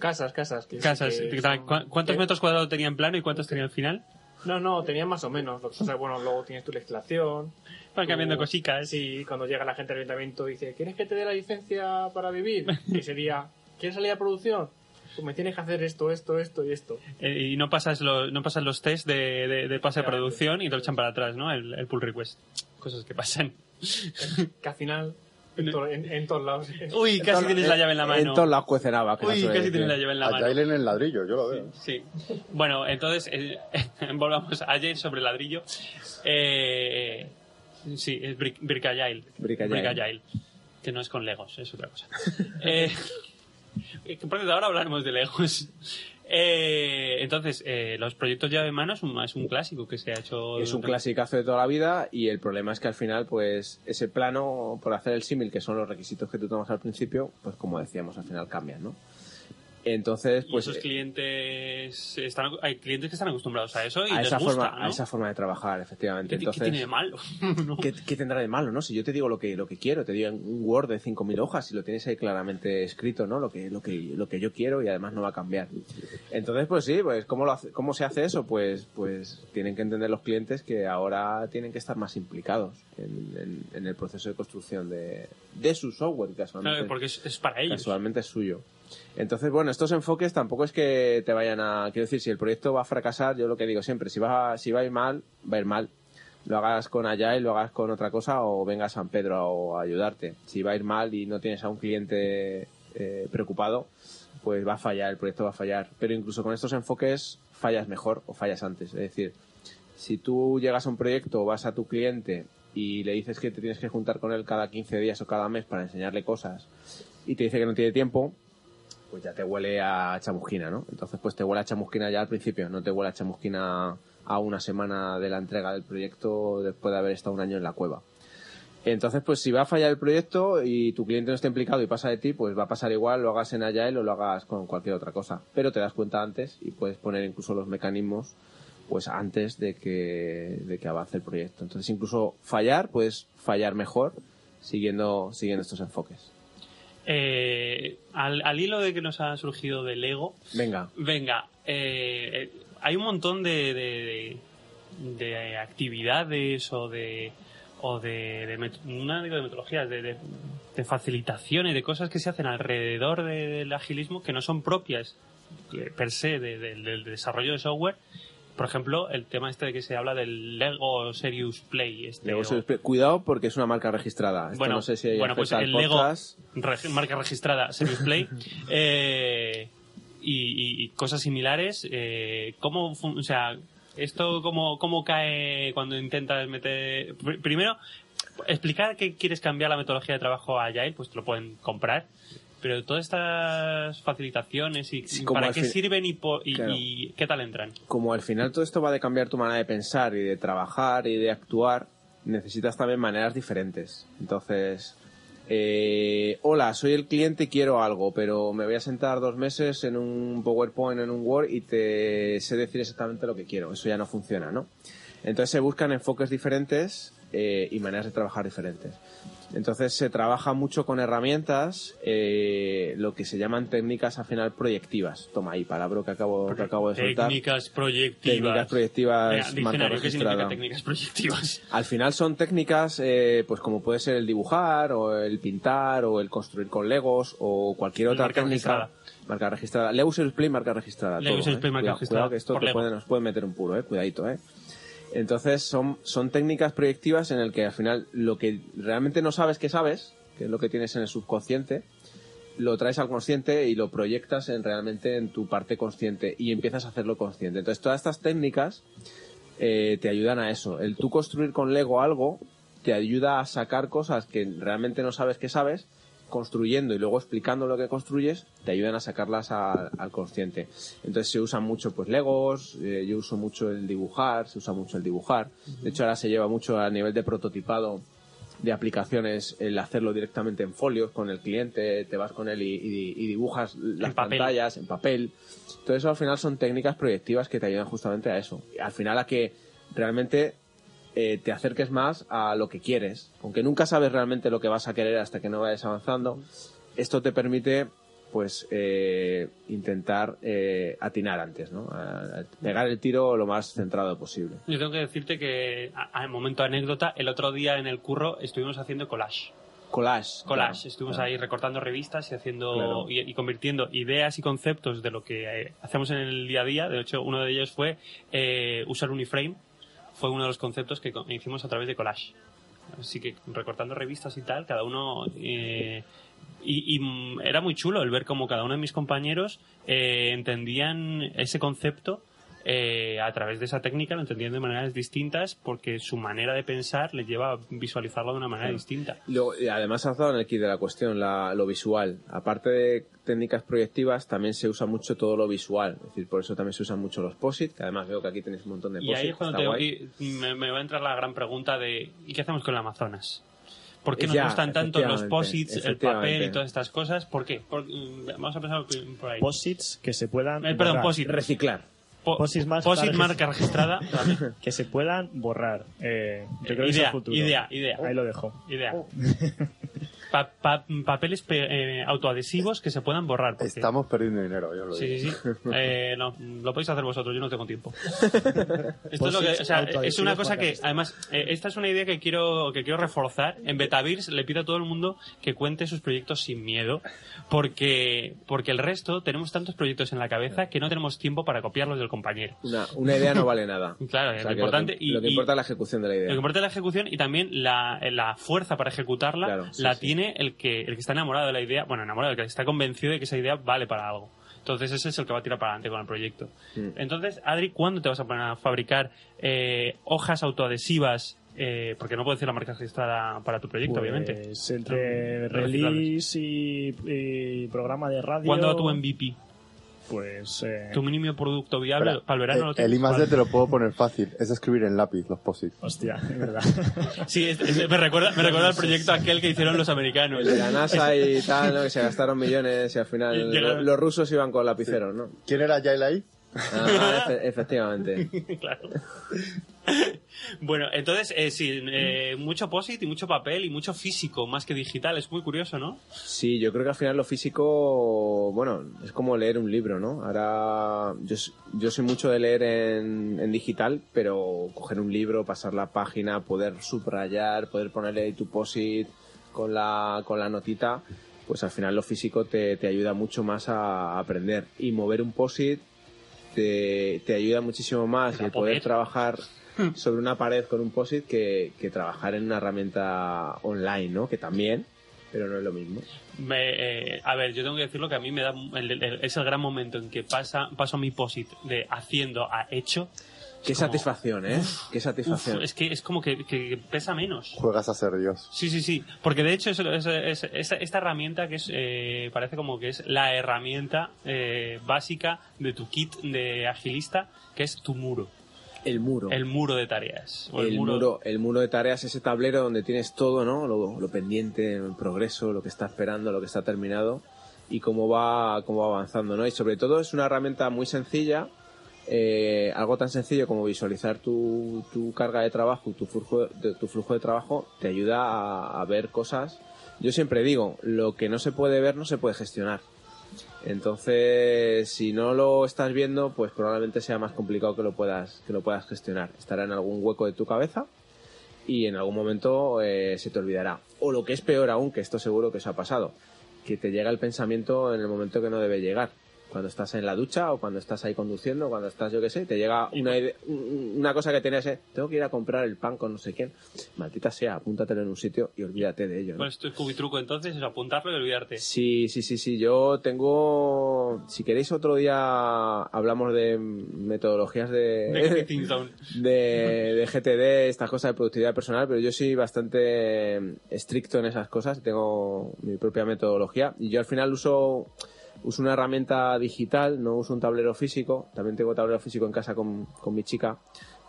S5: Casas, casas. que-
S1: Casas.
S5: que
S1: ¿cu-
S5: son-
S1: ¿Cuántos
S6: Eh,
S5: que-
S1: metros cuadrados tenía en plano y cuántos tenía al final?
S5: No, no, tenía más o menos. Lo que pasa es que, bueno, luego tienes tu legislación.
S1: Van
S5: tu-
S6: Uh,
S1: cambiando cositas.
S5: Sí, cuando llega la gente al ayuntamiento dice, ¿quieres que te dé la licencia para vivir? Y sería, ¿quieres salir a producción? Pues me tienes que hacer esto, esto, esto y esto.
S1: Eh, y no pasas, lo- no pasas los test de, de, de pase a
S5: Claro.
S1: producción y te lo echan para atrás, ¿no? El, el pull request. Cosas que pasan.
S5: Que al final, en, to- en- en todos lados.
S1: Uy, casi
S6: En
S1: tienes
S6: to-
S1: la llave en la mano.
S6: En todos lados cuecen habas, que se
S1: Uy,
S6: suele
S1: casi tienes la
S6: decir.
S1: llave en la
S2: A
S1: mano.
S2: Jail en el ladrillo, yo lo veo.
S1: Sí. Bueno, entonces, eh, volvamos a Agile sobre ladrillo. Eh, sí, es Brick, Brick Agile.
S6: Brick Agile.
S1: Brick Agile, Que no es con Legos, es otra cosa. eh, que, por cierto, ahora hablaremos de Legos. Eh, entonces, eh, los proyectos llave en mano es un, es un clásico que se ha hecho.
S6: Es un
S1: durante-
S6: clasicazo de toda la vida y el problema es que al final, pues, ese plano, por hacer el símil, que son los requisitos que tú tomas al principio, pues como decíamos, al final cambian, ¿no? Entonces,
S1: Y
S6: pues
S1: esos
S6: eh,
S1: clientes están, hay clientes que están acostumbrados a eso y
S6: a
S1: les
S6: esa,
S1: gusta,
S6: forma,
S1: ¿no?
S6: a esa forma de trabajar, efectivamente.
S1: ¿Qué, qué
S6: Entonces,
S1: tiene de malo? No.
S6: ¿qué, qué tendrá de malo, no? Si yo te digo lo que, lo que quiero, te digo un Word de 5.000 hojas y lo tienes ahí claramente escrito, ¿no? Lo que, lo que, lo que yo quiero y además no va a cambiar. Entonces, pues sí, pues ¿cómo, lo hace- cómo se hace eso? Pues, pues tienen que entender los clientes que ahora tienen que estar más implicados en, en- en el proceso de construcción de, de su software, casualmente.
S1: Claro, porque es, es para ellos.
S6: Casualmente es suyo. Entonces, bueno, estos enfoques tampoco es que te vayan a... Quiero decir, si el proyecto va a fracasar, yo lo que digo siempre, si va, a- si va a ir mal, va a ir mal. Lo hagas con Agile, lo hagas con otra cosa o venga a San Pedro a, a ayudarte. Si va a ir mal y no tienes a un cliente eh, preocupado, pues va a fallar, el proyecto va a fallar. Pero incluso con estos enfoques fallas mejor o fallas antes. Es decir, si tú llegas a un proyecto, vas a tu cliente y le dices que te tienes que juntar con él cada 15 días o cada mes para enseñarle cosas y te dice que no tiene tiempo, pues ya te huele a chamusquina, ¿no? Entonces, pues te huele a chamusquina ya al principio, no te huele a chamusquina a una semana de la entrega del proyecto después de haber estado un año en la cueva. Entonces, pues si va a fallar el proyecto y tu cliente no está implicado y pasa de ti, pues va a pasar igual, lo hagas en Agile o lo hagas con cualquier otra cosa. Pero te das cuenta antes y puedes poner incluso los mecanismos pues antes de que, de que avance el proyecto. Entonces, incluso fallar, pues fallar mejor siguiendo, siguiendo estos enfoques.
S1: Eh, al, al hilo de que nos ha surgido del ego,
S6: Venga,
S1: venga, eh, eh, hay un montón de, de, de- de actividades o de o de, de met- no digo de metodologías, de, de- de facilitaciones, de cosas que se hacen alrededor de- del agilismo que no son propias eh, per se de- de- del desarrollo de software. Por ejemplo, el tema este de que se habla del Lego Serious Play. Este,
S6: Lego
S1: o-
S6: Serious Play. Cuidado porque es una marca registrada. Esto no sé si
S1: bueno, pues
S6: afecta al
S1: el Lego,
S6: podcast.
S1: reg- marca registrada, Serious Play, eh, y, y- y cosas similares. Eh, ¿Cómo fun- o sea, esto cómo, cómo cae cuando intentas meter... pr- Primero, explicar que quieres cambiar la metodología de trabajo a Agile, pues te lo pueden comprar. Pero todas estas facilitaciones y
S6: Sí,
S1: y
S6: como
S1: para
S6: al
S1: qué
S6: fin-
S1: sirven y, po- y-
S6: Claro.
S1: y qué tal entran.
S6: Como al final todo esto va de cambiar tu manera de pensar y de trabajar y de actuar, necesitas también maneras diferentes. Entonces, eh, hola, soy el cliente y quiero algo, pero me voy a sentar dos meses en un PowerPoint, en un Word y te sé decir exactamente lo que quiero. Eso ya no funciona, ¿no? Entonces se buscan enfoques diferentes eh, y maneras de trabajar diferentes. Entonces se trabaja mucho con herramientas, eh, lo que se llaman técnicas al final proyectivas. Toma ahí, palabra que acabo, que acabo de soltar.
S1: técnicas proyectivas.
S6: Técnicas
S1: Venga,
S6: proyectivas, marca
S1: diccionario, ¿qué significa
S6: registrada.
S1: técnicas proyectivas?
S6: Al final son técnicas, eh, pues como puede ser el dibujar, o el pintar, o el construir con legos, o cualquier otra
S1: Marca
S6: técnica.
S1: registrada.
S6: Marca registrada. Lego Serious Play, marca registrada.
S1: Lego
S6: todo,
S1: Serious
S6: eh.
S1: Play, marca
S6: Cuidado,
S1: registrada
S6: cuidado que esto
S1: por
S6: te
S1: Lego.
S6: puede- nos puede meter un puro, eh. Cuidadito, eh. Entonces son, son técnicas proyectivas en el que al final lo que realmente no sabes que sabes, que es lo que tienes en el subconsciente, lo traes al consciente y lo proyectas en realmente en tu parte consciente y empiezas a hacerlo consciente. Entonces todas estas técnicas eh, te ayudan a eso. El tú construir con Lego algo te ayuda a sacar cosas que realmente no sabes que sabes, construyendo y luego explicando lo que construyes, te ayudan a sacarlas a- al consciente. Entonces se usan mucho pues Legos, eh, yo uso mucho el dibujar, se usa mucho el dibujar. De hecho ahora se lleva mucho a nivel de prototipado de aplicaciones el hacerlo directamente en folios con el cliente, te vas con él y, y- y dibujas las
S1: papel.
S6: pantallas en papel. Todo eso al final son técnicas proyectivas que te ayudan justamente a eso. Al final a que realmente eh, te acerques más a lo que quieres. Aunque nunca sabes realmente lo que vas a querer hasta que no vayas avanzando, esto te permite pues eh, intentar eh, atinar antes, ¿no? A- a pegar el tiro lo más centrado posible.
S1: Yo tengo que decirte que, a- a- momento anécdota, el otro día en el curro estuvimos haciendo collage.
S6: Collage.
S1: Collage,
S6: claro,
S1: estuvimos
S6: claro.
S1: ahí recortando revistas y haciendo
S6: Claro.
S1: y, y convirtiendo ideas y conceptos de lo que eh, hacemos en el día a día. De hecho, uno de ellos fue eh, usar Uniframe. Fue uno de los conceptos que co- hicimos a través de collage. Así que recortando revistas y tal, cada uno... eh, y, y, mm, era muy chulo el ver cómo cada uno de mis compañeros eh, entendían ese concepto eh, a través de esa técnica, lo entendían de maneras distintas porque su manera de pensar les lleva a visualizarlo de una manera distinta.
S6: Luego, y además has dado en el kit de la cuestión, la- lo visual. Aparte de técnicas proyectivas, también se usa mucho todo lo visual. Es decir, por eso también se usan mucho los POSIT, que además veo que aquí tenéis un montón de
S1: Y
S6: POSIT.
S1: ahí es cuando
S6: está
S1: tengo
S6: guay.
S1: que- me, me va a entrar la gran pregunta de ¿y qué hacemos con el Amazonas? por qué nos
S6: Eh, Ya,
S1: gustan tanto los
S6: efectivamente,
S1: posits, el papel y
S6: efectivamente.
S1: todas estas cosas. ¿Por qué? Por- mm, vamos a empezar por ahí.
S3: Posits que se puedan.
S1: Eh, perdón,
S3: borrar.
S1: posit.
S6: Reciclar.
S1: Po-
S3: posit más
S1: posit
S3: tarde.
S1: marca registrada. Vale.
S3: Que se puedan borrar. Eh, yo creo que es
S1: idea,
S3: el futuro.
S1: idea, idea,
S3: Ahí lo dejo.
S1: idea. Pa- pa- papeles pe- eh, autoadhesivos que se puedan borrar. porque-
S2: Estamos perdiendo dinero, yo os lo digo.
S1: Sí, sí, sí. Eh, no, lo podéis hacer vosotros, yo no tengo tiempo.
S6: Pues
S1: Esto es, lo que,
S3: Posits
S1: o sea, es
S3: autoadhesivos
S1: una cosa que,
S3: marcas.
S1: además, eh, esta es una idea que quiero, que quiero reforzar. En Betavirs le pido a todo el mundo que cuente sus proyectos sin miedo, porque, porque el resto tenemos tantos proyectos en la cabeza que no tenemos tiempo para copiarlos del compañero.
S6: Una, una idea no vale nada.
S1: Claro,
S6: O sea,
S1: lo
S6: que
S1: importante
S6: Lo que,
S1: y-
S6: lo que
S1: y-
S6: importa es la ejecución de la idea.
S1: Lo que importa es la ejecución y también la, eh, la fuerza para ejecutarla
S6: Claro, sí,
S1: la
S6: sí.
S1: tiene el que, el que está enamorado de la idea, bueno, enamorado, el que está convencido de que esa idea vale para algo. Entonces ese es el que va a tirar para adelante con el proyecto.
S6: Mm.
S1: Entonces, Adri, ¿cuándo te vas a poner a fabricar eh, hojas autoadhesivas? Eh, porque no puedo decir la marca registrada para tu proyecto, obviamente. Ah,
S3: Pues, Entre
S1: Son
S3: release y, y programa de radio.
S1: ¿Cuándo va tu MVP?
S3: Pues. eh,
S1: ¿Tu mínimo producto viable
S2: Espera,
S1: para el verano?
S2: eh,
S1: lo tienes?
S2: el I más
S1: Vale.
S2: D te lo puedo poner fácil. Es escribir en lápiz los posits.
S3: Hostia, es verdad.
S1: Sí, es- es- me recuerda, me recuerda al proyecto aquel que hicieron los americanos.
S6: El de la NASA y tal, ¿no? que se gastaron millones y al final
S1: Y llegaron-
S6: lo- los rusos iban con lapiceros, ¿no?
S2: ¿Quién era Yaila ahí?
S6: Ah, efe- efectivamente.
S1: claro. bueno, entonces, eh, sí, eh, mucho posit y mucho papel y mucho físico, más que digital. Es muy curioso, ¿no?
S6: Sí, yo creo que al final lo físico, bueno, es como leer un libro, ¿no? Ahora yo, s- yo soy mucho de leer en, en digital, pero coger un libro, pasar la página, poder subrayar, poder ponerle ahí tu posit con la, con la notita, pues al final lo físico te, te ayuda mucho más a aprender. Y mover un posit te, te ayuda muchísimo más
S1: Para
S6: el poder
S1: poder.
S6: trabajar sobre una pared con un posit que, que trabajar en una herramienta online, ¿no? Que también, pero no es lo mismo.
S1: Me, eh, a ver, yo tengo que decirlo que a mí me da. el- el- es el gran momento en que pasa, paso mi posit de haciendo a hecho.
S6: Qué
S1: como-
S6: satisfacción, ¿eh? Qué
S1: Uf,
S6: satisfacción.
S1: es que es como que, que pesa menos.
S2: Juegas a ser Dios.
S1: Sí, sí, sí. Porque de hecho, es, es- es- es- esta herramienta que es, eh, parece como que es la herramienta eh, básica de tu kit de agilista, que es tu muro.
S6: El muro.
S1: El muro de tareas. o
S6: El muro, el muro de tareas, ese tablero donde tienes todo, ¿no? Lo, lo pendiente, el progreso, lo que está esperando, lo que está terminado y cómo va, cómo va avanzando, ¿no? Y sobre todo es una herramienta muy sencilla, eh, algo tan sencillo como visualizar tu, tu carga de trabajo, y tu flujo de, tu flujo de trabajo, te ayuda a, a ver cosas. Yo siempre digo, lo que no se puede ver no se puede gestionar. Entonces, si no lo estás viendo, pues probablemente sea más complicado que lo puedas, que lo puedas gestionar. Estará en algún hueco de tu cabeza y en algún momento eh, se te olvidará. O lo que es peor aún, que esto seguro que os ha pasado, que te llega el pensamiento en el momento que no debe llegar. Cuando estás en la ducha o cuando estás ahí conduciendo, cuando estás, yo qué sé, te llega una, ide- un- una cosa que tenías, eh, tengo que ir a comprar el pan con no sé quién. Maldita sea, apúntatelo en un sitio y olvídate de ello. ¿no?
S1: Pues tu cubitruco entonces es apuntarlo y olvidarte.
S6: Sí, sí, sí, sí. Yo tengo. Si queréis, otro día hablamos de metodologías
S1: De
S6: de.
S1: Getting Down.
S6: De, de GTD, estas cosas de productividad personal, pero yo soy bastante estricto en esas cosas, tengo mi propia metodología y yo al final uso, uso una herramienta digital, no uso un tablero físico, también tengo tablero físico en casa con, con mi chica,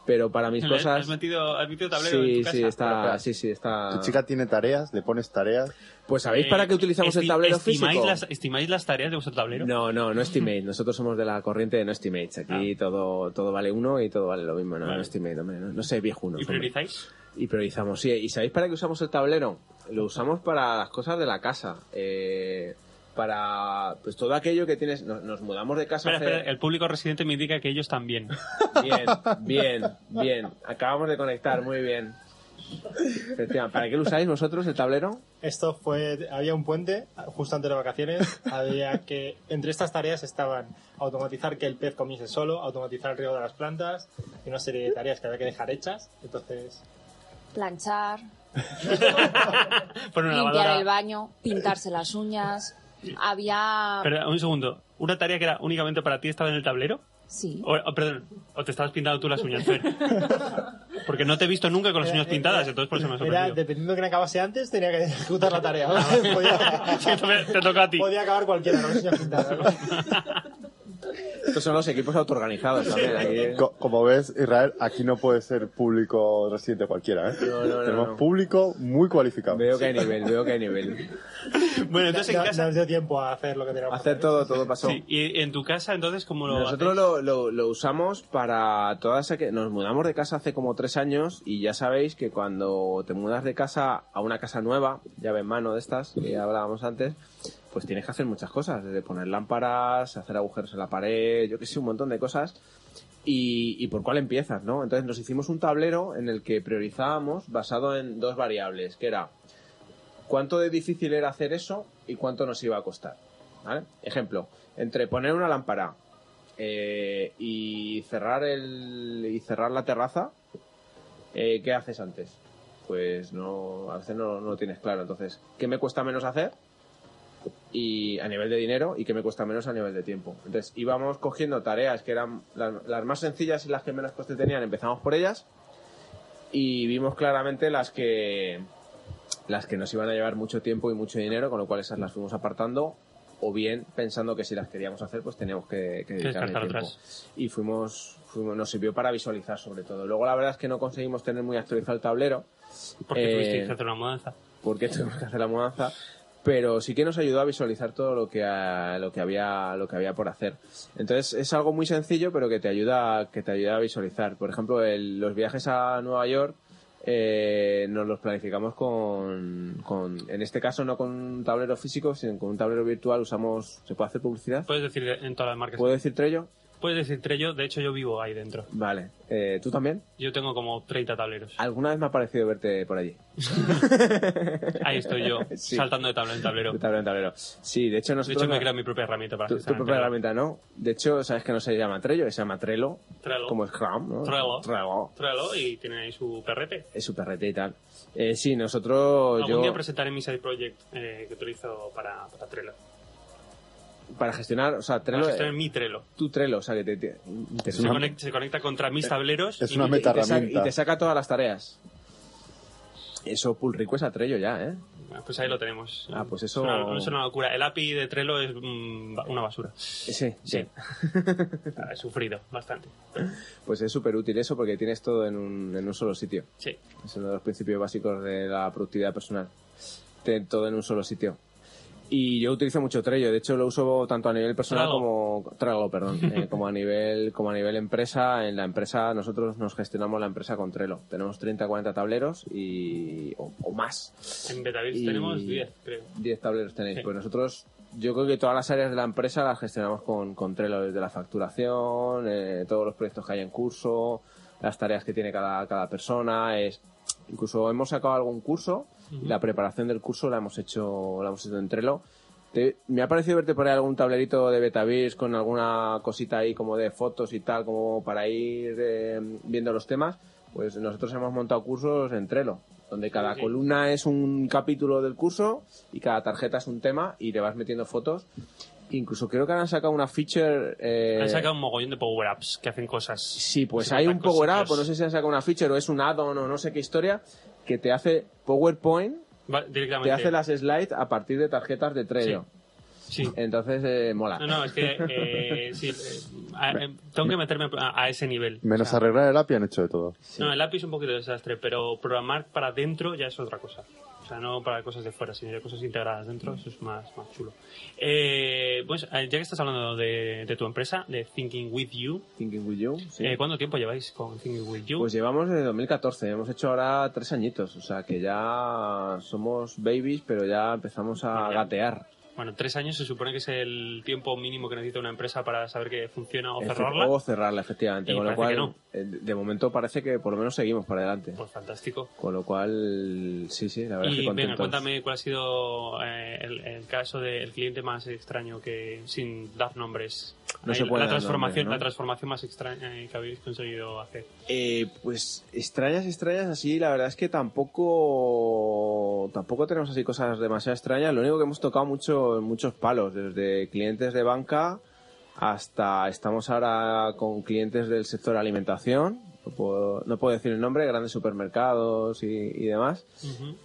S6: pero para mis
S1: Le-
S6: cosas...
S1: Has metido, has metido tablero en
S6: sí,
S1: tu casa.
S6: sí,
S2: Pero
S6: está,
S2: espera,
S6: sí, sí, está...
S2: Tu chica tiene tareas, le pones tareas.
S6: Pues ¿sabéis para
S1: Eh,
S6: qué utilizamos el
S1: esti-
S6: tablero
S1: estimáis
S6: físico?
S1: Las, ¿Estimáis las tareas de vuestro tablero?
S6: No, no, no estimate. Nosotros somos de la corriente de no estimates. Aquí todo, todo vale uno y todo vale lo mismo. No,
S1: Ah. Vale.
S6: no estimate, hombre. No, no sé, viejuno.
S1: ¿Y priorizáis?
S6: Y priorizamos, sí. ¿Y sabéis para qué usamos el tablero? Lo usamos para las cosas de la casa. Eh, para pues todo aquello que tienes. Nos, nos mudamos de casa
S1: Espera,
S6: hace-
S1: espera, el público residente me indica que ellos también.
S6: Bien, bien, bien. Acabamos de conectar, muy bien. Efectivamente, ¿Para qué lo usáis vosotros el tablero?
S7: Esto fue, había un puente justo antes de las vacaciones, había que, entre estas tareas estaban automatizar que el pez comiese solo, automatizar el riego de las plantas y una serie de tareas que había que dejar hechas, entonces
S4: Planchar,
S1: Por una
S4: limpiar el
S1: lavadora.
S4: baño, pintarse las uñas. Había.
S1: Pero, un segundo. ¿Una tarea que era únicamente para ti estaba en el tablero?
S4: Sí.
S1: O, o, perdón, o te estabas pintando tú las uñas, Fer. Porque no te he visto nunca con
S4: Eh,
S1: las
S7: Era-
S1: uñas pintadas,
S7: era-
S1: entonces por eso me ha
S7: eh, era,
S1: sorprendido. Ah,
S7: dependiendo de que acabase antes, tenía que ejecutar la tarea. podía,
S1: Sí, te, te toca a ti.
S7: podía acabar cualquiera, no sé si apuntar, ¿no?
S6: Estos son los equipos autoorganizados también. Aquí,
S2: Co- como ves, Israel, aquí no puede ser público residente cualquiera, ¿eh?
S6: No, no, no,
S2: Tenemos
S6: no.
S2: público muy cualificado.
S6: Veo que hay nivel, veo que hay nivel.
S1: Bueno, entonces en
S7: No- no
S1: casa.
S7: nos dio tiempo a hacer lo que teníamos. que
S6: Hacer todo, todo pasó.
S1: Sí, y en tu casa, entonces, ¿cómo lo
S6: Nosotros
S1: hacéis?
S6: lo, lo- lo usamos para todas que Nos mudamos de casa hace como tres años y ya sabéis que cuando te mudas de casa a una casa nueva, llave en mano de estas que hablábamos antes, pues tienes que hacer muchas cosas, desde poner lámparas, hacer agujeros en la pared, yo que sé, un montón de cosas. Y, y por cuál empiezas, ¿no? Entonces nos hicimos un tablero en el que priorizábamos basado en dos variables, que era cuánto de difícil era hacer eso y cuánto nos iba a costar. ¿vale? Ejemplo, entre poner una lámpara eh, y cerrar el y cerrar la terraza, eh, ¿qué haces antes? Pues no, a veces no, no lo tienes claro. Entonces, ¿qué me cuesta menos hacer? Y a nivel de dinero y qué me cuesta menos a nivel de tiempo. Entonces íbamos cogiendo tareas que eran las, las más sencillas y las que menos coste tenían. Empezamos por ellas y vimos claramente las que las que nos iban a llevar mucho tiempo y mucho dinero, con lo cual esas las fuimos apartando, o bien pensando que si las queríamos hacer, pues teníamos que, que dedicarle
S1: descartar
S6: tiempo. Y fuimos, fuimos, nos sirvió para visualizar sobre todo. Luego la verdad es que no conseguimos tener muy actualizado el tablero,
S1: Porque
S6: eh,
S1: tuvisteis que hacer una mudanza.
S6: porque tuvimos que hacer la mudanza, pero sí que nos ayudó a visualizar todo lo que, ah, lo que había lo que había por hacer. Entonces es algo muy sencillo, pero que te ayuda que te ayuda a visualizar. Por ejemplo, el- los viajes a Nueva York eh, nos los planificamos con, con, en este caso no con un tablero físico, sino con un tablero virtual. Usamos, se puede hacer publicidad.
S1: Puedes decir en todas las marcas.
S6: ¿Puedo decir Trello?
S1: Puedes decir Trello, de hecho yo vivo ahí dentro.
S6: Vale. Eh, ¿Tú también?
S1: Yo tengo como 30 tableros.
S6: ¿Alguna vez me ha parecido verte por allí?
S1: Ahí estoy yo,
S6: Sí.
S1: saltando de tablero en tablero.
S6: De tablero en tablero. Sí, de hecho
S1: De
S6: nosotros...
S1: hecho, me he creado mi propia herramienta para
S6: Tu,
S1: gestionar
S6: tu propia
S1: el tablero.
S6: herramienta, ¿no? De hecho, sabes que no se llama Trello, se llama Trello,
S1: Trello.
S6: como Scrum, ¿no?
S1: Trello. Trello y tienen ahí su PRP.
S6: Es su perrete y tal. Eh, sí, nosotros,
S1: Algún
S6: yo,
S1: día presentaré mi side project eh, que utilizo para, para Trello.
S6: para gestionar, o sea, Trello,
S1: para gestionar
S6: eh,
S1: mi Trello.
S6: tu Trello, o sea, que te, te- te-
S1: Se, conecta, se conecta contra mis tableros.
S2: es
S1: y
S2: una
S1: mi-
S6: y te, saca,
S2: herramienta.
S6: y te saca todas las tareas. Eso pull request a Trello ya, ¿eh?
S1: Ah, Pues ahí lo tenemos.
S6: Ah, pues eso-
S1: Es una, es una locura. El API de Trello es mm, ba- una basura.
S6: Sí, sí.
S1: Ah, He sufrido bastante.
S6: Pues es súper útil eso porque tienes todo en un, en un solo sitio.
S1: Sí.
S6: Es uno de los principios básicos de la productividad personal. Ten todo en un solo sitio. Y yo utilizo mucho Trello, de hecho lo uso tanto a nivel personal
S1: Trello.
S6: como Trello, perdón, eh, como a nivel como a nivel empresa, en la empresa nosotros nos gestionamos la empresa con Trello. Tenemos 30 40 tableros y o, o más.
S1: En Betavis
S6: Y-
S1: tenemos 10, creo.
S6: 10 tableros tenéis.
S1: Sí.
S6: Pues nosotros yo creo que todas las áreas de la empresa las gestionamos con, con Trello, desde la facturación, eh, todos los proyectos que hay en curso, las tareas que tiene cada, cada persona, es incluso hemos sacado algún curso y la preparación del curso la hemos hecho, la hemos hecho en Trello. Te- me ha parecido verte por ahí algún tablerito de Betavis con alguna cosita ahí como de fotos y tal, como para ir eh, viendo los temas. Pues nosotros hemos montado cursos en Trello, donde cada
S1: Sí.
S6: columna es un capítulo del curso y cada tarjeta es un tema y te vas metiendo fotos. Incluso creo que ahora han sacado una feature... eh,
S1: Han sacado un mogollón de power-ups que hacen cosas.
S6: Sí, pues
S1: Se
S6: hay un
S1: sacan
S6: power up,
S1: cositas.
S6: o no sé si han sacado una feature o es un add-on o no sé qué historia, que te hace PowerPoint,
S1: Va-
S6: te
S1: directamente.
S6: hace las slides a partir de tarjetas de Trello.
S1: Sí.
S6: Entonces, eh, mola.
S1: No, no, es que eh, sí, eh, a- eh, tengo que meterme a, a ese nivel.
S2: Menos
S1: O sea,
S2: arreglar el API han hecho de todo.
S1: No, el lápiz es un poquito de desastre, pero programar para dentro ya es otra cosa. O sea, no para cosas de fuera, sino de cosas integradas dentro, eso es más, más chulo. Eh, pues eh, ya que estás hablando de, de tu empresa, de Thinking With You,
S6: Thinking with you. sí.
S1: eh, ¿cuánto tiempo lleváis con Thinking With You?
S6: Pues llevamos desde 2014, hemos hecho ahora tres añitos, o sea que ya somos babies, pero ya empezamos a
S1: Bueno, ya.
S6: gatear.
S1: bueno, tres años se supone que es el tiempo mínimo que necesita una empresa para saber que funciona o
S6: Efe-
S1: cerrarla.
S6: o cerrarla, efectivamente.
S1: Y
S6: con lo
S1: parece
S6: cual,
S1: que no.
S6: eh, de de momento parece que por lo menos seguimos para adelante.
S1: Pues fantástico.
S6: Con lo cual, sí, sí, la verdad es que
S1: Y venga,
S6: contentos.
S1: cuéntame cuál ha sido eh, el, el caso del cliente más extraño que, sin dar nombres,
S6: No
S1: Ahí,
S6: se puede
S1: la,
S6: dar
S1: transformación, la
S6: nombres, ¿no?
S1: transformación más extraña eh, que habéis conseguido hacer.
S6: Eh, pues extrañas, extrañas así, la verdad es que tampoco tampoco tenemos así cosas demasiado extrañas. Lo único que hemos tocado mucho muchos palos, desde clientes de banca hasta estamos ahora con clientes del sector alimentación, no puedo, no puedo decir el nombre, grandes supermercados y, y demás.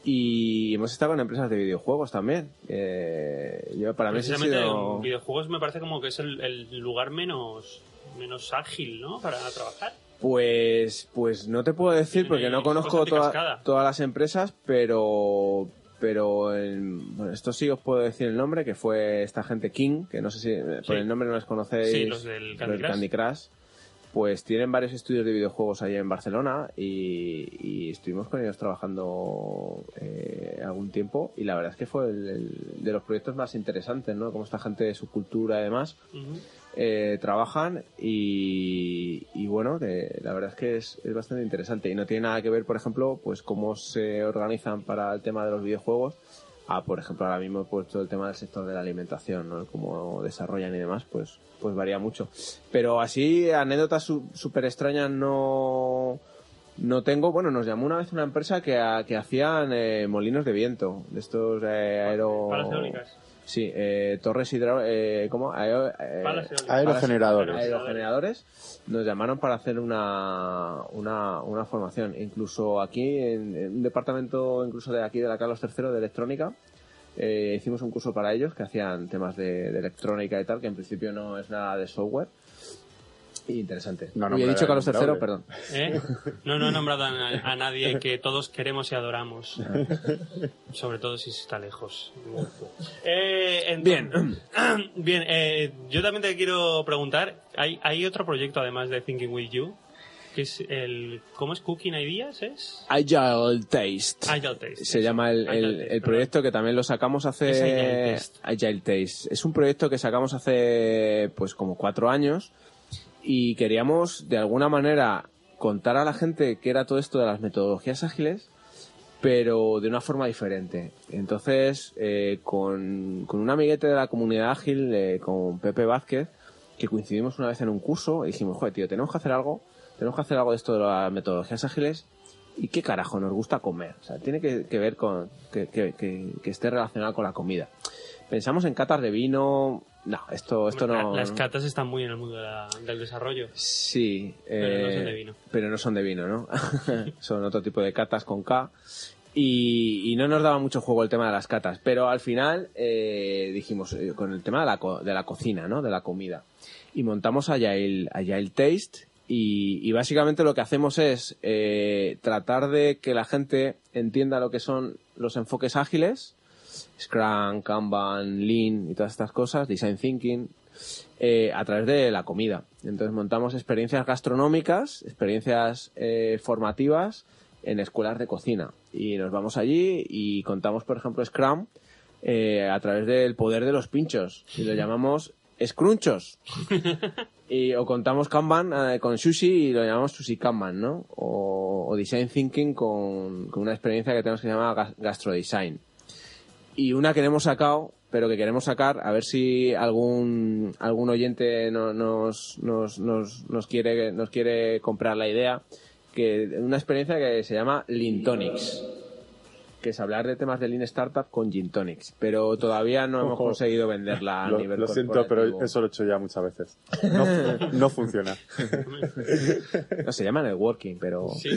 S6: Y hemos estado con empresas de videojuegos también. Eh, yo para mí eso ha
S1: Precisamente
S6: sido...
S1: en videojuegos me parece como que es el, el lugar menos, menos ágil, ¿no? Para trabajar.
S6: Pues, pues no te puedo
S1: Tienen
S6: decir porque
S1: ahí
S6: no conozco
S1: bastante
S6: toda-
S1: cascada.
S6: todas las empresas, pero pero en- bueno, esto sí os puedo decir el nombre, que fue esta gente King, que no sé si eh, por
S1: Sí.
S6: el nombre no les conocéis.
S1: Sí, los del Candy Crush.
S6: Crush. Pues tienen varios estudios de videojuegos allá en Barcelona y, y estuvimos con ellos trabajando eh, algún tiempo y la verdad es que fue el- el- de los proyectos más interesantes, ¿no? Como esta gente de su cultura además
S1: Ujú.
S6: eh, trabajan y, y bueno, de- la verdad es que es, es bastante interesante y no tiene nada que ver, por ejemplo, pues cómo se organizan para el tema de los videojuegos a, por ejemplo, ahora mismo pues todo el tema del sector de la alimentación, ¿no? Cómo desarrollan y demás, pues, pues varía mucho. Pero así, anécdotas su- súper extrañas no... No tengo, bueno, nos llamó una vez una empresa que, ha- que hacían eh, molinos de viento, de estos eh, aero...
S5: Palas eólicas.
S6: Sí, eh, torres hidráulicas, eh, ¿cómo? Aero- eh,
S5: Palas eólicas.
S2: Aerogeneradores.
S6: aerogeneradores. Nos llamaron para hacer una, una, una formación. Incluso aquí, en, en un departamento incluso de aquí, de la Carlos III de electrónica, eh, hicimos un curso para ellos que hacían temas de, de electrónica y tal, que en principio no es nada de software. Y interesante.
S2: No, no,
S6: Uy, he
S2: hombre,
S6: dicho Carlos III,
S2: nombrable.
S6: perdón.
S1: ¿Eh? No, no he nombrado a, na- a nadie que todos queremos y adoramos. Sobre todo si está lejos. Eh, entonces- Bien, eh, yo también te quiero preguntar, hay, hay otro proyecto además de Thinking With You, que es el... ¿Cómo es Cooking Ideas? ¿Es?
S6: Agile Taste.
S1: Agile Taste.
S6: se llama el,
S1: Agile
S6: el-
S1: Taste,
S6: el
S1: perdón.
S6: proyecto que también lo sacamos hace
S1: Es Agile Taste.
S6: Agile Taste. Es un proyecto que sacamos hace pues como cuatro años y queríamos de alguna manera contar a la gente qué era todo esto de las metodologías ágiles pero de una forma diferente. Entonces, eh, con, con un amiguete de la comunidad ágil, eh, con Pepe Vázquez, que coincidimos una vez en un curso, y dijimos, joder, tío, tenemos que hacer algo, tenemos que hacer algo de esto de las metodologías ágiles, y qué carajo nos gusta comer. O sea, tiene que, que ver con, que, que- que- que esté relacionado con la comida. Pensamos en catas de vino, no, esto, esto
S1: La-
S6: no...
S1: Las catas están muy en el mundo de la- del desarrollo.
S6: Sí.
S1: Pero no
S6: eh,
S1: son de vino.
S6: Pero no son de vino, ¿no? son otro tipo de catas con K. Y, y no nos daba mucho juego el tema de las catas. Pero al final eh, dijimos, eh, con el tema de la, co- de la cocina, ¿no? De la comida. Y montamos Agile, Agile Taste. Y, y básicamente lo que hacemos es eh, tratar de que la gente entienda lo que son los enfoques ágiles. Scrum, Kanban, Lean y todas estas cosas, Design Thinking, eh, a través de la comida. Entonces montamos experiencias gastronómicas, experiencias eh, formativas en escuelas de cocina. Y nos vamos allí y contamos, por ejemplo, Scrum eh, a través del poder de los pinchos. Y lo llamamos Scrunchos. Y, o contamos Kanban eh, con sushi y lo llamamos sushi Kanban, ¿no? O, o design thinking con, con una experiencia que tenemos que se llama gas- gastrodesign y una que no hemos sacado, pero que queremos sacar, a ver si algún, algún oyente no- nos, nos, nos, nos, quiere, nos quiere comprar la idea, que una experiencia que se llama Lintonics, que es hablar de temas de Lean Startup con Gintonics, pero todavía no hemos
S2: Ojo.
S6: conseguido venderla a
S2: Lo,
S6: nivel
S2: lo siento, pero
S6: corporativo.
S2: eso lo he hecho ya muchas veces. No, no funciona.
S6: No, se llama networking, pero...
S1: Sí.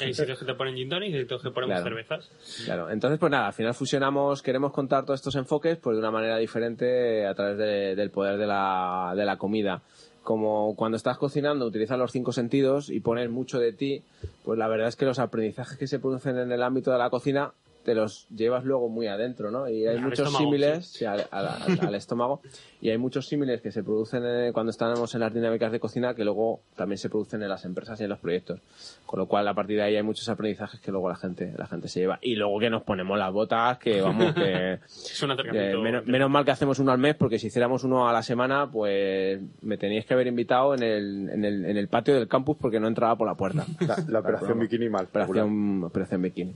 S1: Hay sitios que te ponen gin tonic, hay sitios que ponen
S6: Claro.
S1: cervezas.
S6: Claro, entonces pues nada, al final fusionamos, queremos contar todos estos enfoques pues de una manera diferente eh, a través de- del poder de la, de la comida. Como cuando estás cocinando utilizas los cinco sentidos y pones mucho de ti, pues la verdad es que los aprendizajes que se producen en el ámbito de la cocina te los llevas luego muy adentro, ¿no? Y hay
S1: Al
S6: muchos
S1: estómago,
S6: símiles
S1: sí.
S6: sí, al, al- al- al estómago y hay muchos símiles que se producen eh, cuando estamos en las dinámicas de cocina que luego también se producen en las empresas y en los proyectos. Con lo cual, a partir de ahí hay muchos aprendizajes que luego la gente, la gente se lleva. Y luego que nos ponemos las botas, que vamos, que,
S1: Es un
S6: que
S1: acercamiento.
S6: Eh, menos, menos mal que hacemos uno al mes, porque si hiciéramos uno a la semana, pues me teníais que haber invitado en el, en el, en el patio del campus porque no entraba por la puerta.
S2: La, la operación
S6: broma.
S2: bikini mal.
S6: Operación, operación Bikini.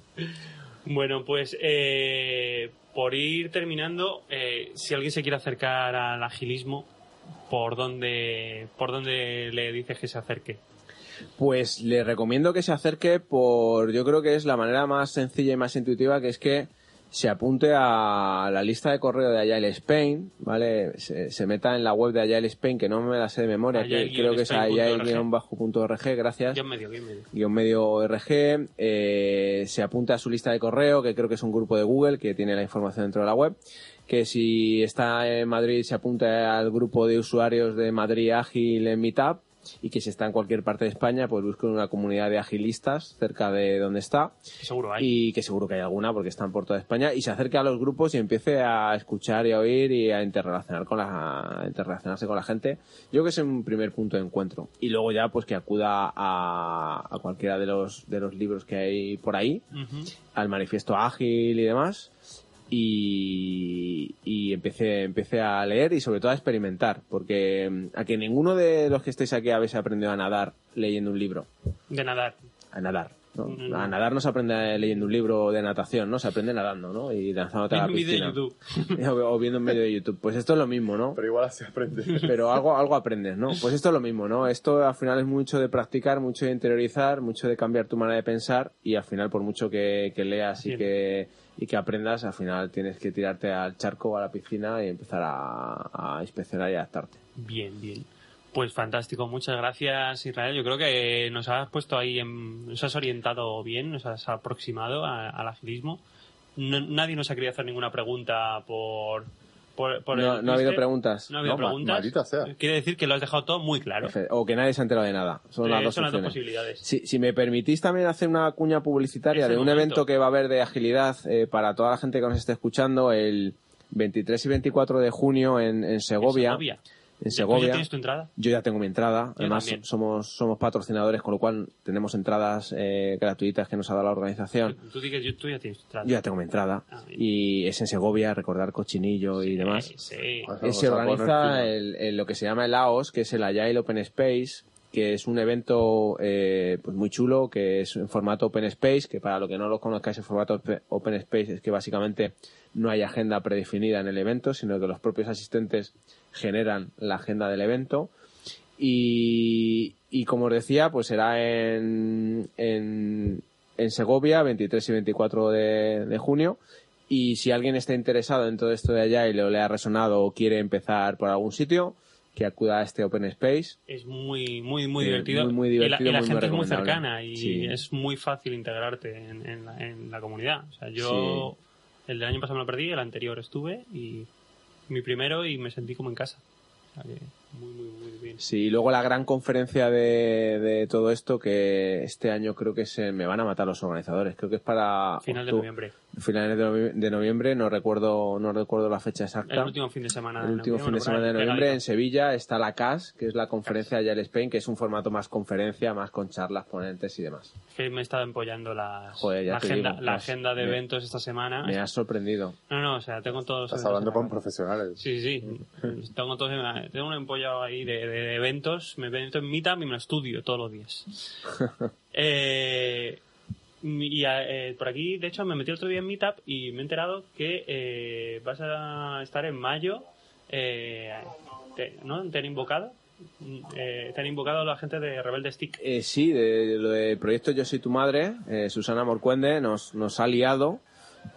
S1: Bueno, pues eh, por ir terminando, eh, si alguien se quiere acercar al agilismo, ¿por dónde, por dónde le dices que se acerque?
S6: Pues le recomiendo que se acerque por, yo creo que es la manera más sencilla y más intuitiva, que es que se apunte a la lista de correo de Agile Spain, ¿vale? Se, se meta en la web de Agile Spain, que no me la sé de memoria, que
S1: Agile-Spain.org.
S6: creo que es agile-bajo.org, gracias.
S1: Yo en medio, yo en medio.
S6: Guión medio RG, eh, se apunta a su lista de correo, que creo que es un grupo de Google que tiene la información dentro de la web, que si está en Madrid se apunta al grupo de usuarios de Madrid Ágil en Meetup y que si está en cualquier parte de España, pues busque una comunidad de agilistas cerca de donde está
S1: Seguro hay.
S6: y que seguro que hay alguna porque están por toda España y se acerque a los grupos y empiece a escuchar y a oír y a interrelacionar con la a interrelacionarse con la gente yo creo que es un primer punto de encuentro y luego ya pues que acuda a, a cualquiera de los de los libros que hay por ahí
S1: Ujú.
S6: al manifiesto ágil y demás y, y empecé, empecé a leer y sobre todo a experimentar porque mm, a que ninguno de los que estáis aquí habéis aprendido a nadar leyendo un libro
S1: De nadar.
S6: a nadar. ¿no?
S1: Mm.
S6: A nadar no se aprende leyendo un libro de natación, ¿no? Se aprende nadando, ¿no? Y lanzándote a la
S1: Viendo un video
S6: piscina.
S1: de YouTube.
S6: o viendo un vídeo de YouTube. Pues esto es lo mismo, ¿no?
S2: Pero igual así aprende.
S6: Pero algo, algo aprendes, ¿no? Pues esto es lo mismo, ¿no? Esto al final es mucho de practicar, mucho de interiorizar, mucho de cambiar tu manera de pensar y al final por mucho que, que leas y
S1: Bien.
S6: que, y que aprendas, al final tienes que tirarte al charco o a la piscina y empezar a, a inspeccionar y adaptarte.
S1: Bien, bien. Pues fantástico, muchas gracias Israel. Yo creo que nos has puesto ahí, en- nos has orientado bien, nos has aproximado a- al agilismo. No- nadie nos ha querido hacer ninguna pregunta por... por, por
S6: No,
S1: el
S6: no ha habido
S1: Twitter.
S6: preguntas.
S1: No ha habido
S2: No, ma-
S1: preguntas.
S2: maldita sea.
S1: Quiere decir que lo has dejado todo muy claro.
S6: Efe- O que nadie se ha enterado de nada. Son
S1: Eh,
S6: las dos
S1: son las dos
S6: opciones.
S1: posibilidades.
S6: Si, si me permitís también hacer una cuña publicitaria
S1: Es el
S6: de un
S1: momento.
S6: evento que va a haber de agilidad eh, para toda la gente que nos esté escuchando el 23 y 24 de junio en, en Segovia. En
S1: Después
S6: Segovia.
S1: ya tienes tu entrada.
S6: Yo ya tengo mi entrada. Además,
S1: también.
S6: somos, somos patrocinadores, con lo cual tenemos entradas eh, gratuitas que nos ha dado la organización.
S1: Tú, di que yo- tú ya tienes tu entrada.
S6: Yo ya tengo mi entrada.
S1: Ah, bien.
S6: Y es en Segovia, recordar cochinillo y demás.
S1: Sí, sí.
S2: Pues
S6: Eh,
S2: vamos
S6: se
S2: a poner
S6: organiza
S2: fino.
S6: el, el- lo que se llama el AOS, que es el Agile Open Space, que es un evento eh, pues muy chulo, que es en formato Open Space, que para lo que no lo conozcáis en formato ope- Open Space es que básicamente no hay agenda predefinida en el evento, sino que los propios asistentes generan la agenda del evento. Y, y como os decía, pues será en, en, en Segovia, 23 y 24 de, de junio. Y si alguien está interesado en todo esto de allá y le ha resonado o quiere empezar por algún sitio, que acuda a este Open Space.
S1: Es muy, muy, muy
S6: Eh,
S1: divertido.
S6: muy, muy
S1: Y la-
S6: divertido,
S1: y la,
S6: muy, muy
S1: gente es muy
S6: recomendable.
S1: cercana y
S6: Sí.
S1: es muy fácil integrarte en, en la, en la comunidad. O sea, yo el del año pasado me lo perdí, el anterior estuve y mi primero y me sentí como en casa. O sea que muy, muy, muy bien.
S6: Sí, y luego la gran conferencia de, de todo esto, que este año creo que se me van a matar los organizadores. Creo que es para
S1: Final de
S6: octu-
S1: noviembre.
S6: finales de, novie- de noviembre, no recuerdo, no recuerdo la fecha exacta.
S1: El último fin de semana
S6: El último fin de semana de noviembre en Sevilla está la CAS, que es la conferencia de Agile Spain, que es un formato más conferencia, más con charlas, ponentes y demás.
S1: Que me estaba empollando las-
S6: Joder, ya
S1: la,
S6: te
S1: agenda,
S6: digo,
S1: la
S6: las-
S1: agenda de
S6: me-
S1: eventos esta semana.
S6: Me ha sorprendido.
S1: No, no, o sea, tengo todos los
S2: Estás
S1: eventos
S2: hablando con
S1: cerrados.
S2: profesionales.
S1: Sí, sí, sí. Tengo, todo, tengo un empollado ahí de, de eventos. Me meto en Meetup y me lo estudio todos los días. Eh, y eh, por aquí, de hecho, me metí otro día en Meetup y me he enterado que eh, vas a estar en mayo. eh, te- ¿No? ¿Te han invocado? Eh, te han invocado la gente de Rebelde Stick.
S6: Eh, sí, de, lo del proyecto Yo Soy Tu Madre, eh, Susana Morcuende nos, nos ha liado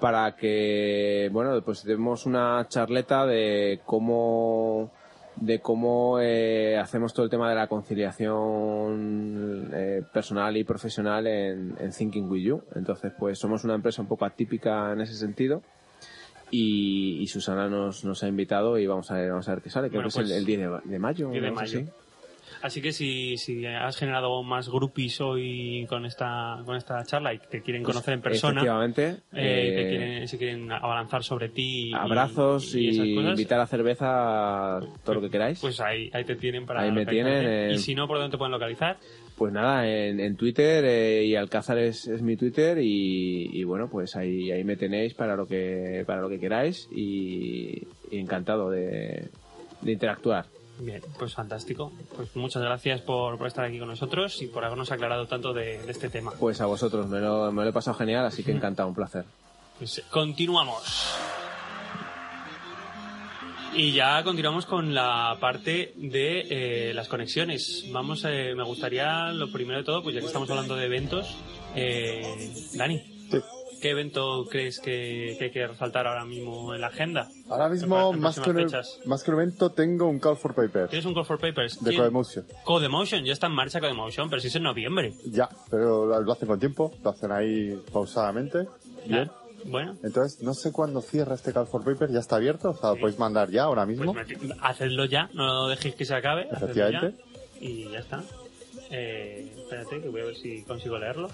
S6: para que, bueno, pues demos una charleta de cómo de cómo eh, hacemos todo el tema de la conciliación eh, personal y profesional en, en Thinking With You. Entonces, pues somos una empresa un poco atípica en ese sentido y, y Susana nos, nos ha invitado y vamos a ver, vamos a ver qué sale. Creo
S1: Bueno,
S6: que es
S1: pues,
S6: el, el 10 de, de mayo.
S1: 10 de
S6: una cosa
S1: mayo. Así que si, si has generado más groupies hoy con esta, con esta charla y te quieren conocer en persona,
S6: Pues, Efectivamente.
S1: eh, y te
S6: eh,
S1: quieren, se quieren abalanzar sobre ti. y-
S6: abrazos y,
S1: y esas cosas,
S6: invitar a cerveza todo lo que queráis. Pues,
S1: Pues ahí, ahí te tienen para.
S6: Ahí me
S1: localizarte.
S6: tienen, eh.
S1: Y si no, ¿por dónde te pueden localizar?
S6: Pues nada, en, en Twitter eh, y Alcázar es, es mi Twitter y, y bueno, pues ahí, ahí me tenéis para lo que para lo que queráis y, y encantado de, de interactuar.
S1: Bien, pues fantástico. Pues muchas gracias por, por estar aquí con nosotros y por habernos aclarado tanto de, de este tema.
S6: Pues a vosotros, me lo, me lo he pasado genial, así que encantado, un placer.
S1: Pues, eh, continuamos. Y ya continuamos con la parte de eh, las conexiones. Vamos, eh, me gustaría, lo primero de todo, pues ya que estamos hablando de eventos, eh, Dani,
S2: Sí.
S1: ¿Qué evento crees que, que hay que resaltar ahora mismo en la agenda?
S2: Ahora mismo,
S1: En
S2: más que, un,
S1: próximas fechas.
S2: más que un evento, tengo un Call for Paper
S1: Tienes un Call for Papers.
S2: de
S1: ¿Quién?
S2: Coemotion.
S1: Codemotion, ya está en marcha Codemotion, pero si es en noviembre.
S2: Ya, pero lo, lo hacen con tiempo, lo hacen ahí pausadamente. Bien.
S1: Ah, Bueno,
S2: Entonces, no sé cuándo cierra este Call for Paper, ya está abierto, o sea, lo
S1: Sí.
S2: podéis mandar ya ahora
S1: pues
S2: mismo.
S1: meti- hacedlo ya, no lo dejéis que se acabe. hacedlo
S2: Efectivamente.
S1: ya, y ya está. Eh, espérate, que voy a ver si consigo leerlo.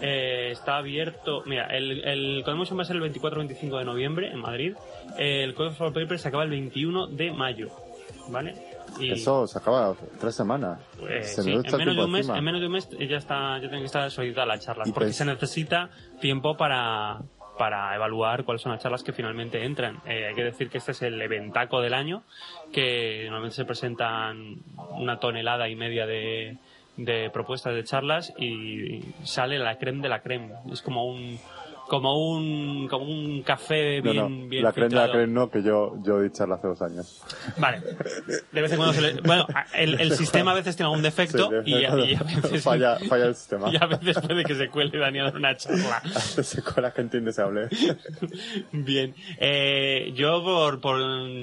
S1: Eh, está abierto. Mira, el, el Codemotion va a ser el 24-25 de noviembre en Madrid. Eh, el Call for Papers se acaba el 21 de mayo. ¿Vale? Y-
S2: Eso se acaba tres semanas.
S1: Eh,
S2: Pues se
S1: sí,
S2: nos echa
S1: en, menos de
S2: el tiempo
S1: un mes,
S2: encima.
S1: en menos de un mes eh, ya está, ya tiene que estar solicitada la charla,
S2: Y pues
S1: porque
S2: pens-
S1: se necesita tiempo para, para evaluar cuáles son las charlas que finalmente entran. Eh, hay que decir que este es el eventaco del año, que normalmente se presentan una tonelada y media de, de propuestas de charlas y sale la creme de la creme. Es como un como un como un café
S2: No,
S1: bien,
S2: no,
S1: bien
S2: la creen, la
S1: filtrado.
S2: creen no, que yo, yo di charla hace dos años.
S1: Vale. De vez en cuando se le... Bueno, el, el sistema a veces tiene algún defecto
S2: Sí,
S1: y, a, y a veces...
S2: falla, falla el sistema.
S1: Y a veces puede que se cuele Dani a dar una charla.
S2: Se cuela gente indeseable.
S1: Bien. Eh, yo, por, por,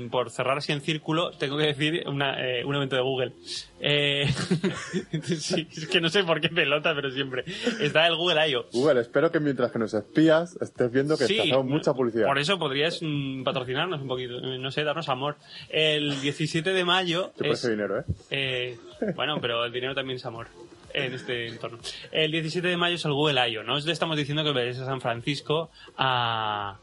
S1: por cerrar así en círculo, tengo que decir una, eh, un evento de Google. Eh, sí, es que no sé por qué pelota, pero siempre. Está el Google I.O.
S2: Google, espero que mientras que nos espías estés viendo que
S1: Sí,
S2: te hacemos mucha publicidad.
S1: Por eso podrías mm, patrocinarnos un poquito, eh, no sé, darnos amor. El 17 de mayo
S2: Te
S1: es
S2: parece dinero, ¿eh?
S1: Eh, bueno, pero el dinero también es amor en este entorno. El 17 de mayo es el Google I.O. No os estamos diciendo que vayáis a San Francisco a,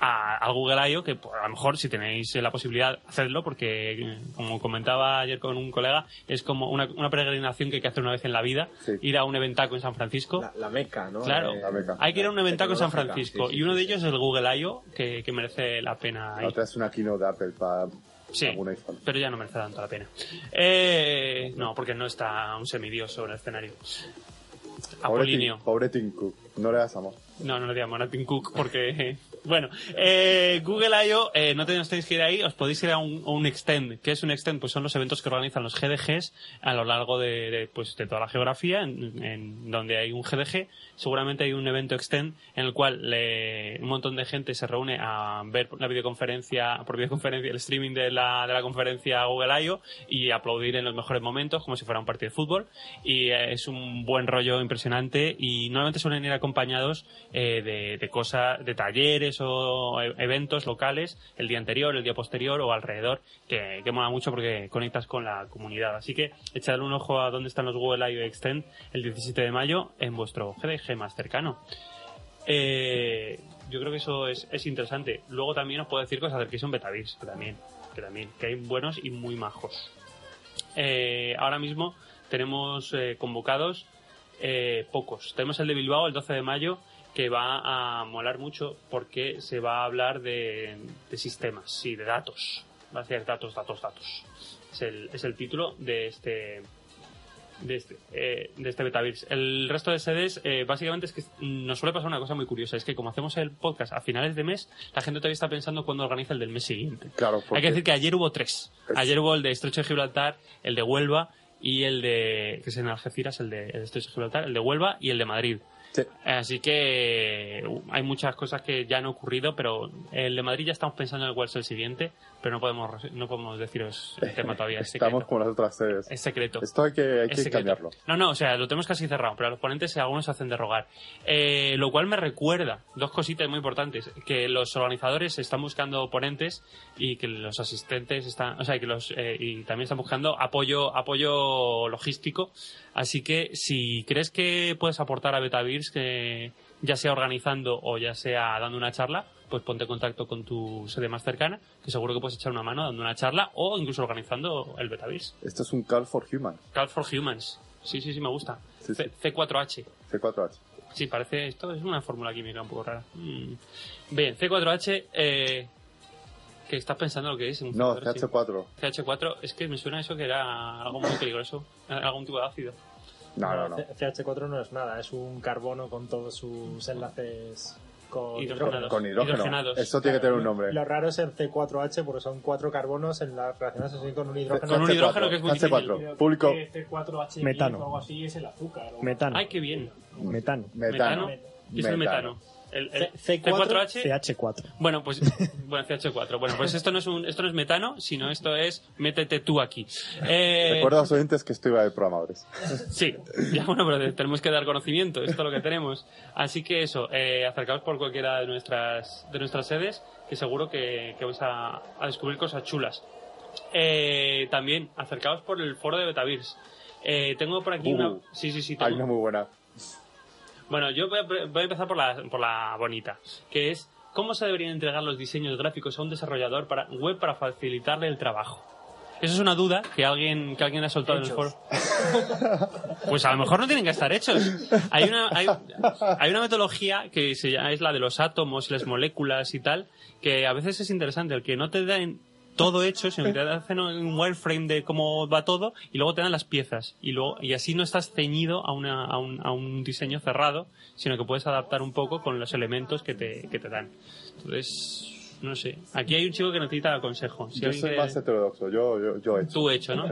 S1: a, al Google I.O., que por- a lo mejor si tenéis eh, la posibilidad, hacedlo, porque eh, como comentaba ayer con un colega, es como una, una peregrinación que hay que hacer una vez en la vida,
S2: Sí.
S1: ir a un eventaco en San Francisco.
S6: La, la meca, ¿no?
S1: Claro,
S6: Eh,
S2: la meca.
S1: hay que ir a un eventaco en San
S6: tecnológica.
S1: Francisco.
S6: Sí, sí,
S1: y uno
S6: sí,
S1: de
S6: sí.
S1: ellos es el Google I.O., que, que merece la pena
S2: La
S1: ir.
S2: otra es una keynote de Apple para
S1: Sí,
S2: algún iPhone.
S1: pero ya no merece tanto la pena. Eh, no, porque no está un semidios sobre el escenario.
S2: Pobre Tim,
S1: Apolinio.
S2: pobre Tim Cook. No le das amor.
S1: No, no le digamos a Tim Cook porque... Bueno, eh, Google I.O. eh, no te- os tenéis que ir ahí, os podéis ir a un, a un extend. ¿Qué es un extend? Pues son los eventos que organizan los GDGs a lo largo de, de, pues, de toda la geografía, en, en donde hay un GDG. Seguramente hay un evento extend en el cual le- un montón de gente se reúne a ver la videoconferencia, por videoconferencia, el streaming de la, de la conferencia Google I.O. y aplaudir en los mejores momentos como si fuera un partido de fútbol. Y eh, es un buen rollo impresionante y normalmente suelen ir acompañados eh, de, de cosas, de talleres o e- eventos locales el día anterior, el día posterior o alrededor, que, que mola mucho porque conectas con la comunidad. Así que echadle un ojo a dónde están los Google I.O. Extend el 17 de mayo en vuestro GDG más cercano. Eh, yo creo que eso es, es interesante. Luego también os puedo decir que os acerquéis a un Betavis, que también, que también, que hay buenos y muy majos. Eh, ahora mismo tenemos eh, convocados eh, pocos. Tenemos el de Bilbao el 12 de mayo, que va a molar mucho porque se va a hablar de, de sistemas, sí, de datos. Va a ser datos, datos, datos. Es el, es el título de este de este, eh, de este Betavirs. El resto de sedes, eh, básicamente es que nos suele pasar una cosa muy curiosa, es que como hacemos el podcast a finales de mes, la gente todavía está pensando cuándo organiza el del mes siguiente.
S2: Claro,
S1: Hay
S2: porque
S1: que decir que ayer hubo tres.
S2: Es-
S1: Ayer hubo el de Estrecho de Gibraltar, el de Huelva y el de, que es en Algeciras, el de el de Estrecho de Gibraltar, el de Huelva y el de Madrid.
S2: Sí.
S1: Así que uh, hay muchas cosas que ya han ocurrido, pero el de Madrid ya estamos pensando en cuál es el siguiente, pero no podemos, no podemos deciros el tema todavía. Es
S2: Eh, estamos
S1: secreto.
S2: con las otras sedes.
S1: Es secreto.
S2: Esto hay que, hay
S1: Es
S2: que
S1: secreto.
S2: cambiarlo.
S1: No, no, o sea, lo tenemos casi cerrado, pero a los ponentes algunos se hacen de rogar. Eh, lo cual me recuerda dos cositas muy importantes, que los organizadores están buscando ponentes y que los asistentes están, o sea, que los eh, y también están buscando apoyo apoyo logístico, así que si crees que puedes aportar a Betavirs que ya sea organizando o ya sea dando una charla, pues ponte en contacto con tu sede más cercana, que seguro que puedes echar una mano dando una charla o incluso organizando el Betavirs.
S2: Esto es un Call for Human,
S1: Call for Humans. Sí, sí, sí, me gusta.
S2: Sí,
S1: C-
S2: sí.
S1: C4H.
S2: C4H.
S1: Sí, parece esto. Es una fórmula química un poco rara. Mm. Bien, C4H. Eh, que estás pensando lo que es. un
S2: No,
S1: C4H.
S2: CH4.
S1: CH4. Es que me suena eso que era algo muy peligroso. Algún tipo de ácido.
S2: No, no, no.
S7: C- CH4 no es nada, es un carbono con todos sus enlaces con
S1: Hidrogenados.
S2: Con hidrógeno.
S1: Hidrogenados.
S2: Eso tiene que tener un nombre.
S7: Lo raro es el C4H porque son cuatro carbonos en la, relacionados así con un hidrógeno.
S1: Con un
S2: C4,
S1: hidrógeno que es muy
S2: CH4. Público.
S5: C4H
S3: Metano.
S5: o algo así es el azúcar. o-
S3: Metano.
S1: Ay, qué bien.
S3: Metano.
S1: ¿Metano?
S2: Metano.
S1: ¿Qué es el metano? el, el
S7: C-
S1: C4H.
S3: CH4.
S1: Bueno, pues bueno, CH4. Bueno, pues esto no es un, esto no es metano, sino esto es métete tú aquí. Eh,
S2: Recuerda a los oyentes que esto iba de programadores.
S1: Sí, ya bueno, pero te- tenemos que dar conocimiento, esto es lo que tenemos. Así que eso, eh, acercaos por cualquiera de nuestras, de nuestras sedes, que seguro que, que vais a, a descubrir cosas chulas. Eh, también, acercaos por el foro de Betavirs. Eh, tengo por aquí
S2: Uh,
S1: una... Sí, sí, sí.
S2: Hay
S1: tengo-
S2: una muy buena.
S1: Bueno, yo voy a, pre- voy a empezar por la, por la bonita, que es cómo se deberían entregar los diseños gráficos a un desarrollador para web para facilitarle el trabajo. Eso es una duda que alguien, que alguien ha soltado en el foro. Pues a lo mejor no tienen que estar hechos. Hay una, hay, hay una metodología que se llama, es la de los átomos y las moléculas y tal, que a veces es interesante. El que no te den todo hecho, sino que te hacen un wireframe de cómo va todo y luego te dan las piezas. Y, luego, y así no estás ceñido a, una, a, un, a un diseño cerrado, sino que puedes adaptar un poco con los elementos que te, que te dan. Entonces, no sé. Aquí hay un chico que necesita consejo. Si
S2: Yo
S1: alguien
S2: soy
S1: que-
S2: más heterodoxo, yo, yo, yo he hecho.
S1: Tú hecho, ¿no?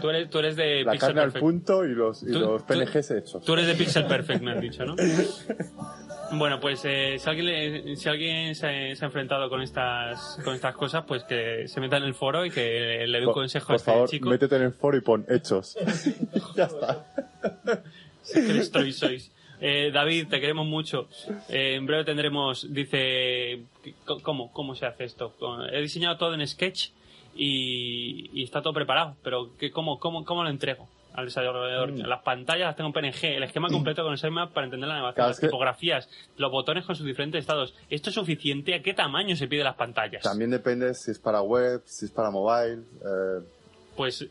S1: Tú eres, tú eres de
S2: La
S1: Pixel
S2: carne al
S1: Perfect.
S2: punto y los, y
S1: Tú-
S2: los
S1: tú-
S2: PNGs hechos.
S1: Tú eres de Pixel Perfect, me has dicho, ¿no? Bueno, pues eh, si alguien, le- si alguien se, se ha enfrentado con estas, con estas cosas, pues que se meta en el foro y que le dé un
S2: Por-
S1: consejo a
S2: Por
S1: este
S2: favor,
S1: chico.
S2: métete en el foro y pon hechos. ya está.
S1: Si es que destroys sois. Eh, David, te queremos mucho. Eh, en breve tendremos, dice, co- ¿cómo, ¿cómo se hace esto? Con- He diseñado todo en Sketch y, y está todo preparado, pero ¿qué- cómo, cómo, ¿cómo lo entrego al desarrollador?
S2: Mm.
S1: Las pantallas las tengo en PNG, el esquema completo con el sitemap para entender la navegación,
S2: Claro,
S1: las
S2: es que-
S1: tipografías, los botones con sus diferentes estados. ¿Esto es suficiente? ¿A qué tamaño se piden las pantallas?
S2: También depende si es para web, si es para mobile. eh,
S1: Pues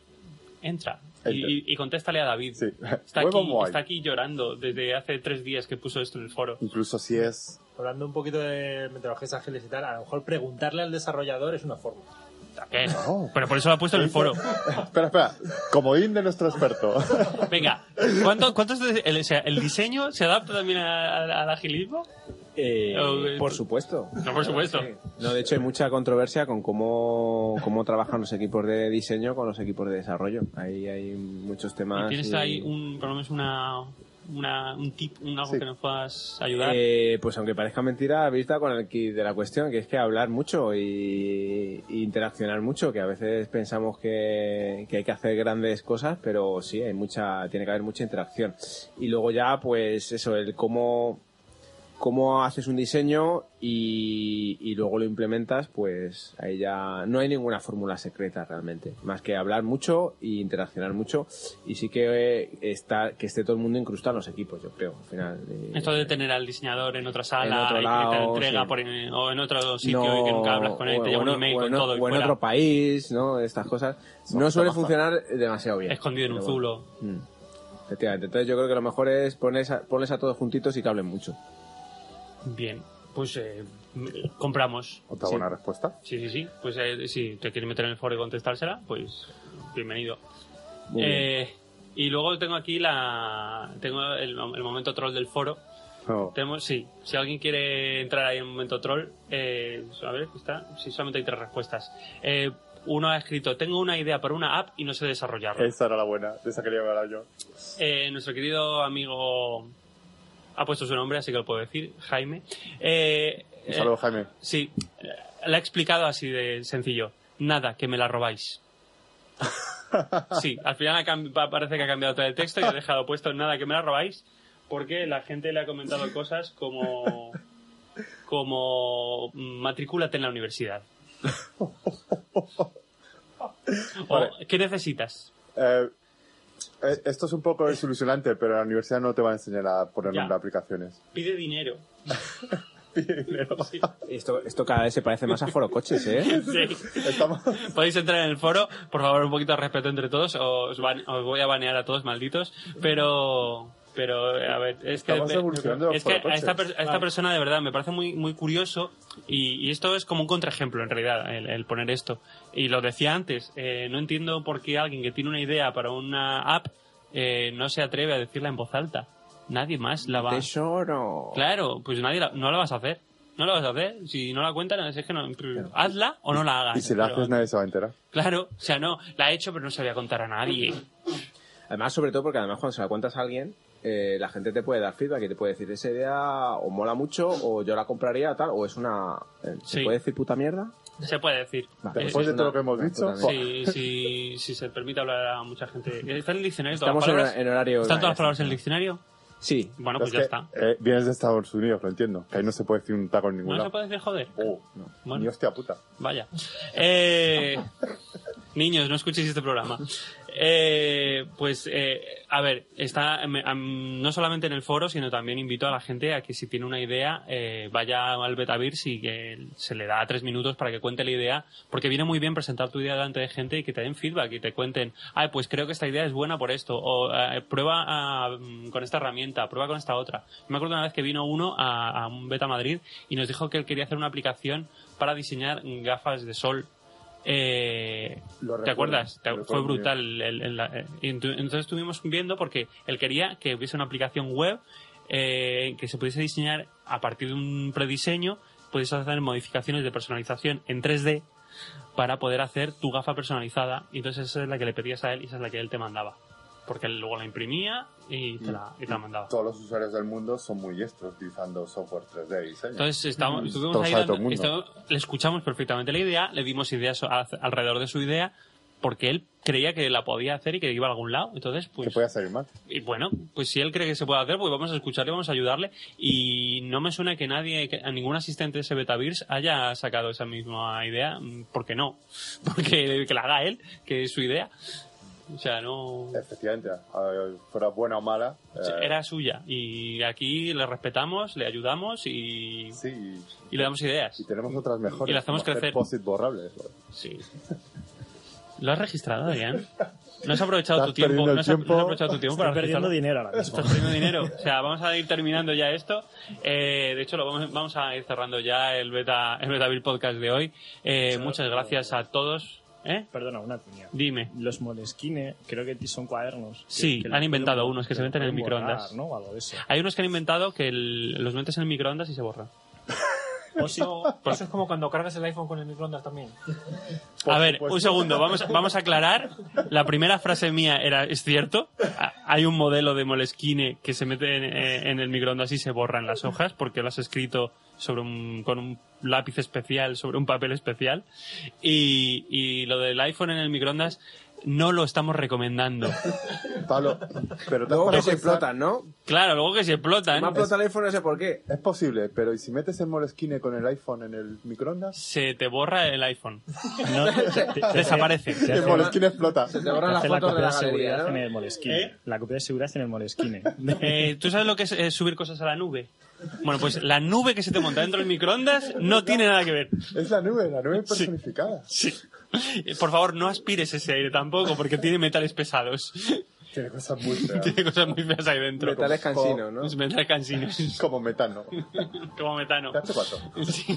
S1: entra. y-
S2: Entra.
S1: Y, y contéstale a David.
S2: sí.
S1: Está
S2: Web o
S1: aquí,
S2: mobile.
S1: está aquí llorando desde hace tres días que puso esto en el foro.
S2: Incluso si es.
S7: Hablando un poquito de metodologías ágiles y tal, a lo mejor preguntarle al desarrollador es una forma.
S1: ¿Qué?
S2: No.
S1: Eh, Pero por eso lo ha puesto en el foro.
S2: espera, espera. Comodín de nuestro experto.
S1: Venga, ¿cuánto, cuántos de- el, o sea, ¿el diseño se adapta también a- a- al agilismo? Eh,
S6: por supuesto.
S1: No, por supuesto.
S6: Sí. No, de hecho hay mucha controversia con cómo, cómo trabajan los equipos de diseño con los equipos de desarrollo. Ahí hay muchos temas.
S1: ¿Y tienes
S6: y-
S1: ahí un, por lo menos una, una- un tip, un algo
S2: Sí.
S1: que nos puedas ayudar?
S6: Eh, pues aunque parezca mentira, vista con el kit de la cuestión, que es que hablar mucho y, y interaccionar mucho, que a veces pensamos que, que hay que hacer grandes cosas, pero sí, hay mucha, tiene que haber mucha interacción. Y luego ya, pues eso, el cómo, cómo haces un diseño y, y luego lo implementas, pues ahí ya no hay ninguna fórmula secreta realmente, más que hablar mucho y interaccionar mucho y sí que eh, está que esté todo el mundo incrustado en los equipos, yo creo, al final. eh,
S1: Esto de tener al diseñor en otra
S6: en
S1: sala
S6: otro
S1: y que te
S6: lado,
S1: entrega
S6: sí.
S1: por en- o en otro sitio
S6: no-
S1: y que nunca hablas con él,
S6: o-
S1: te lleva
S6: o
S1: un
S6: en-
S1: email
S6: o
S1: con
S6: en-
S1: todo y
S6: o en
S1: fuera.
S6: otro país, ¿no? Estas cosas. No suele
S2: maza.
S6: funcionar demasiado bien.
S1: Escondido en un
S6: Pero bueno.
S1: zulo.
S6: Mm. Efectivamente. Entonces yo creo que lo mejor es ponerles a, ponerles a todos juntitos y que hablen mucho.
S1: Bien, pues eh, m- compramos.
S2: Otra
S1: Sí.
S2: buena respuesta.
S1: Sí, sí, sí. Pues eh, si te quieres meter en el foro y contestársela, pues bienvenido.
S6: Muy bien.
S1: Eh, y luego tengo aquí la tengo el, el momento troll del foro.
S2: No.
S1: Tenemos, sí, si alguien quiere entrar ahí en momento troll, eh, a ver, está, sí, solamente hay tres respuestas. Eh, uno ha escrito, tengo una idea para una app y no sé desarrollarla.
S2: Esa era la buena, de esa quería hablar yo.
S1: Eh, nuestro querido amigo ha puesto su nombre, así que lo puedo decir, Jaime. Eh,
S2: Un
S1: eh,
S2: saludo, Jaime.
S1: Sí, eh, la he explicado así de sencillo. Nada, que me la robáis. Sí, al final ha cambi- pa- parece que ha cambiado todo el texto y ha dejado puesto nada, que me la robáis, porque la gente le ha comentado cosas como como mm, matricúlate en la universidad.
S2: Vale.
S1: O, ¿Qué necesitas?
S2: Eh, eh, esto es un poco desilusionante, pero en la universidad no te van a enseñar a poner
S1: Ya.
S2: nombre a aplicaciones.
S1: Pide dinero. Sí.
S6: Esto, esto cada vez se parece más a Foro Coches, ¿eh?
S1: Sí.
S2: Estamos...
S1: Podéis entrar en el foro, por favor, un poquito de respeto entre todos, o os, ban- os voy a banear a todos malditos, pero pero eh, a ver, es que,
S2: Estamos evolucionando
S1: es que
S2: por
S1: a esta, per-
S2: coches.
S1: a esta persona de verdad me parece muy muy curioso y, y esto es como un contraejemplo en realidad el, el poner esto y lo decía antes eh, no entiendo por qué alguien que tiene una idea para una app eh, no se atreve a decirla en voz alta nadie más la va
S6: Tesoro.
S1: Claro, pues nadie la- no la vas a hacer. No la vas a hacer. Si no la cuentan, es que no. Hazla o no la hagas.
S2: Y si la
S1: Ah, Pero-
S2: haces, nadie se va a enterar.
S1: Claro, o sea, no, la he hecho, pero no se la voy a contar a nadie.
S6: Además, sobre todo porque además cuando se la cuentas a alguien, eh, la gente te puede dar feedback y te puede decir, esa idea o mola mucho, o yo la compraría, tal, o es una... eh, ¿Se
S1: Sí.
S6: puede decir puta mierda?
S1: Se puede decir.
S6: Vale,
S1: Eh,
S6: pues
S2: Después
S6: es
S2: de todo
S6: una-
S2: lo que hemos
S6: una
S2: dicho,
S6: puta mierda.
S1: Sí, sí, si se permite hablar a mucha gente. Está en el diccionario todas
S6: Estamos
S1: las
S6: en,
S1: palabras.
S6: en horario...
S1: ¿Están todas
S6: ya
S1: las palabras en el diccionario?
S6: Sí,
S1: Bueno,
S2: Es
S1: pues ya
S2: que,
S1: está.
S2: eh, vienes de Estados Unidos, lo entiendo. Que ahí no se puede decir un taco en ningún
S1: No se
S2: lado.
S1: puede decir joder.
S2: Oh,
S1: Bueno.
S2: Ni hostia puta.
S1: Vaya. Eh, niños, no escuchéis este programa. Eh, pues, eh, a ver, está me- am- no solamente en el foro, sino también invito a la gente a que si tiene una idea, eh, vaya al Betavirs y que se le da tres minutos para que cuente la idea, porque viene muy bien presentar tu idea delante de gente y que te den feedback y te cuenten, ah, pues creo que esta idea es buena por esto, o "Ah, prueba ah, mm, con esta herramienta, prueba con esta otra. Me acuerdo una vez que vino uno a, a un Beta Madrid y nos dijo que él quería hacer una aplicación para diseñar gafas de sol. Eh,
S2: Lo
S1: ¿Te
S2: recuerdo,
S1: acuerdas? Te-
S2: lo recuerdo
S1: fue
S2: muy
S1: brutal. el- el- la- eh, y entu- entonces estuvimos viendo porque él quería que hubiese una aplicación web eh, que se pudiese diseñar a partir de un prediseño, pudiese hacer modificaciones de personalización en 3D para poder hacer tu gafa personalizada. Y entonces esa es la que le pedías a él y esa es la que él te mandaba. Porque él luego la imprimía y te la, y te la mandaba.
S2: Todos los usuarios del mundo son muy estros utilizando software 3D y diseño.
S1: Entonces estábamos,
S2: Mm,
S1: estuvimos
S2: todo
S1: ahí
S2: sabe
S1: dando-
S2: todo el mundo.
S1: estábamos- le escuchamos perfectamente la idea, le dimos ideas a- alrededor de su idea, porque él creía que la podía hacer y que iba a algún lado. Entonces,
S2: ¿Qué
S1: pues,
S2: puede salir mal?
S1: y bueno, pues si él cree que se puede hacer, pues vamos a escucharle, vamos a ayudarle. Y no me suena que nadie, que a ningún asistente de ese Betavirs haya sacado esa misma idea, mm, porque no, porque que la haga él, que es su idea. O sea, no.
S2: Efectivamente, eh, fuera buena o mala. eh,
S1: Era suya. Y aquí le respetamos, le ayudamos y,
S2: Sí, y-
S1: y le damos ideas.
S2: y tenemos otras mejores.
S1: Y la hacemos
S2: como hacer
S1: crecer.
S2: post-it borrables.
S1: Sí. ¿Lo has registrado, Adrián? No has aprovechado
S2: Estás
S1: tu tiempo.
S2: perdiendo el
S1: No has, ap- no has
S2: tiempo.
S1: aprovechado tu tiempo
S3: Estoy
S1: para registrarlo.
S3: perdiendo dinero ahora mismo.
S1: Estás perdiendo dinero. O sea, vamos a ir terminando ya esto. Eh, de hecho, lo vamos, vamos a ir cerrando ya el beta, el Betavir podcast de hoy. Eh, muchas gracias a todos. ¿Eh?
S3: Perdona, una cuña.
S1: Dime.
S3: Los Moleskine, creo que son cuadernos. que-
S1: Sí,
S3: que
S1: han
S3: los
S1: inventado
S3: pueden-
S1: unos que se
S3: los
S1: venden en
S3: pueden
S1: microondas.
S3: borrar, ¿no? O algo de eso.
S1: Hay unos que han inventado que el- los metes en el microondas y se borra.
S3: O si-
S1: Pues
S5: Eso es como cuando cargas el iPhone con el microondas también.
S1: A ver, un segundo, vamos, a- vamos a aclarar. La primera frase mía era, es cierto, a- hay un modelo de Moleskine que se mete en, eh, en el microondas y se borran las hojas porque lo has escrito sobre un, con un lápiz especial, sobre un papel especial. Y, y lo del iPhone en el microondas no lo estamos recomendando.
S2: Pablo, pero te has
S6: Luego
S2: parado
S6: que
S2: a
S1: pues,
S6: se
S2: pensar-
S6: explotan, ¿no?
S1: Claro, luego que se explotan,
S6: Me ha explotado el iPhone, no sé por qué.
S2: Es posible, pero ¿y si metes el Moleskine con el iPhone en el microondas?
S1: se te borra el iPhone.
S3: no, te- te- te-
S1: Desaparece.
S3: te
S2: El
S3: hace-
S2: Moleskine explota.
S6: Te borran las
S3: hace la
S6: fotos de
S3: copia
S6: la
S3: de seguridad
S6: galería,
S3: en
S6: ¿no?
S3: el Moleskine. La copia de seguridad en el Moleskine.
S1: Eh, ¿Tú sabes lo que es eh, subir cosas a la nube? Bueno, pues la nube que se te monta dentro del microondas no tiene nada que ver.
S2: Es la nube, la nube personificada.
S1: Sí. Eh, Por favor, no aspires ese aire tampoco, porque tiene metales pesados.
S2: Tiene cosas muy feas.
S1: tiene cosas muy feas ahí dentro.
S6: Metales cansinos, ¿no?
S1: Es Metales cansinos.
S2: Como metano.
S1: Como metano.
S2: ¿Te has hecho cuatro?
S1: Sí.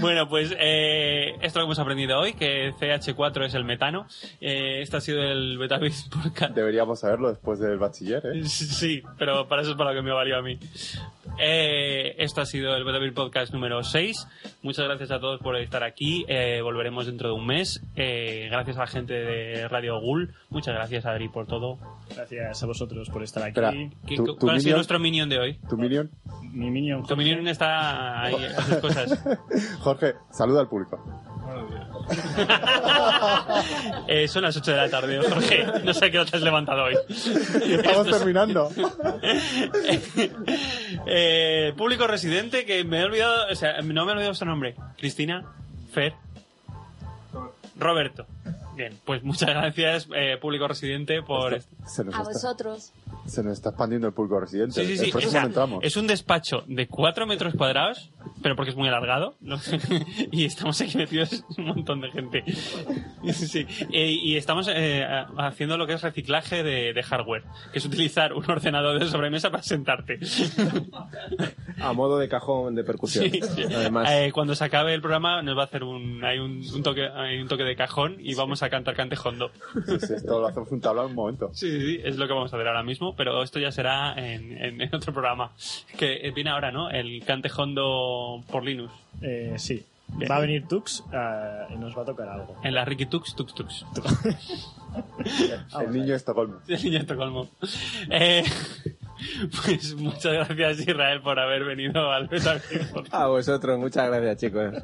S1: Bueno, pues eh, esto lo que hemos aprendido hoy, que CH4 es el metano. Eh, este ha sido el Betavis Podcast.
S2: Deberíamos saberlo después del bachiller, ¿eh?
S1: Sí, pero para eso es para lo que me valió a mí. Eh, esto ha sido el Betabil Podcast número 6. Muchas gracias a todos por estar aquí. Eh, volveremos dentro de un mes. Eh, gracias a la gente de Radio Ghoul. Muchas gracias, Adri, por todo.
S3: Gracias a vosotros por estar aquí.
S2: Espera.
S1: ¿Qué-
S2: ¿Tu-
S1: ¿Cuál
S2: tu
S1: ha sido
S2: minion?
S1: nuestro minion de hoy?
S2: ¿Tu minion?
S3: Mi minion.
S1: Tu minion está ahí, en sus cosas.
S2: Jorge, saluda al público.
S1: Eh, son las 8 de la tarde, Jorge. No sé a qué hora te has levantado hoy.
S2: Y estamos
S1: Esto Este es-
S2: terminando.
S1: Eh, público residente que me he olvidado, o sea, no me he olvidado su nombre. Cristina, Fer, Roberto. Bien, pues muchas gracias, eh, público residente, por... este. est-
S2: Se nos,
S4: A
S2: está,
S4: vosotros.
S2: se nos está expandiendo el público residente.
S1: Sí, sí, sí.
S2: El próximo
S1: o sea,
S2: no entramos.
S1: es un despacho de 4 metros cuadrados, pero porque es muy alargado, ¿no? y estamos aquí metidos un montón de gente. Sí. Eh, y estamos eh, haciendo lo que es reciclaje de, de hardware, que es utilizar un ordenador de sobremesa para sentarte.
S6: A modo de cajón de percusión.
S1: Sí, sí.
S6: Además,
S1: Eh, cuando se acabe el programa nos va a hacer un hay un, un toque hay un toque de cajón y vamos a cantar cantejondo.
S2: Sí, sí, esto lo hacemos un tablado en un momento.
S1: Sí, sí, sí, es lo que vamos a hacer ahora mismo, pero esto ya será en, en- en otro programa que eh, viene ahora, ¿no? El cantejondo por Linux
S3: Eh, sí.
S1: Bien.
S3: Va a venir Tux ah, y nos va a tocar algo.
S1: en la Ricky Tux Tux Tux. Ah,
S2: El niño de Estocolmo.
S1: El niño de Estocolmo. Eh, Pues muchas gracias Israel por haber venido al Betaviz.
S6: A vosotros, muchas gracias, chicos.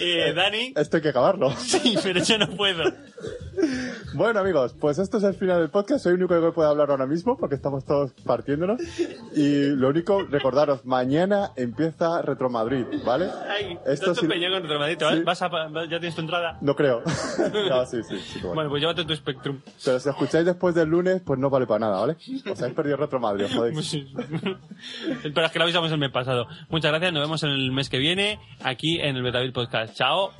S1: Eh, Dani,
S2: Esto hay que acabarlo.
S1: sí, pero yo no puedo.
S2: Bueno, amigos, pues esto es el final del podcast. Soy el único que puede hablar ahora mismo porque estamos todos partiéndonos. Y lo único, recordaros, mañana empieza Retro Madrid, ¿vale?
S1: Ay,
S2: Esto
S1: esto
S2: sí-
S1: con otro madito, ¿vale?
S2: sí.
S1: Vas a pa- ya tienes tu entrada.
S2: No creo. no, sí, sí. sí que bueno.
S1: Bueno, pues llévate tu Spectrum.
S2: Pero si escucháis después del lunes, pues no vale para nada, ¿vale? Os habéis perdido Retro Madrid, os jodéis.
S1: Pues Pero es que lo avisamos el mes pasado. Muchas gracias, nos vemos el mes que viene aquí en el Betavit Podcast. Chao.